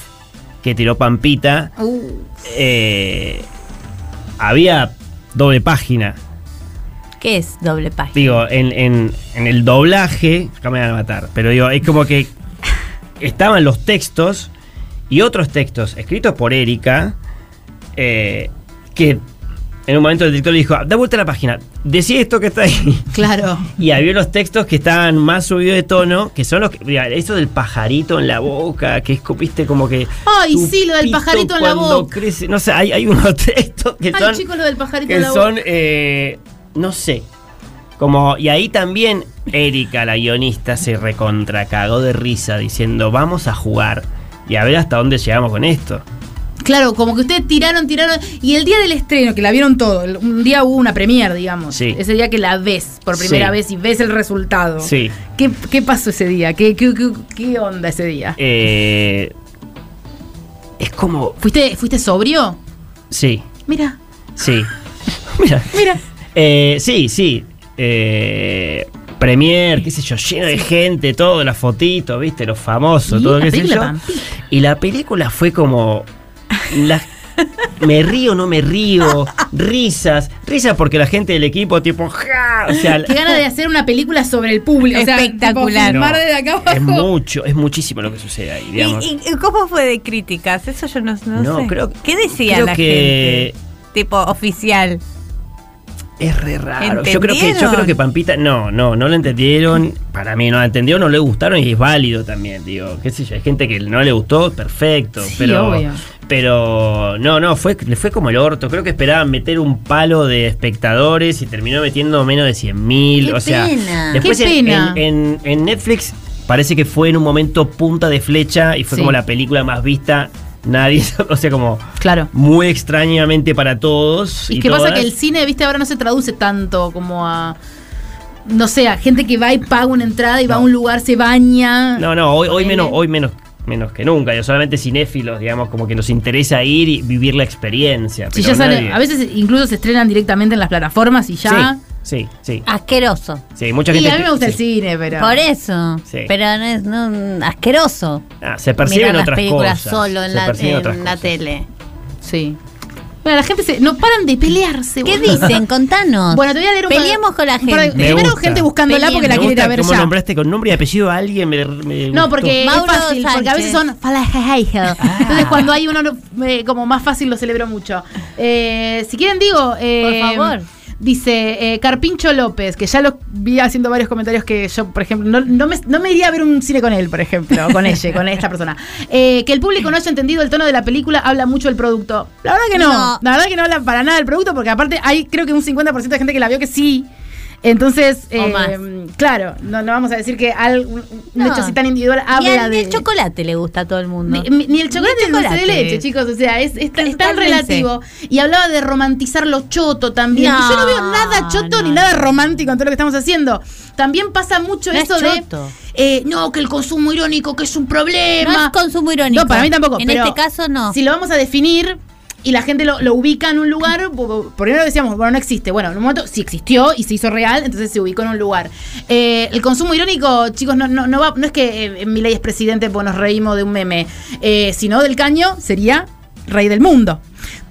Speaker 11: que tiró Pampita eh, había doble página.
Speaker 2: ¿Qué es doble página?
Speaker 11: Digo, en, en- en el doblaje, acá me van a matar, pero digo, es como que estaban los textos y otros textos escritos por Erika eh, que en un momento el director le dijo, da vuelta a la página, decí esto que está ahí.
Speaker 3: Claro.
Speaker 11: Y había unos textos que estaban más subidos de tono, que son los que, mira, eso del pajarito en la boca, que es, co- viste, como que...
Speaker 3: Ay,
Speaker 11: tu
Speaker 3: sí, lo del
Speaker 11: pito
Speaker 3: pajarito en la
Speaker 11: cuando
Speaker 3: boca.
Speaker 11: crece- no sé, hay, hay unos textos que
Speaker 3: Ay,
Speaker 11: son
Speaker 3: chicos, lo del pajarito en
Speaker 11: que
Speaker 3: la boca.
Speaker 11: son, eh, no sé, como, y ahí también Erika, la guionista, se recontra cagó de risa diciendo, vamos a jugar y a ver hasta dónde llegamos con esto.
Speaker 3: Claro, como que ustedes tiraron, tiraron. Y el día del estreno, que la vieron todo, el- un día hubo una premier, digamos.
Speaker 11: Sí.
Speaker 3: Ese día que la ves por primera
Speaker 11: Sí.
Speaker 3: vez y ves el resultado.
Speaker 11: Sí.
Speaker 3: ¿Qué, qué pasó ese día? ¿Qué, qué, qué- qué onda ese día?
Speaker 11: Eh, es como,
Speaker 3: ¿Fuiste, ¿Fuiste sobrio?
Speaker 11: sí,
Speaker 3: Mira,
Speaker 11: sí. Mira.
Speaker 3: mira.
Speaker 11: Eh, sí, sí. Eh, Premier, qué sé yo, lleno de gente, todo, las fotitos, viste, los famosos,
Speaker 3: Y
Speaker 11: todo,
Speaker 3: la
Speaker 11: qué sé
Speaker 3: película
Speaker 11: yo.
Speaker 3: Pampita.
Speaker 11: Y la película fue como. la- me río, no me río, risas, risas porque la gente del equipo, tipo, ja, o sea,
Speaker 3: qué ganas de hacer una película sobre el público. O sea,
Speaker 11: Espectacular.
Speaker 3: tipo, filmar
Speaker 11: No.
Speaker 3: desde acá abajo.
Speaker 11: es mucho, es muchísimo lo que sucede ahí,
Speaker 5: ¿Y,
Speaker 11: digamos.
Speaker 5: y- y cómo fue de críticas? Eso yo no, no
Speaker 11: No,
Speaker 5: sé.
Speaker 11: creo-
Speaker 5: ¿Qué decía
Speaker 11: creo
Speaker 5: la
Speaker 11: que-
Speaker 5: gente? Tipo oficial.
Speaker 11: Es re Claro, yo creo que yo
Speaker 5: ¿Entendieron?
Speaker 11: creo que Pampita no, no, no lo entendieron, para mí no la entendió, no le gustaron y es válido también, digo, qué sé yo, hay gente que no le gustó, perfecto,
Speaker 3: Sí,
Speaker 11: pero
Speaker 3: obvio.
Speaker 11: Pero no, no, fue, le fue como el orto. Creo que esperaban meter un palo de espectadores y terminó metiendo menos de 100.000.
Speaker 2: Qué
Speaker 11: O sea,
Speaker 2: pena.
Speaker 11: después
Speaker 2: Qué
Speaker 11: en-
Speaker 2: pena.
Speaker 11: En, en- en Netflix parece que fue en un momento punta de flecha y fue
Speaker 2: Sí.
Speaker 11: como la película más vista. Nadie, o sea, como
Speaker 3: claro.
Speaker 11: muy extrañamente para todos.
Speaker 3: Y, qué pasa que
Speaker 11: todas.
Speaker 3: el cine, viste, ahora no se traduce tanto como a. No sé, a gente que va y paga una entrada y va a un lugar, se baña.
Speaker 11: No, no, hoy, hoy menos, hoy menos, menos que nunca. Yo solamente cinéfilos, digamos, como que nos interesa ir y vivir la experiencia.
Speaker 3: Si
Speaker 11: pero
Speaker 3: ya sale,
Speaker 11: nadie-
Speaker 3: a veces incluso se estrenan directamente en las plataformas y ya.
Speaker 11: Sí, sí, sí.
Speaker 2: Asqueroso.
Speaker 11: Sí, mucha
Speaker 3: Y
Speaker 11: gente.
Speaker 3: a mí me gusta el cine, pero.
Speaker 2: Por eso.
Speaker 11: Sí.
Speaker 2: Pero no es no, asqueroso.
Speaker 11: Ah, se perciben
Speaker 2: Mirar las
Speaker 11: otras
Speaker 2: películas
Speaker 11: cosas,
Speaker 2: solo en,
Speaker 11: se
Speaker 2: la,
Speaker 11: perciben
Speaker 2: en
Speaker 11: otras
Speaker 2: la
Speaker 11: cosas.
Speaker 2: tele.
Speaker 3: Sí. Bueno, la gente se. No paran de pelearse,
Speaker 2: ¿Qué
Speaker 3: boludo.
Speaker 2: dicen? Contanos.
Speaker 3: Bueno, te voy a leer un par-
Speaker 2: Peleemos con la gente.
Speaker 3: par de-
Speaker 11: Me
Speaker 3: Primero,
Speaker 11: gusta.
Speaker 3: gente buscándola porque la
Speaker 11: Me
Speaker 3: quiere ir
Speaker 11: gusta
Speaker 3: a ver
Speaker 11: cómo
Speaker 3: ya.
Speaker 11: nombraste con nombre y apellido a alguien. me- me
Speaker 3: No,
Speaker 11: gustó.
Speaker 3: porque
Speaker 2: Mauro
Speaker 3: es fácil, porque a veces son
Speaker 2: Sánchez.
Speaker 3: falajajajel.
Speaker 2: Ah.
Speaker 3: Entonces cuando hay uno eh, como más fácil lo celebro mucho. Eh, si quieren digo, eh,
Speaker 2: Por favor.
Speaker 3: Dice eh, Carpincho López, que ya lo vi haciendo varios comentarios que yo, por ejemplo, no, no me, no me iría a ver un cine con él, por ejemplo, con ella, con esta persona. Eh, que el público no haya entendido el tono de la película habla mucho del producto. La verdad que no,
Speaker 2: No.
Speaker 3: la verdad que no habla para nada del producto, porque aparte hay creo que un 50% de gente que la vio que sí. Entonces, eh,
Speaker 2: O más.
Speaker 3: claro, no, no vamos a decir que al- un, un
Speaker 2: No.
Speaker 3: hecho así tan individual
Speaker 2: Ni
Speaker 3: habla
Speaker 2: al-
Speaker 3: de.
Speaker 2: ni el chocolate le gusta a todo el mundo.
Speaker 3: Ni, ni- ni el chocolate ni el dulce de
Speaker 2: chocolate.
Speaker 3: leche, chicos. O sea, es, es tan- es tan
Speaker 2: Totalmente.
Speaker 3: relativo. Y hablaba de romantizar lo choto también.
Speaker 2: No,
Speaker 3: que yo no veo nada choto ni nada romántico en todo lo que estamos haciendo. También pasa mucho
Speaker 2: No es
Speaker 3: eso de.
Speaker 2: choto.
Speaker 3: eh, no, que el consumo irónico, que es un problema.
Speaker 2: No es consumo irónico.
Speaker 3: No, para mí tampoco.
Speaker 2: En
Speaker 3: pero
Speaker 2: este caso no.
Speaker 3: Si lo vamos a definir y la gente lo, lo ubica en un lugar, bo- bo- primero decíamos, bueno, no existe. Bueno, en un momento sí existió y se hizo real, entonces se ubicó en un lugar. Eh, el consumo irónico, chicos, no, no, no, va, no es que eh, Milei es presidente porque nos reímos de un meme, eh, sino del caño sería rey del mundo.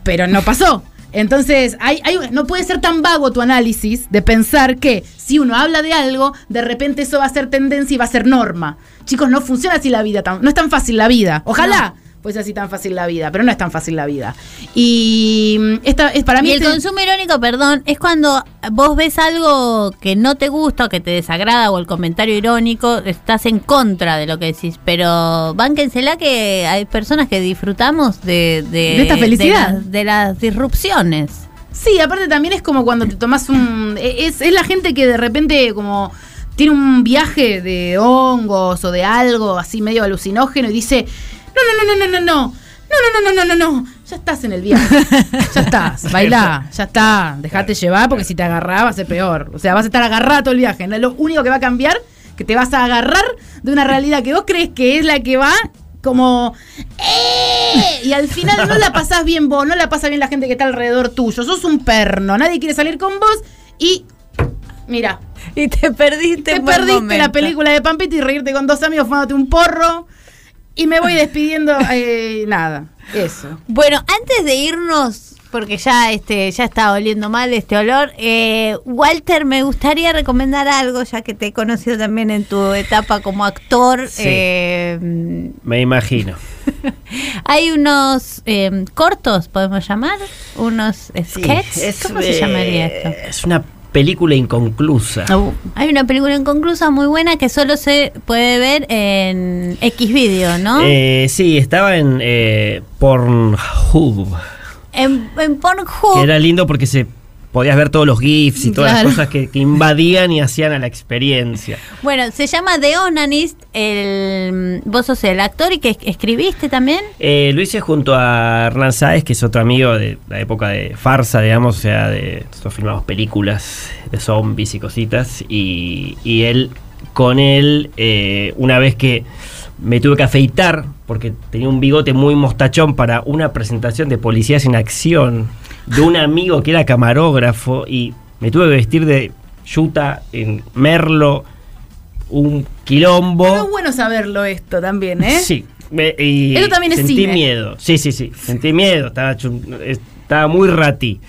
Speaker 3: Pero no pasó. Entonces, hay, hay- no puede ser tan vago tu análisis de pensar que si uno habla de algo, de repente eso va a ser tendencia y va a ser norma. Chicos, no funciona así la vida. tan- no es tan fácil la vida. Ojalá fuese así tan fácil la vida, pero no es tan fácil la vida. Y mm, esta es para mí.
Speaker 2: y el
Speaker 3: este-
Speaker 2: consumo irónico, perdón, es cuando vos ves algo que no te gusta o que te desagrada o el comentario irónico, estás en contra de lo que decís. Pero bánquensela que hay personas que disfrutamos de... De,
Speaker 3: De esta felicidad.
Speaker 2: las- De las, disrupciones.
Speaker 3: Sí, aparte también es como cuando te tomas un. e, Es, es la gente que de repente como tiene un viaje de hongos o de algo así medio alucinógeno y dice. No, no, no, no, no, no, no. No, no, no, no, no, no, no. Ya estás en el viaje. Ya estás. Bailá. Ya está. Dejate llevar porque si te agarrás va a ser peor. O sea, vas a estar agarrado todo el viaje. Lo único que va a cambiar que te vas a agarrar de una realidad que vos crees que es la que va como ¡eh! y al final no la pasás bien vos, no la pasa bien la gente que está alrededor tuyo, sos un perno, nadie quiere salir con vos y mira,
Speaker 5: Y te perdiste.
Speaker 3: te
Speaker 5: un buen
Speaker 3: perdiste la
Speaker 5: momento.
Speaker 3: película de Pampita y reírte con dos amigos fumándote un porro y me voy despidiendo eh, nada, eso.
Speaker 2: Bueno, antes de irnos, porque ya este ya está oliendo mal este olor, eh, Walter, me gustaría recomendar algo, ya que te he conocido también en tu etapa como actor.
Speaker 11: Sí.
Speaker 2: eh,
Speaker 11: Me imagino.
Speaker 2: hay unos eh, cortos, podemos llamar, unos sketches. ¿Cómo se
Speaker 11: eh,
Speaker 2: llamaría esto?
Speaker 11: Es una película inconclusa.
Speaker 2: Hay una película inconclusa muy buena que solo se puede ver en X video,
Speaker 3: ¿Ah?
Speaker 2: ¿no?
Speaker 11: Eh, sí, estaba en eh, Pornhub.
Speaker 2: en, en
Speaker 11: Que
Speaker 2: Pornhub.
Speaker 11: era lindo porque se podías ver todos los GIFs y todas
Speaker 2: Claro.
Speaker 11: las cosas que, que invadían y hacían a la experiencia.
Speaker 2: Bueno, se llama The Onanist. El, mm, vos sos el actor y que es- escribiste también.
Speaker 11: Eh, lo hice junto a Hernán Sáez, que es otro amigo de la época de farsa, digamos, o sea, de nosotros filmamos películas de zombies y cositas, y, y él, con él, eh, una vez que me tuve que afeitar, porque tenía un bigote muy mostachón para una presentación de Policías en Acción, de un amigo que era camarógrafo, y me tuve que vestir de yuta en merlo, un quilombo.
Speaker 3: Pero es bueno saberlo esto también, ¿eh?
Speaker 11: Sí. me- y
Speaker 3: Eso también es
Speaker 11: sentí
Speaker 3: cine.
Speaker 11: miedo. Sí, sí, sí. Sentí miedo. Estaba, chu- estaba muy ratí.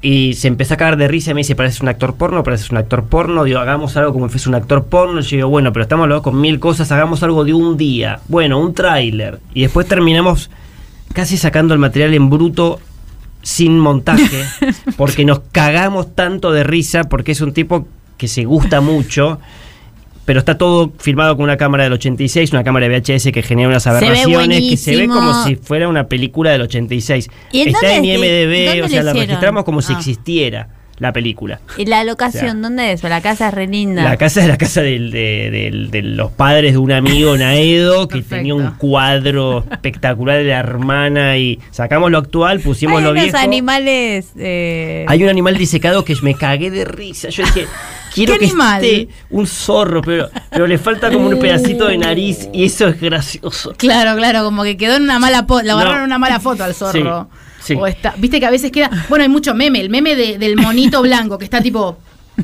Speaker 11: Y se empezó a cagar de risa y me dice, pareces un actor porno, pareces un actor porno. Digo, hagamos algo como si fuese un actor porno. Yo digo, bueno, pero estamos los dos con mil cosas, hagamos algo de un día. Bueno, un tráiler. Y después terminamos casi sacando el material en bruto sin montaje, porque nos cagamos tanto de risa, porque es un tipo que se gusta mucho pero está todo filmado con una cámara del 86, una cámara de VHS que genera unas
Speaker 13: Se ve
Speaker 11: aberraciones, que se ve
Speaker 13: buenísimo.
Speaker 11: como si fuera una película del 86.
Speaker 13: ¿Y en
Speaker 11: está
Speaker 13: dónde
Speaker 11: en
Speaker 13: es que-
Speaker 11: IMDB,
Speaker 13: dónde
Speaker 11: o sea,
Speaker 13: le
Speaker 11: la
Speaker 13: hicieron?
Speaker 11: registramos como si
Speaker 13: Ah.
Speaker 11: existiera la película.
Speaker 2: ¿Y la locación dónde es? La casa es re linda.
Speaker 11: La casa es la casa del- de, del- de los padres de un amigo Naedo que tenía un cuadro espectacular de la hermana y sacamos lo actual,
Speaker 2: Hay
Speaker 11: pusimos lo
Speaker 2: unos
Speaker 11: viejo.
Speaker 2: animales. eh,
Speaker 11: Hay un animal disecado que me cagué de risa. Yo dije, quiero
Speaker 2: ¿Qué
Speaker 11: que
Speaker 2: animal? Uh.
Speaker 11: esté un zorro, pero, pero le falta como un pedacito de nariz y eso es gracioso.
Speaker 3: Claro, claro, como que quedó en una mala foto, la
Speaker 11: No.
Speaker 3: agarraron en una mala foto al zorro.
Speaker 11: Sí, sí.
Speaker 3: O está, viste que a veces queda, bueno, hay mucho meme, el meme de- del monito blanco que está tipo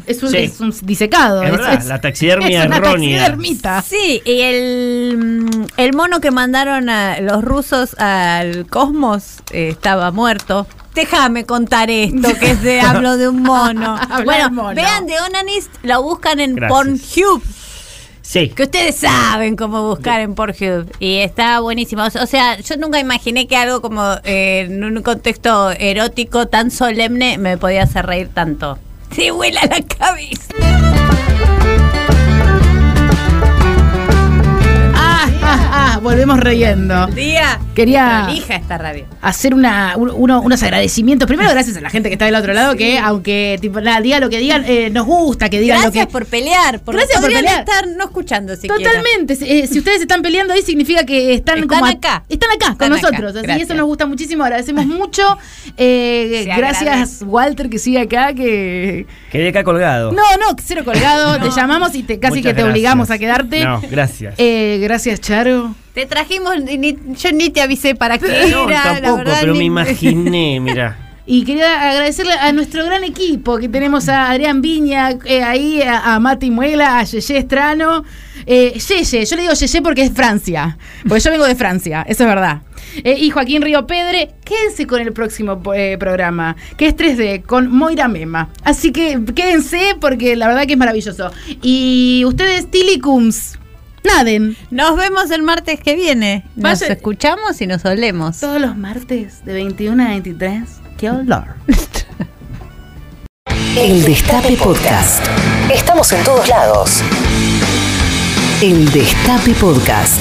Speaker 3: es un,
Speaker 11: Sí.
Speaker 3: es un disecado,
Speaker 11: Es verdad, la taxidermia
Speaker 3: es una
Speaker 11: errónea.
Speaker 3: taxidermita.
Speaker 2: Sí, y el, mm, el mono que mandaron a los rusos al cosmos eh, estaba muerto. Déjame contar esto, que se habló de un mono. bueno,
Speaker 13: del mono.
Speaker 2: vean The Onanist, lo buscan en
Speaker 11: Gracias.
Speaker 2: Pornhub.
Speaker 11: Sí.
Speaker 2: Que ustedes saben cómo buscar en Pornhub. Y está buenísimo. O sea, o sea, yo nunca imaginé que algo como eh, en un contexto erótico tan solemne me podía hacer reír tanto. Se vuela la cabeza.
Speaker 3: Ah, ah, ah, volvemos riendo.
Speaker 2: Día.
Speaker 3: Quería
Speaker 2: Elija esta radio.
Speaker 3: hacer una, un- uno- unos agradecimientos. Primero, gracias a la gente que está del otro lado, que aunque tipo, nada, diga lo que digan, eh, nos gusta que digan
Speaker 2: Gracias
Speaker 3: lo que.
Speaker 2: por pelear, porque
Speaker 3: Gracias por
Speaker 2: podrían
Speaker 3: pelear.
Speaker 2: estar no escuchando si
Speaker 3: Totalmente. Si- eh, si ustedes están peleando ahí, significa que están,
Speaker 2: Están
Speaker 3: como a-
Speaker 2: acá.
Speaker 3: Están acá
Speaker 2: Están acá.
Speaker 3: con nosotros. Así
Speaker 2: Gracias.
Speaker 3: eso nos gusta muchísimo. Agradecemos mucho. Eh,
Speaker 2: Se
Speaker 3: gracias, Walter, que sigue acá. que
Speaker 11: Quedé acá colgado.
Speaker 3: No, no, cero colgado. Te llamamos y te, casi
Speaker 11: Muchas
Speaker 3: que te obligamos a
Speaker 11: gracias.
Speaker 3: quedarte.
Speaker 11: No, gracias.
Speaker 3: Eh, gracias, Charo.
Speaker 2: Te trajimos, y ni- yo ni te avisé para qué
Speaker 11: No,
Speaker 2: era, la
Speaker 11: tampoco,
Speaker 2: verdad.
Speaker 11: pero
Speaker 2: ni-
Speaker 11: me imaginé, mira.
Speaker 3: Y quería agradecerle a nuestro gran equipo, que tenemos a Adrián Viña, eh, ahí a, a Mati Muela, a Yeye Estrano. Eh, Yeye, yo le digo Yeye porque es Francia, porque yo vengo de Francia, eso es verdad. Eh, y Joaquín Río Pedre, quédense con el próximo eh, programa, que es 3D, con Moira Mema. Así que quédense porque la verdad que es maravilloso. Y ustedes, Tilicums, naden.
Speaker 2: Nos vemos el martes que viene. Nos
Speaker 3: Vaya-
Speaker 2: escuchamos y nos olemos.
Speaker 3: Todos los martes de 21 a 23. ¡Qué olor!
Speaker 1: El Destape Podcast. Estamos en todos lados. El Destape Podcast.